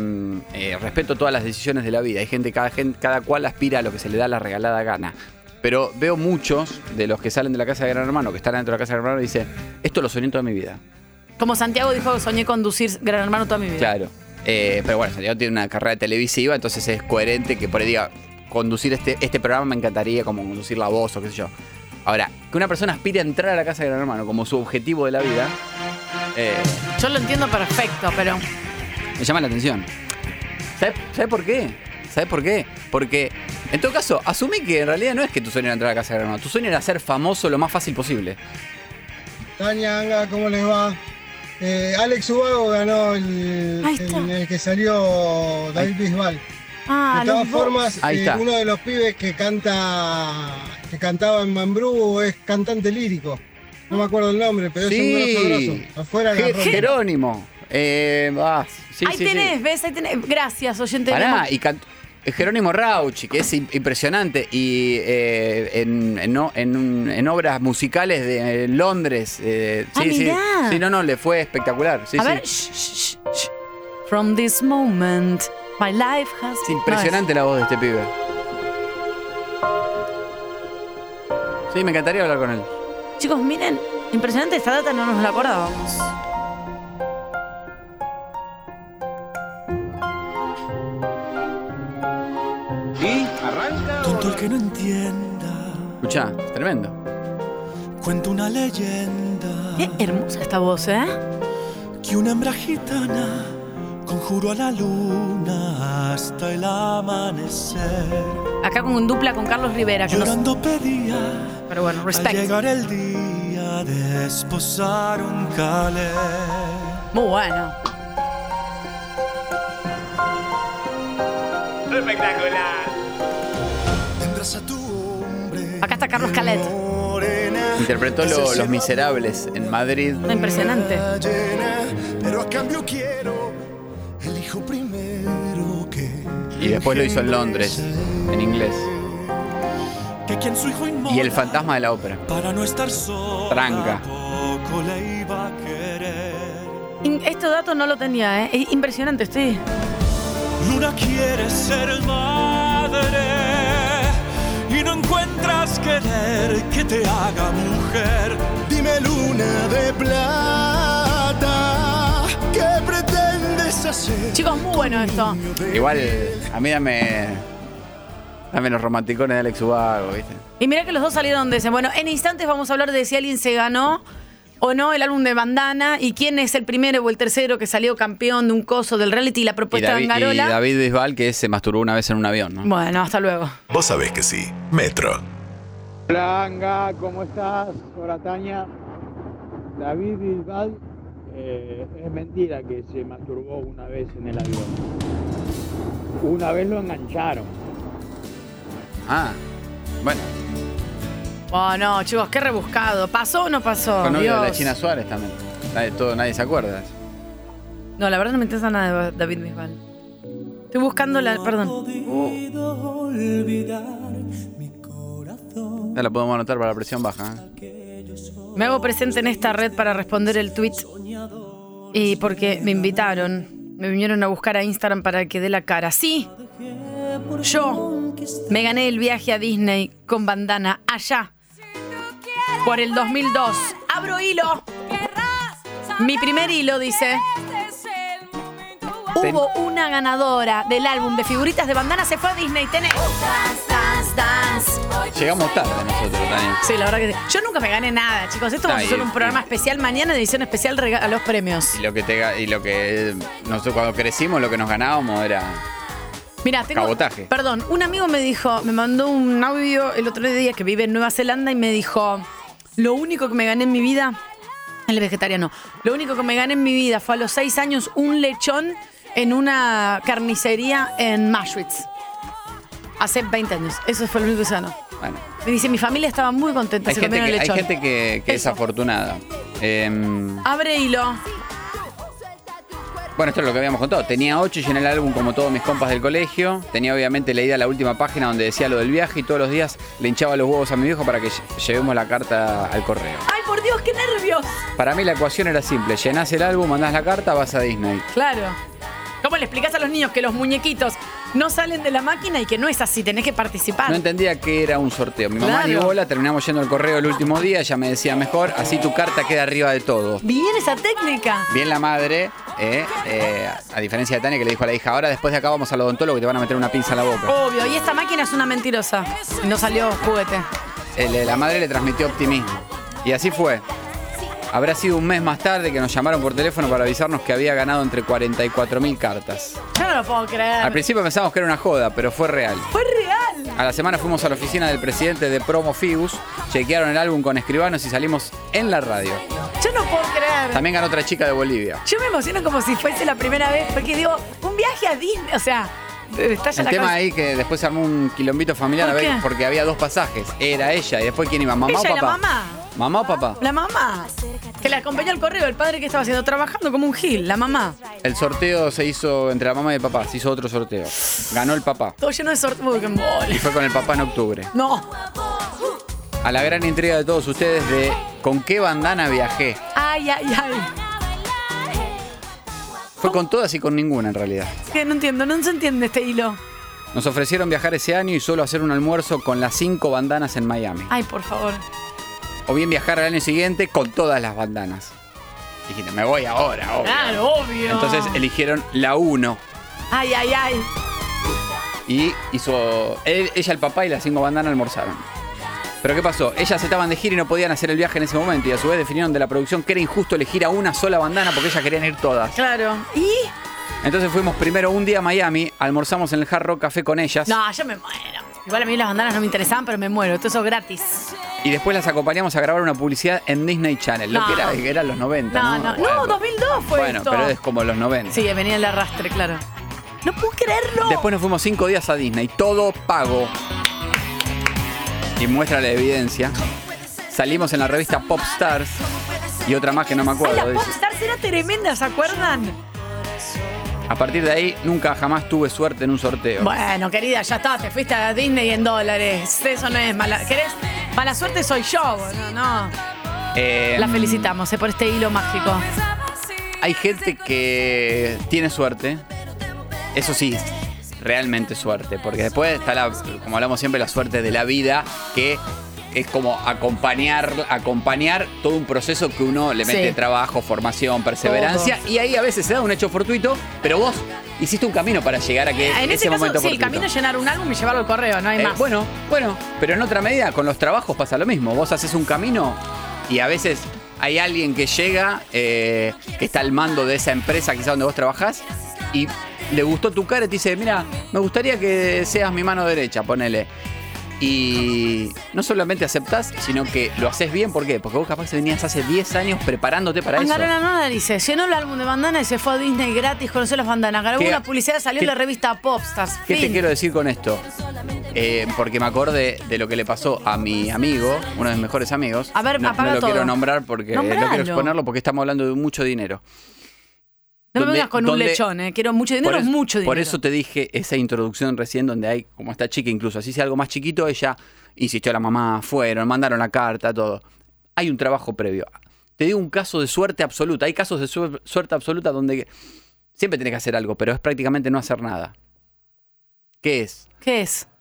Speaker 5: eh, respeto todas las decisiones de la vida. Hay gente, cada gente, cada cual aspira a lo que se le da la regalada gana. Pero veo muchos de los que salen de la casa de Gran Hermano, que están dentro de la casa de Gran Hermano, y dicen, esto lo soñé toda mi vida.
Speaker 6: Como Santiago dijo, soñé conducir Gran Hermano toda mi vida.
Speaker 5: Claro. Eh, pero bueno, Santiago tiene una carrera televisiva, entonces es coherente que por ahí diga, conducir este, este programa me encantaría como conducir la voz o qué sé yo. Ahora, que una persona aspire a entrar a la casa de Gran Hermano como su objetivo de la vida, eh,
Speaker 6: Yo lo entiendo perfecto, pero.
Speaker 5: me llama la atención. ¿Sabes por qué? ¿Sabes por qué? Porque, en todo caso, asumí que en realidad no es que tu sueño era entrar a la casa de Gran Hermano, tu sueño era ser famoso lo más fácil posible.
Speaker 15: Tania, Anga, ¿cómo les va? Eh, Alex Ubago ganó el,
Speaker 6: Ahí está.
Speaker 15: el- el que salió David Bisbal.
Speaker 6: Ah,
Speaker 15: de todas
Speaker 6: los dos.
Speaker 15: formas,
Speaker 5: Ahí
Speaker 15: eh,
Speaker 5: está.
Speaker 15: uno de los pibes que canta, que cantaba en Mambrú es cantante lírico. No me acuerdo el nombre, pero es un grosso grosso. Afuera
Speaker 5: Ge-
Speaker 15: la rompe.
Speaker 5: Jerónimo. Eh, ah, sí,
Speaker 6: ahí
Speaker 5: sí, sí.
Speaker 6: tenés, ¿ves? Ahí tenés. Gracias, oyente.
Speaker 5: Pará,
Speaker 6: Vamos.
Speaker 5: y can- eh, Jerónimo Rauchi, que es im- impresionante, y eh, en, en o- en un- en obras musicales de eh, Londres. eh,
Speaker 6: Ah,
Speaker 5: sí, sí.
Speaker 6: mirá.
Speaker 5: Sí, no, no, le fue espectacular. Sí,
Speaker 6: A
Speaker 5: sí.
Speaker 6: ver, shh, shh, shh, shh. From this moment, my life has
Speaker 5: Es impresionante la voz de este pibe. Sí, me encantaría hablar con él.
Speaker 6: No, es- Chicos, miren, impresionante esta data, no nos la acordábamos.
Speaker 7: ¿Y? ¿Arranca? Tonto el que no entienda.
Speaker 5: Escuchá, es tremendo.
Speaker 7: Cuenta una leyenda.
Speaker 6: Qué hermosa esta voz, ¿eh?
Speaker 7: Que una hembra gitana conjuró a la luna hasta el amanecer.
Speaker 6: Acá con un dupla con Carlos Rivera. Que nos-
Speaker 7: Llorando pedía
Speaker 6: Pero bueno,
Speaker 7: al
Speaker 6: respect.
Speaker 7: llegar el día de esposar un calé.
Speaker 6: Muy bueno.
Speaker 17: Espectacular.
Speaker 7: Tendrás a tu
Speaker 6: Acá está Carlos Calet.
Speaker 5: Interpretó lo- Los Miserables en Madrid.
Speaker 6: No, impresionante.
Speaker 7: pero a cambio quiero elijo primero que
Speaker 5: Y después lo hizo en Londres, en inglés.
Speaker 7: que quien su hijo
Speaker 5: Y
Speaker 7: inmóvil
Speaker 5: El Fantasma de la Ópera.
Speaker 7: para no estar solo
Speaker 5: Tranca.
Speaker 7: poco le iba a querer
Speaker 6: In- Este dato no lo tenía, ¿eh? Es impresionante, estoy.
Speaker 7: Luna quiere ser madre y no encuentras querer que te haga mujer. Dime luna de plata, ¿qué pretendes hacer?
Speaker 6: Chicos, muy bueno esto.
Speaker 5: Igual, a mí dame. Dame los romanticones de Alex Ubago, ¿viste?
Speaker 6: Y mira que los dos salieron de ese. Bueno, en instantes vamos a hablar de si alguien se ganó o no el álbum de Bandana y quién es el primero o el tercero que salió campeón de un coso del reality y la
Speaker 5: Y
Speaker 6: propuesta
Speaker 5: David,
Speaker 6: de
Speaker 5: y
Speaker 6: Angarola.
Speaker 5: David Bisbal, que se masturbó una vez en un avión, ¿no?
Speaker 6: Bueno, hasta luego.
Speaker 12: Vos sabés que sí. Metro.
Speaker 16: Hola, Anga, ¿cómo estás? Hola, Tania. David Bilbal, eh, es mentira que se masturbó una vez en el avión. Una vez lo engancharon.
Speaker 5: Ah, bueno.
Speaker 6: Oh, no, chicos, qué rebuscado. ¿Pasó o no pasó?
Speaker 5: Fue novio de la
Speaker 6: Dios.
Speaker 5: China Suárez también. Nadie, todo, nadie se acuerda.
Speaker 6: No, la verdad no me interesa nada de David Bisbal. Estoy buscando la. Perdón.
Speaker 5: Ya la podemos anotar para la presión baja. ¿eh?
Speaker 6: Me hago presente en esta red para responder el tweet. Y porque me invitaron. Me vinieron a buscar a Instagram para que dé la cara. Sí, yo me gané el viaje a Disney con bandana allá. Por el 2002. Abro hilo. Mi primer hilo dice. Hubo una ganadora del álbum de figuritas de bandana, se fue a Disney. Tenés. Dance, dance, dance.
Speaker 5: Llegamos tarde nosotros, Tania.
Speaker 6: Sí, la verdad que sí. Yo nunca me gané nada, chicos. Esto vamos a
Speaker 5: Ahí,
Speaker 6: hacer un programa especial mañana, edición especial rega- a los premios.
Speaker 5: Y lo que te ga- y lo que eh, nosotros cuando crecimos lo que nos ganábamos era
Speaker 6: Mira, tengo.
Speaker 5: Cabotaje.
Speaker 6: Perdón, un amigo me dijo, me mandó un audio el otro día que vive en Nueva Zelanda y me dijo: Lo único que me gané en mi vida. Él es vegetariano. Lo único que me gané en mi vida fue a los seis años un lechón en una carnicería en Mashwitz. Hace 20 años. Eso fue lo único que se ganó.
Speaker 5: bueno.
Speaker 6: Me dice: Mi familia estaba muy contenta,
Speaker 5: Hay
Speaker 6: se
Speaker 5: gente,
Speaker 6: comieron
Speaker 5: que,
Speaker 6: el
Speaker 5: hay
Speaker 6: lechón.
Speaker 5: gente que, que es afortunada. Em,
Speaker 6: Abre hilo.
Speaker 5: Bueno, esto es lo que habíamos contado. Tenía 8 y llené el álbum como todos mis compas del colegio. Tenía obviamente leída la última página donde decía lo del viaje y todos los días le hinchaba los huevos a mi viejo para que lle- llevemos la carta al correo.
Speaker 6: ¡Ay, por Dios, qué nervios!
Speaker 5: Para mí la ecuación era simple. Llenás el álbum, mandás la carta, vas a Disney.
Speaker 6: Claro. ¿Cómo le explicás a los niños que los muñequitos no salen de la máquina y que no es así? Tenés que participar.
Speaker 5: No entendía que era un sorteo. Mi mamá
Speaker 6: Ah. Claro.
Speaker 5: ni bola, terminamos yendo al correo el último día, ella me decía mejor, así tu carta queda arriba de todo.
Speaker 6: Bien esa técnica.
Speaker 5: Bien la madre, eh, eh, a diferencia de Tania que le dijo a la hija, ahora después de acá vamos al odontólogo y te van a meter una pinza en la boca.
Speaker 6: Obvio, y esta máquina es una mentirosa. Y No salió juguete.
Speaker 5: el- la madre le transmitió optimismo. Y así fue. Habrá sido un mes más tarde que nos llamaron por teléfono para avisarnos que había ganado entre 44.000 cartas.
Speaker 6: Yo no lo puedo creer.
Speaker 5: Al principio pensamos que era una joda, pero fue real.
Speaker 6: Fue real.
Speaker 5: A la semana fuimos a la oficina del presidente de Promo Fibus, chequearon el álbum con escribanos y salimos en la radio.
Speaker 6: Yo no puedo creer.
Speaker 5: También ganó otra chica de Bolivia.
Speaker 6: Yo me emociono como si fuese la primera vez, porque digo, un viaje a Disney, o sea, estalla
Speaker 5: El
Speaker 6: la
Speaker 5: tema
Speaker 6: cabeza.
Speaker 5: ahí que después se armó un quilombito familiar a
Speaker 6: ¿Por
Speaker 5: ver,
Speaker 6: qué?
Speaker 5: porque había dos pasajes. Era ella y después quién iba, mamá
Speaker 6: Ella
Speaker 5: o
Speaker 6: y
Speaker 5: papá.
Speaker 6: la mamá.
Speaker 5: ¿Mamá o papá?
Speaker 6: La mamá. Que la acompañó al correo, el padre que estaba haciendo, trabajando como un gil, la mamá.
Speaker 5: El sorteo se hizo entre la mamá y el papá, se hizo otro sorteo. Ganó el papá.
Speaker 6: Todo lleno de sorteo, que
Speaker 5: Y
Speaker 6: embole.
Speaker 5: fue con el papá en octubre.
Speaker 6: No.
Speaker 5: A la gran intriga de todos ustedes de con qué bandana viajé.
Speaker 6: Ay, ay, ay.
Speaker 5: Fue con todas y con ninguna en realidad.
Speaker 6: Que no entiendo, no se entiende este hilo.
Speaker 5: Nos ofrecieron viajar ese año y solo hacer un almuerzo con las cinco bandanas en Miami.
Speaker 6: Ay, por favor.
Speaker 5: O bien viajar al año siguiente con todas las bandanas. Dijiste, me voy ahora, obvio.
Speaker 6: Claro, obvio.
Speaker 5: Entonces eligieron la uno
Speaker 6: Ay, ay, ay.
Speaker 5: y hizo. él- ella, el papá y las cinco bandanas almorzaron. Pero ¿qué pasó? Ellas estaban de gira y no podían hacer el viaje en ese momento. Y a su vez definieron de la producción que era injusto elegir a una sola bandana porque ellas querían ir todas.
Speaker 6: Claro. ¿Y?
Speaker 5: Entonces fuimos primero un día a Miami, almorzamos en el Hard Rock Café con ellas.
Speaker 6: No, yo me muero. Igual a mí las bandanas no me interesaban, pero me muero. Todo eso es gratis.
Speaker 5: Y después las acompañamos a grabar una publicidad en Disney Channel. Lo
Speaker 6: No.
Speaker 5: que era, que eran los 90,
Speaker 6: No,
Speaker 5: ¿no?
Speaker 6: no.
Speaker 5: Bueno,
Speaker 6: No, 2002 fue
Speaker 5: bueno,
Speaker 6: esto.
Speaker 5: pero es como los 90.
Speaker 6: Sí, venía el arrastre, claro. No puedo creerlo.
Speaker 5: Después nos fuimos cinco días a Disney, todo pago. Y muestra la evidencia. Salimos en la revista Pop Stars y otra más que no me
Speaker 6: Ay, la
Speaker 5: acuerdo. dice.
Speaker 6: Popstars era tremenda, ¿se acuerdan?
Speaker 5: A partir de ahí nunca jamás tuve suerte en un sorteo.
Speaker 6: Bueno, querida, ya está, te fuiste a Disney en dólares. Eso no es mala. ¿Querés? Mala suerte soy yo, boludo, no.
Speaker 5: Eh,
Speaker 6: La felicitamos eh, por este hilo mágico.
Speaker 5: Hay gente que tiene suerte. Eso sí, realmente suerte. Porque después está la, como hablamos siempre, la suerte de la vida, que es como acompañar, acompañar todo un proceso que uno le mete
Speaker 6: Sí.
Speaker 5: trabajo, formación, perseverancia. Y ahí a veces se da un hecho fortuito, pero vos hiciste un camino para llegar a que
Speaker 6: En
Speaker 5: ese
Speaker 6: ese caso,
Speaker 5: momento
Speaker 6: sí, el
Speaker 5: fortuito.
Speaker 6: camino es llenar un álbum y llevarlo al correo, no hay
Speaker 5: Eh,
Speaker 6: más.
Speaker 5: bueno, bueno. Pero en otra medida, con los trabajos pasa lo mismo. Vos haces un camino y a veces hay alguien que llega, eh, que está al mando de esa empresa quizá donde vos trabajás, y le gustó tu cara y te dice, mira, me gustaría que seas mi mano derecha, ponele. Y no solamente aceptás, sino que lo haces bien. ¿Por qué? Porque vos capaz que venías hace 10 años preparándote para eso.
Speaker 6: Angarona Nona dice, llenó el álbum de bandana y se fue a Disney gratis, conoció las bandanas, grabó
Speaker 5: ¿Qué?
Speaker 6: una publicidad, salió en
Speaker 5: ¿Qué?
Speaker 6: la revista Popstars.
Speaker 5: ¿Qué te
Speaker 6: fin.
Speaker 5: quiero decir con esto? Eh, porque me acordé de lo que le pasó a mi amigo, uno de mis mejores amigos.
Speaker 6: A ver,
Speaker 5: no,
Speaker 6: apaga
Speaker 5: no lo
Speaker 6: todo.
Speaker 5: quiero nombrar porque no
Speaker 6: Nombralo.
Speaker 5: quiero exponerlo porque estamos hablando de mucho dinero.
Speaker 6: No me
Speaker 5: ¿Dónde-
Speaker 6: vengas con un
Speaker 5: dónde-
Speaker 6: lechón, eh. quiero mucho dinero,
Speaker 5: por
Speaker 6: es,
Speaker 5: eso-
Speaker 6: mucho dinero.
Speaker 5: Por eso te dije esa introducción recién donde hay como esta chica incluso, así sea algo más chiquito, ella insistió a la mamá, fueron, mandaron la carta, todo. Hay un trabajo previo. Te digo un caso de suerte absoluta. Hay casos de suer- suerte absoluta donde siempre tenés que hacer algo, pero es prácticamente no hacer nada. ¿Qué es?
Speaker 6: ¿Qué es? Mm.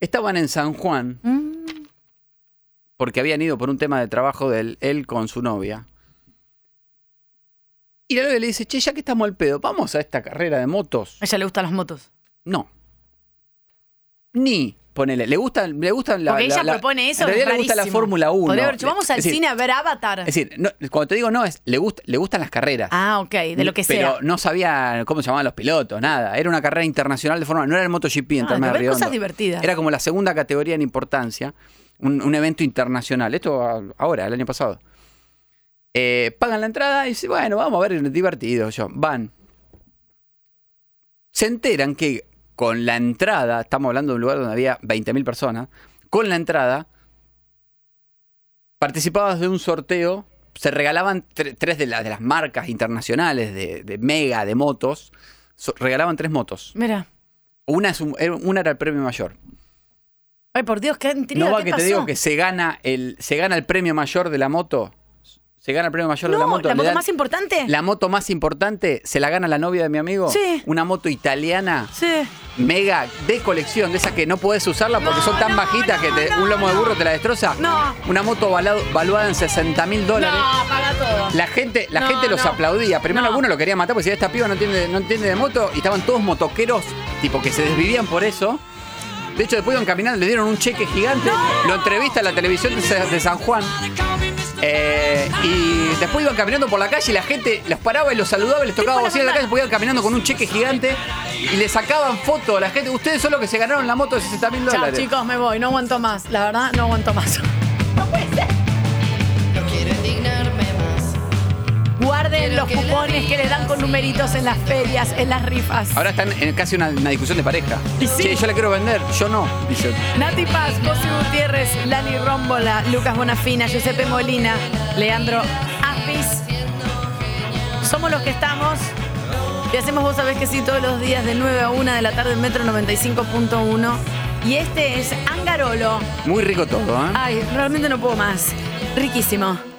Speaker 5: Estaban en San Juan porque habían ido por un tema de trabajo de él, él con su novia. Y la novia le dice, che, ya que estamos al pedo, vamos a esta carrera de motos.
Speaker 6: A ella le gustan las motos.
Speaker 5: No. Ni, ponele, le gustan, le gustan la...
Speaker 6: Porque
Speaker 5: la-
Speaker 6: ella
Speaker 5: la-
Speaker 6: propone eso.
Speaker 5: En realidad
Speaker 6: es
Speaker 5: le gusta la
Speaker 6: rarísimo.
Speaker 5: Fórmula 1.
Speaker 6: Podría haber dicho, vamos al
Speaker 5: Es decir,
Speaker 6: cine a ver Avatar.
Speaker 5: Es decir, no, cuando te digo no, es le, gust- le gustan las carreras.
Speaker 6: ah, ok, de lo que sea.
Speaker 5: Pero no sabía cómo se llamaban los pilotos, nada. Era una carrera internacional de forma, no era el MotoGP en
Speaker 6: Ah,
Speaker 5: Termas
Speaker 6: de
Speaker 5: de
Speaker 6: ver cosas
Speaker 5: Redondo.
Speaker 6: divertidas.
Speaker 5: Era como la segunda categoría en importancia, un, un evento internacional. Esto a- ahora, el año pasado. Eh, pagan la entrada y dicen, bueno, vamos a ver, divertido. Yo. Van. Se enteran que con la entrada, estamos hablando de un lugar donde había 20.000 personas, con la entrada participabas de un sorteo, se regalaban tre- tres de, la- de las marcas internacionales de, de Mega, de motos, so- regalaban tres motos.
Speaker 6: Mira.
Speaker 5: Una, es un- era- una era el premio mayor.
Speaker 6: Ay, por Dios, qué intriga,
Speaker 5: no va
Speaker 6: ¿qué
Speaker 5: que
Speaker 6: pasó?
Speaker 5: te digo que se gana, el, se gana el premio mayor de la moto. Se gana el premio mayor
Speaker 6: no,
Speaker 5: de la moto.
Speaker 6: ¿La
Speaker 5: le
Speaker 6: moto
Speaker 5: dan-
Speaker 6: más importante?
Speaker 5: la moto más importante se la gana la novia de mi amigo.
Speaker 6: Sí.
Speaker 5: Una moto italiana.
Speaker 6: Sí.
Speaker 5: Mega de colección, de esas que no podés usarla porque son tan bajitas que te- un lomo de burro te la destroza.
Speaker 6: No.
Speaker 5: Una moto valado- valuada en 60 mil dólares.
Speaker 6: No, paga todo.
Speaker 5: La gente, la
Speaker 6: No,
Speaker 5: gente los
Speaker 6: no.
Speaker 5: aplaudía. Primero alguno lo quería matar porque decía, esta piba no entiende, no entiende de moto. Y estaban todos motoqueros, tipo que se desvivían por eso. De hecho, después iban caminando, le dieron un cheque gigante, lo entrevista a la televisión de Sa- de San Juan. Eh, y después iban caminando por la calle y la gente los paraba y los saludaba y les tocaba bocina en la calle, después iban caminando con un cheque gigante y le sacaban fotos a la gente. Ustedes son los que se ganaron la moto de 60 mil
Speaker 6: Chao,
Speaker 5: dólares.
Speaker 6: chicos, me voy. No aguanto más. La verdad, no aguanto más. Guarden los cupones que les dan con numeritos en las ferias, en las rifas.
Speaker 5: Ahora están en casi una, una discusión de pareja. Che, yo la quiero vender, yo no, dice otro.
Speaker 6: Nati Paz, José Gutiérrez, Lali Rómbola, Lucas Bonafina, Giuseppe Molina, Leandro Apis. Somos los que estamos. Y hacemos, vos sabés que sí, todos los días de 9 a 1 de la tarde en Metro 95.1. Y este es Angarolo.
Speaker 5: Muy rico todo, ¿eh?
Speaker 6: Ay, realmente no puedo más. Riquísimo.